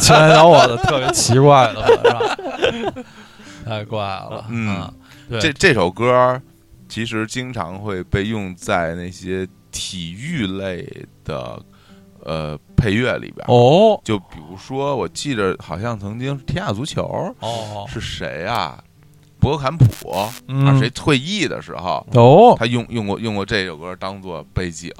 前来找我的特别奇怪的合唱，太怪了。
嗯
啊，对
这这首歌其实经常会被用在那些体育类的呃配乐里边。，
哦
就比如说，我记着好像曾经是天下足球
哦
是谁啊？博格坎普啊
嗯
谁退役的时候，
哦，
他用用过用过这首歌当做背景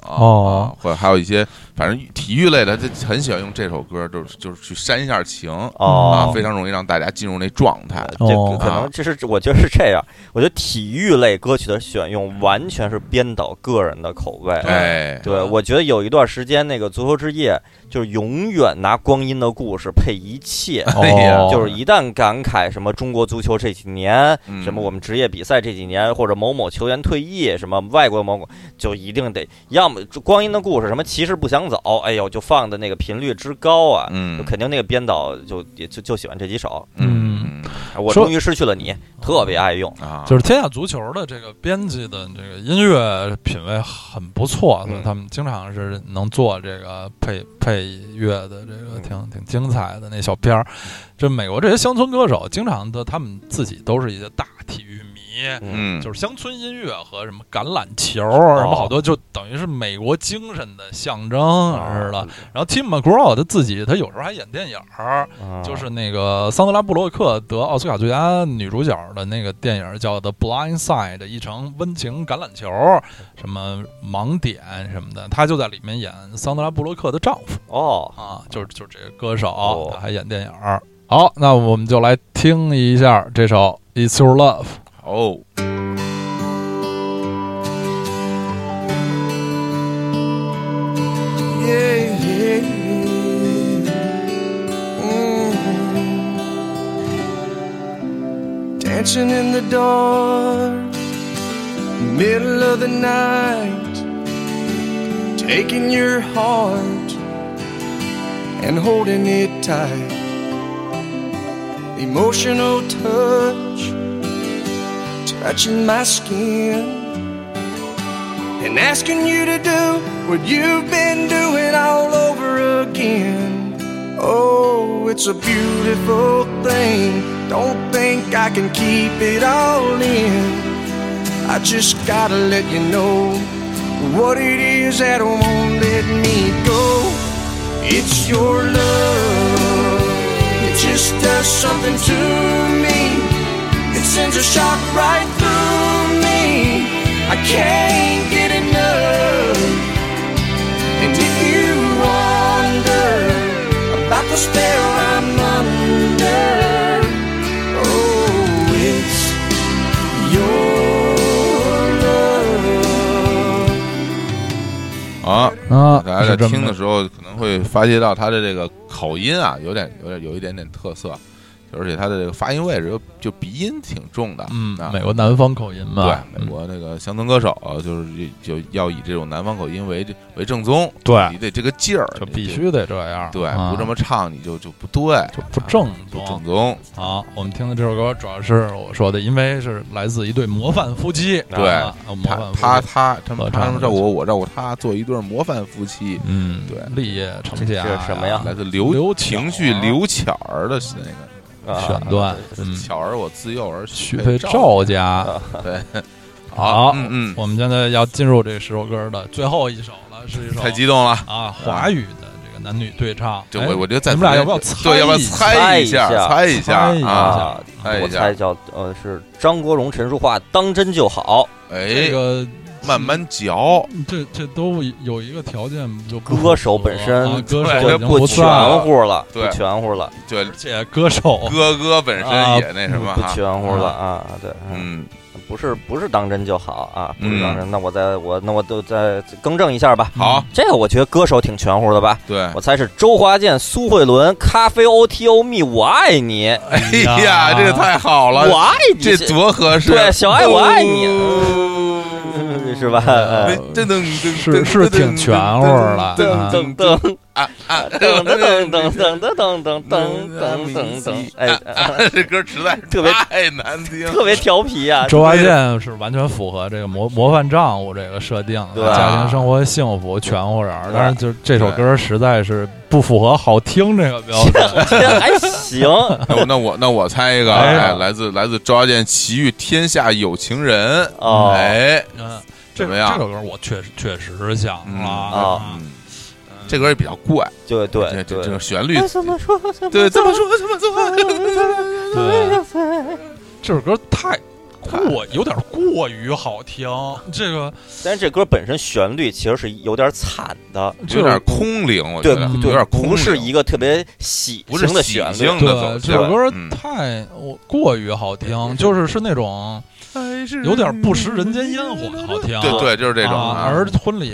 啊，
哦
或者还有一些反正体育类的，他很喜欢用这首歌，就是就是去煽一下情啊
哦，，
非常容易让大家进入那状态。
这个
哦
可能这是我觉得是这样，我觉得体育类歌曲的选用完全是编导个人的口味。
哎，
对，我觉得有一段时间那个足球之夜就是永远拿光阴的故事配一切，
哎呀
哦
就是一旦感慨什么中国足球这几年，
嗯
什么我们职业比赛这几年，或者某某球员退役，什么外国某某，就一定得要么就光阴的故事，什么骑士不想走，哎呦，就放的那个频率之高啊，
嗯
就肯定那个编导就也就就喜欢这几首。
嗯
啊我
说
终于失去了你，特别爱用。
啊，
就是天下足球的这个编辑的这个音乐品味很不错，所以
嗯
他们经常是能做这个配配乐的这
嗯
个挺挺精彩的那小片儿。这美国这些乡村歌手，经常的他们自己都是一些大体育迷，
嗯，
嗯，哦
就是乡村音乐和什么橄榄球，啊什么好多就等于是美国精神的象征
哦
似的。然后 Tim McGraw 他自己，他有时候还演电影儿，
嗯
啊
就是那个桑德拉布洛克得奥斯卡最佳女主角的那个电影叫《The Blind Side》，译成《温情橄榄球》，什么盲点什么的，她就在里面演桑德拉布洛克的丈夫
哦，
啊，就是就是这个歌手，
哦
她还演电影儿。好，那我们就来听一下这首《It's Your Love》。
哦，
Yeah, yeah, yeah. Mhm. Dancing in the dark, middle of the night, taking your heart and holding it tight. Emotional touch, touching my skin and asking you to do what you've been doing all over again. Oh, it's a beautiful thing. Don't think I can keep it all in. I just gotta let you know what it is that won't let me go. It's your love. It just does something to me. It sends a shock right through me. I can't get enough. And if you wonder about the spell I'm under, oh, it's your love.
啊，
啊，
大家在
是这么
听的时候可能会发觉到他的这个口音啊，有点有点有一点点特色，而且他的这个发音位置又就鼻音挺重的，
嗯
啊，，
美国啊南方口音嘛，嗯
对，美国那个乡村歌手就是就要以这种南方口音为为正宗，
对
你得这个劲儿，
啊就
你
必
这
须得这样，
对，
啊
不这么唱你就就不对，啊
就不正
不
宗。
正宗，
好，我们听的这首歌主要是我说的，因为是来自一对模范夫妻，
对
啊模
他他
范夫妻，
他他
合
们
唱
他们
的
照
这
顾我，我照顾他，做一对模范夫妻，
嗯，
对
立业成家，
这是什么呀
来自刘
嗯刘巧啊
情绪
儿
刘巧儿的那个
啊
选段，嗯，
巧儿，我自幼儿许
许配赵家，
对，
好，
嗯嗯
我们现在要进入这十首歌的最后一首了，是一首
太激动了。
啊，华语的这个男女对唱，
就
哎
我我觉得再
你们俩
猜
要不要
对，要不要
一下
猜一下？猜
猜
一
猜一
啊！
下
猜一
我
下
猜叫呃是张国荣、陈淑桦《当真就好
这
哎，
个
慢慢嚼，
这这都有一个条件，就不
歌手本身
啊歌
对
手已
这
经》，
不
算
全
了，
乎了，不
对
全乎了，
对，
而且歌手
哥哥本身
啊
也那什么
不
哈，
全乎了啊！对，
嗯，
不是不是当真就好啊，不
嗯
是当真。那我再我那我都再更正一下吧。
嗯
好，
这个我觉得歌手挺全乎的吧，
对，
我猜是周华健、苏慧伦、咖啡 O T O Me，我爱你，
哎呀，这个太好
我
了，
爱你，
这多合适，
对小爱我爱你
哦
是吧？
哎
嗯
噔噔噔，
是是挺全乎的
噔
啊
噔噔
啊啊
噔噔噔噔噔噔噔噔噔噔噔，哎，
啊这歌实在是
特别
太难听，
特别调皮啊！
周华健是完全符合这个模模范丈夫这个设定的，
对啊
家庭生活幸福全乎人儿。
对
但是就是这首歌实在是不符合好听这个标 准。
这还行，
那我那我那我猜一个，
哎
哎，来自来自周华健《奇遇天下有情人》
哦
哎，
嗯，这
怎么样
这首歌我确实确实想
嗯
了
哦
啊，
嗯这歌也比较怪，
对
这
对
这
对
这，个旋律，
哎怎么说？
对，这么说这么说，
嗯对，这首歌太过，有点过于好听。这个
但是这歌本身旋律其实是有点惨的，
有点空灵，我觉
对
得
嗯
有
对
点，空
不是
灵，
一个特别喜
不是
庆的
喜
旋律，
庆的走
对这首
向
歌
嗯
太我过于好听，就是是那种有点不食人间烟火的好听。
对对，就是这种
啊
啊。
而婚礼，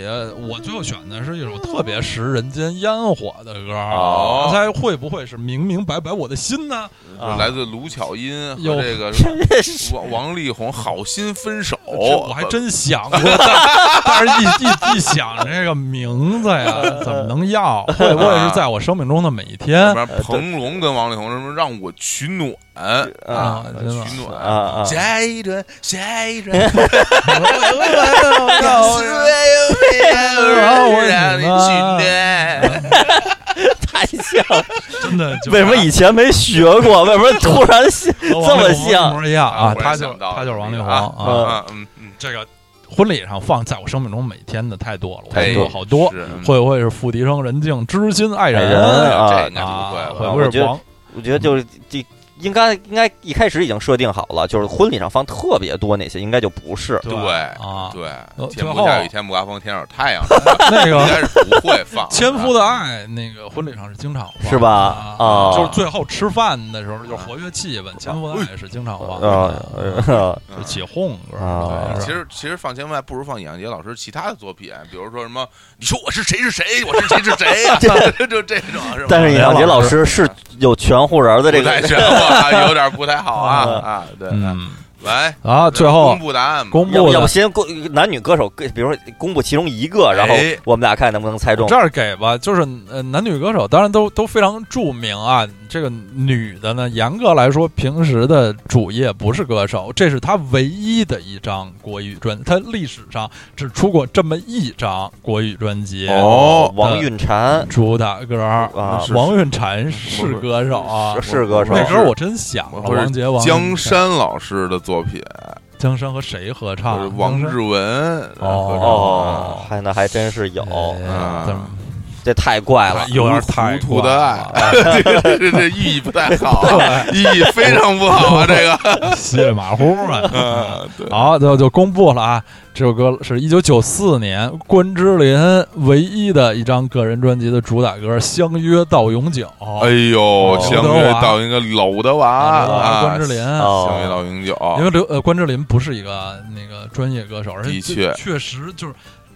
我最后选的是一首特别食人间烟火的歌。
哦
猜会不会是明明白白我的心呢？
啊
来自卢巧音和
哟
这个王王力宏《好心分手》，
这我还真想过，但但是一一一想这个名字呀，怎么能要？会不会是在我生命中的每一天
什么呃彭龙跟王力宏什么让我取暖
啊？
啊
真的
取
啊
暖。
啊！
下一轮，下一轮，
让我
让你
取暖
取暖。
太像了，
真的就
为什么以前没学过？为什么突然像
和
这
王
么
力宏一
像？
模一样啊？
我也
他就
想到了
他就是王力宏
啊
啊！
啊嗯嗯，
这个婚礼上放在我生命中每天的太多了，我
哎
听过好多。
是嗯
会不会是付笛声人静知心爱
爱
人
人啊
这应该
啊
不会
会
了。
不会是王
我觉得就是这应该应该一开始已经设定好了，就是婚礼上放特别多那些，应该就不是
对
啊？
对
呃，
天
最
不
后
下雨，天不刮风，天上有太阳，
那
应
个
该是不会放
前夫的爱，那个婚礼上是经常放
是吧
啊
哦
就是最后吃饭的时候，就是活跃气氛。前夫的爱是经常放
啊
的，
呃
就起哄歌
啊
对
其
是吧
实其实放前外不如放杨杰老师其他的作品，比如说什么，你说我是谁是谁，我是谁是谁啊，就就这种是吧？
但是
也
尹
要
亮杰
老
老师是有全户人的这
不
个
太全啊，有点不太好啊
嗯
啊，对，
嗯
来，
啊，最后
公布答案吧，
公
要
布
不要不
的
先公男女歌手各，比如说公布其中一个，然后
哎
我们俩看能不能猜中
这。儿给吧，就是呃，男女歌手当然都都非常著名啊。这个女的呢，严格来说，平时的主业不是歌手，这是她唯一的一张国语专，她历史上只出过这么一张国语专辑。
哦
嗯
王韵婵
主打歌儿
啊
是
王韵婵是歌手啊，
是是歌手
那歌我真想了，
或者
王杰、王韵婵
江山老师的作品，
江山和谁合
或者
唱？
王
江山
志文
哦
哦，还那还真是有，
哎
嗯
怎么
这太怪
哎
了
太。有点太
糊涂的
怪
爱
了，
这个这这寓意不太好啊，寓意非常不好啊，这个，
稀里哎马虎 嘛。
嗯，对，
好，就就公布了啊！这首歌是一九九四年关之琳唯一的一张个人专辑的主打歌《相约到永久》。
哎呦，相约到一个搂的娃
啊，
啊，
关之琳，
哦
相约到永久，
因为刘呃关之琳不是一个那个专业歌手，而且
的
确
确
确实就是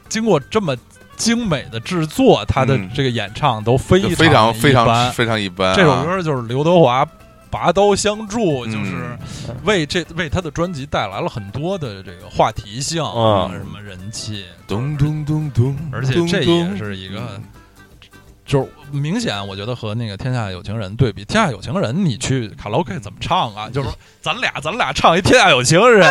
经过这么精美的制作，他的
嗯
这个演唱都非
就非常非
一般
常非常一般啊，
这首歌就是刘德华拔刀相助，
嗯
就是为这为他的专辑带来了很多的这个话题性，啊
嗯
什么人气，
咚咚咚咚，嗯
而且这也是一个。就是明显，我觉得和那个《天下有情人》对比，《天下有情人》你去卡拉 OK 怎么唱
嗯
啊？就是说咱俩咱俩唱一《天下有情人》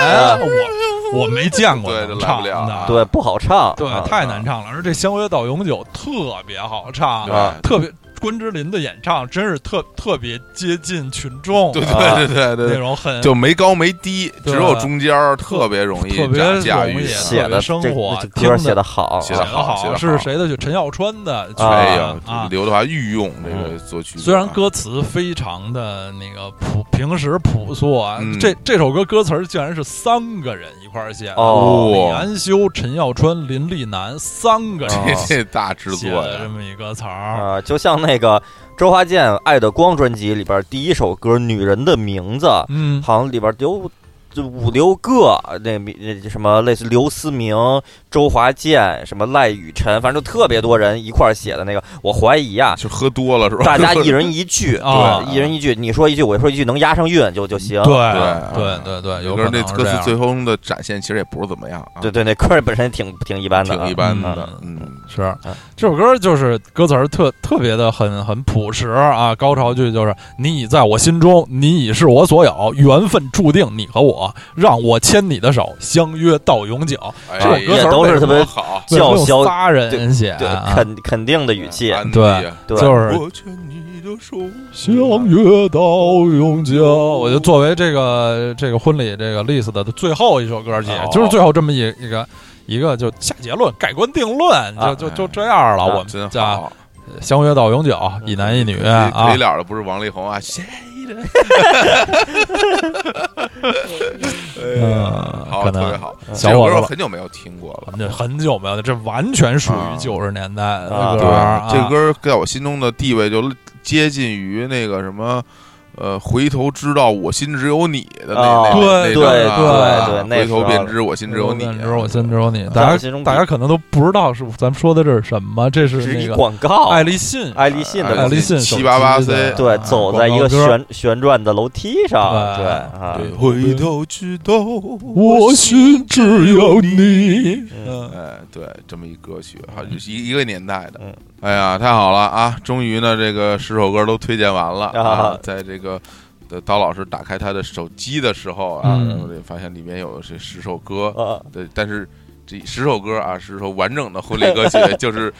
我我没见过
哎对
能
这来
唱
不了
的，
对，不好唱，
对
啊，
太难唱了。而这《相约到永久》特别好唱，
啊
特别关之琳的演唱真是特特别接近群众，啊
对对对对
那
对，
种很
就没高没低，只有中间儿特别容易
特别容易
驾驭，
写
特别
的
生
这
活
这
听
歌
的
写的好，
写
写
得
得
啊
好写得好
是谁的？就陈小春的曲
哎
呀
呀
子，啊。
刘德华御用这个作曲，
虽然歌词非常的那个朴，平时朴素啊，
嗯
这这首歌歌词儿竟然是三个人一块儿写的，
哦
李安修、陈小春、林立南三个人
这哦这啊大制
哦写
作
的
呀
这，么一个词儿，
啊，就像那个周华健《爱的光》专辑里边第一首歌《女人的名字》，
嗯，
好像里边有就五六个那名那什么类似刘思明、周华健、什么赖雨辰，反正就特别多人一块儿写的那个。我怀疑啊，
就喝多了是吧？
大家一人一句
啊
对，一人一句，你说一句，我说一句，能押上韵就就行。
对
对啊
对对，有
有
可
歌
能
那
是
歌
这
词
样
最终的展现其实也不是怎么样啊，
对对，那歌儿本身挺挺一般的啊，
挺一般的
的，
嗯，
是这首歌就是歌词儿特特别的很很朴实啊，高潮句就是你已在我心中，你已是我所有，缘分注定你和我，让我牵你的手，相约到永久。
哎
这首歌
呀
词儿
都是
为什
特别
么好，
为什么
叫
有
嚣
仨人写
对，啊
啊，
肯肯定的语气，
安迪
对
呀
对，
就是
嗯我牵你的手，
相约到永久。我就作为这个这个婚礼这个 list 的最后一首歌写，
哦
就是最后这么一一个。一个就下结论、盖棺定论，就
啊
就就这样了。
啊
我们
真
家
好，嗯
相约到永久，一男一女
陪
啊
陪，了的不是王力宏啊，谁
人。
好，
嗯，可
特别
能
哎好。这
小
首
伙
歌我
子
很久没有听过了。
吧，这很久没有，这完全属
啊
于九十年代的
啊
歌
对，
儿啊。
这歌在我心中的地位就接近于那个什么，呃，回头知道我心只有你的那、
哦
那那
对
张啊
对
对对那
回头
时候
便知我心只有你，啊
只有我心只有你，
在
大
我
家
心中
大家可能都不知道是咱们说的这是什么，这是
是
那
一
个
广告，
爱立信，
爱立信
爱
爱
的
立
立信
信
手机
788 C
的
对，
啊
走在一个
广告歌
旋旋转的楼梯上，
对
对啊，
对
回头知道
我心只有你。
嗯
哎，对，这么一歌曲，好，就是一一个年代的
嗯。
哎呀，太好了啊！终于呢，这个十首歌都推荐完了啊
啊，
在这个。呃刀老师打开他的手机的时候啊，
嗯
然后就发现里面有这十首歌，
啊，
对，呃但是这十首歌啊，是说完整的婚礼歌 曲，就是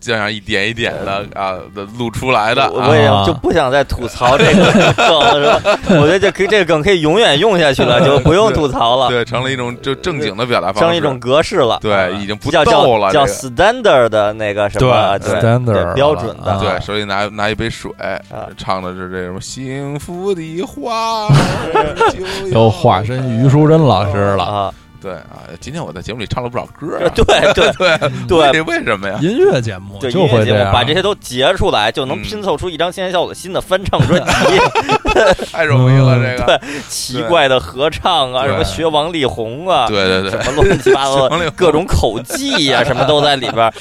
这样一点一点的啊的录出来的
我
啊
我。也
啊
就不想再吐槽这个梗了，是吧？ 我觉得这可以这个梗可以永远用下去了，就不用吐槽了，
对，成了一种就正经的表达方式，
成一种格式了。啊
对，已经不
叫
逗
叫
了。
叫
这个
standard 的那个什么，对
，standard
对标准
啊
的，
对，手里拿拿一杯水
啊，
唱的是这什么幸福的花 就
又化身于淑珍老师了。
啊，
对啊，今天我在节目里唱了不少歌
对
啊，
对对
对
对
为为什么呀？
音乐节目
对，
就
音
会
乐节
这样，
目把这些都截出来，就能
嗯
拼凑出一张新鲜效果的新的翻唱专 辑，
太容易了，
嗯
这个，
奇怪的合唱啊，
对
什么学王力宏啊，
对对对
什。么乱七八糟
王力
的
宏
各种口技呀、什么都在里边儿。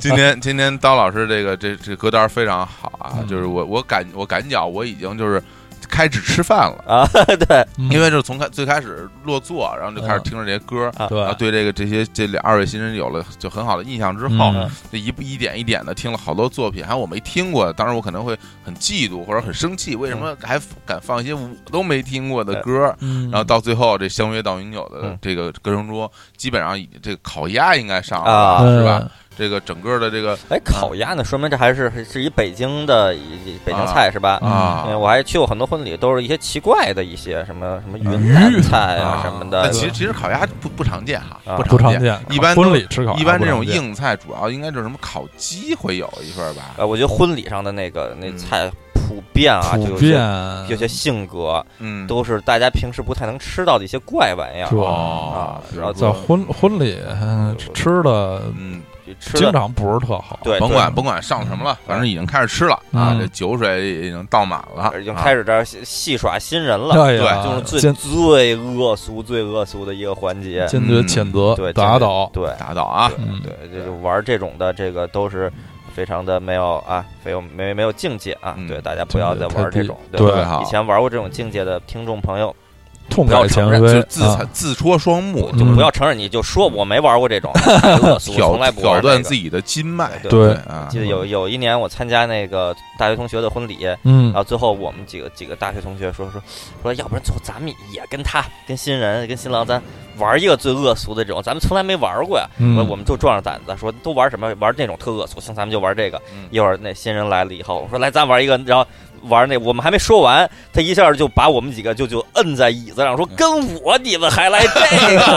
今天今天刀老师这个这这歌单非常好啊，
嗯
就是我我感我感觉啊我已经就是开始吃饭了，
啊，对，
因为就是从开最开始落座，然后就开始听着这些歌。然后对
对
这个这些这俩二位新人有了就很好的印象之后，
嗯
就一步一点一点的听了好多作品，还有我没听过的，当时我可能会很嫉妒或者很生气，为什么还敢放一些我都没听过的歌？
嗯，
然后到最后这相约到永久的
嗯
这个歌声中，基本上已这个烤鸭应该上了，
啊
是吧？？这个整个的这个
哎，烤鸭呢，说明这还是是一北京的一北京菜是吧？
嗯
啊，
嗯，我还去过很多婚礼，都是一些奇怪的一些什么什么云
鱼
南菜
啊
啊什么
但
的。
其实其实烤鸭不不常见哈，
啊
不
常
常见，
一般都
婚礼吃烤鸭
一般
不
这
常
种
见
硬菜主要应该就是什么烤鸡会有一份儿吧？
呃，我觉得婚礼上的那个那
嗯
菜普遍啊，就
普
有些
遍
有些性格
嗯，
都是大家平时不太能吃到的一些怪玩意儿
是吧
哦
啊，然后
在婚婚礼嗯吃的
嗯，
就吃
经
的
常不是特好，
对，
甭
对
管甭管上什么了，反正已经开始吃了啊，
嗯
这酒水也已经倒满了，啊
已经
始
开始这儿戏戏耍新人了。
对
就
呀，
是最
坚
最恶俗、最恶俗的一个环节。
坚决谴责
对
打倒，
对
打倒啊，
嗯
对，就是玩这种的，这个都是非常的没有啊，没有没没有境界啊
嗯。
对，大家不要再玩这种。
对
特
吧
别好
以，前玩过这种境界的听众朋友，
痛
不
改
要承
前
认
就
非
是，自
啊
残自戳双目，
就
嗯
不要承认，你就说我没玩过这 种，太恶俗，
挑
从来不
挑
玩这
断
个
自。己的筋脉，
对
对
啊
记，得有有一年我参加那个大学同学的婚礼，
嗯
然后最后我们几个几个大学同学说说说，要不然最后咱们也跟他跟新人跟新郎咱玩一个最恶俗的这种，咱们从来没玩过呀。
嗯
我我们就壮着胆子说都玩什么玩那种特恶俗，行，咱们就玩这个。
嗯
一会儿那新人来了以后，我说来咱玩一个，然后玩那我们还没说完，他一下就把我们几个就就摁在椅子上说跟我你们还来这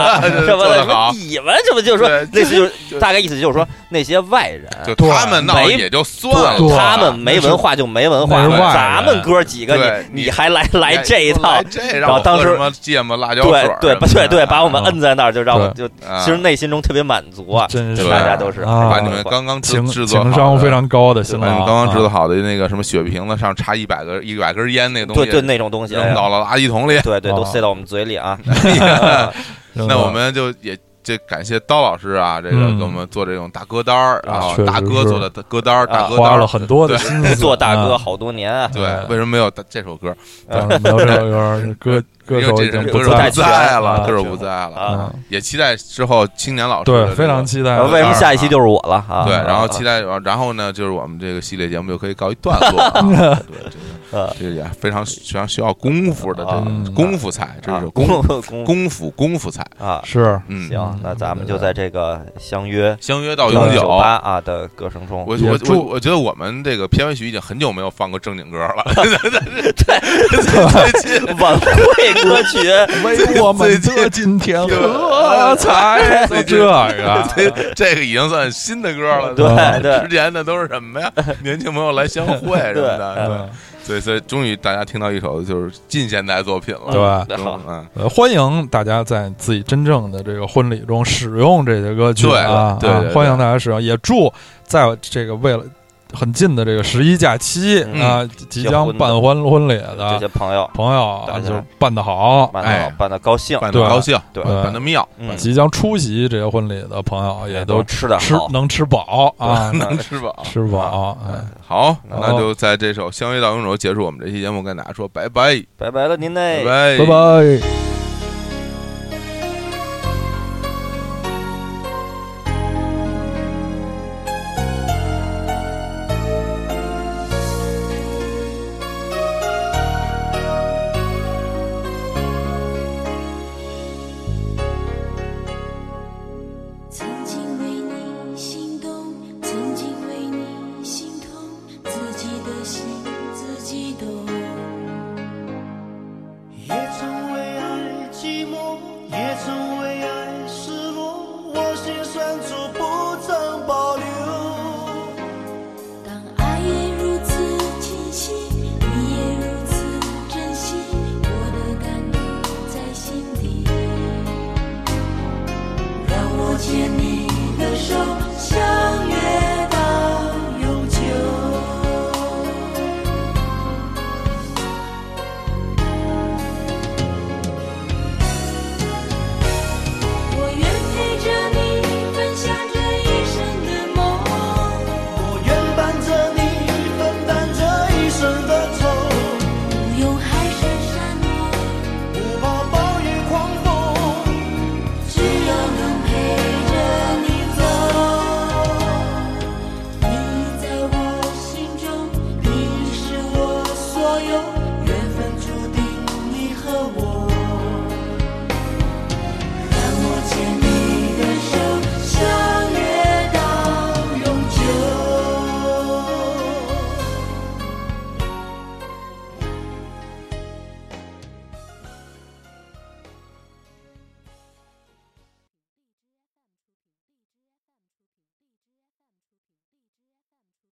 做得好
个什么的，说你们什么就是说
对
类似就是
就
大概意思就是说那些外人
就他们闹
没
也就算
对
了，
他
哇
们没文化就没文
那
化，
是外
咱
人
们哥几个
对
你
你
你还来来这一套
来，这
然
让
后
我
当
喝
时
什么芥末辣椒水
对
儿
对
什么的，
对对，把我们
嗯
摁在那儿就让我就
啊
其实内心中特别满足啊，
真
对
是
大家都是
啊
把你们刚刚制
情
制作
情
好
商
的
非常高的新
把你
郎，
们刚刚制作
啊
好的那个什么雪瓶子上插一百个一百根烟那个东
对
西，
对那种东西，哎
扔
呀
到了垃圾桶里。
对对都
啊
塞到我们嘴 里啊，
真的
那我们就也这感谢刀老师啊，这个
嗯啊
给我们做这种大歌单儿，然后
确实
大哥做的歌单儿，
啊
大歌单
花了
儿。
很多的心 思，
做大哥
啊，
好多年啊，
对，为什么没有这首歌？
啊没有这首歌，
因
歌歌
为
手已
这
经
首
不
歌手
在
不
全
在了，
啊
歌手不在了。
啊
啊，
也期待之后青年老师的这
对，
个
非常期待啊
然后为什么下一期就是我了啊？
对，然后
啊
期待，然后呢，就是我们这个系列节目就可以告一 段落
嗯
啊。对，这个
呃
这个也非常非常需要功夫的，
啊
这个功夫菜，这
啊
是功
公
夫
公
功夫功夫菜。
啊，
是
嗯，
行，那咱们就在这个相约
相约到
到
永久。
八啊的歌声中，
我
也
我我
祝
我觉得我们这个片尾曲已经很久没有放过正经歌 了，对，最近
晚会歌曲，
为我们的今天喝彩，
最近
这个啊
这这个已经算新的歌了，
对
吧
对
之前的都是什么呀？年轻朋友来相会什么的，
嗯
对嗯
对，对，所以终于大家听到一首就是近现代作品了，
对吧
嗯
好
嗯，
呃，欢迎大家在自己真正的这个婚礼中使用这些歌曲
对
啊，
对
啊
对对
欢迎大家使用，也祝在这个为了很近的这个十一假期
嗯
啊，即将办婚婚礼
这
的
些朋友，
朋友啊
大家
就是办得好，
办
啊哎
的办的高兴，
办的
对
高兴，
对
呃
办的妙，
嗯，
即将出席这些婚礼的朋友啊也哎都
吃的
吃
好，嗯
能吃饱啊，
能呃吃饱。
吃饱，哎，
好，
好
那就在这首《相约到永久》结束我们这期节目，跟大家说拜拜，
哎拜拜了您嘞，
拜
拜拜。
「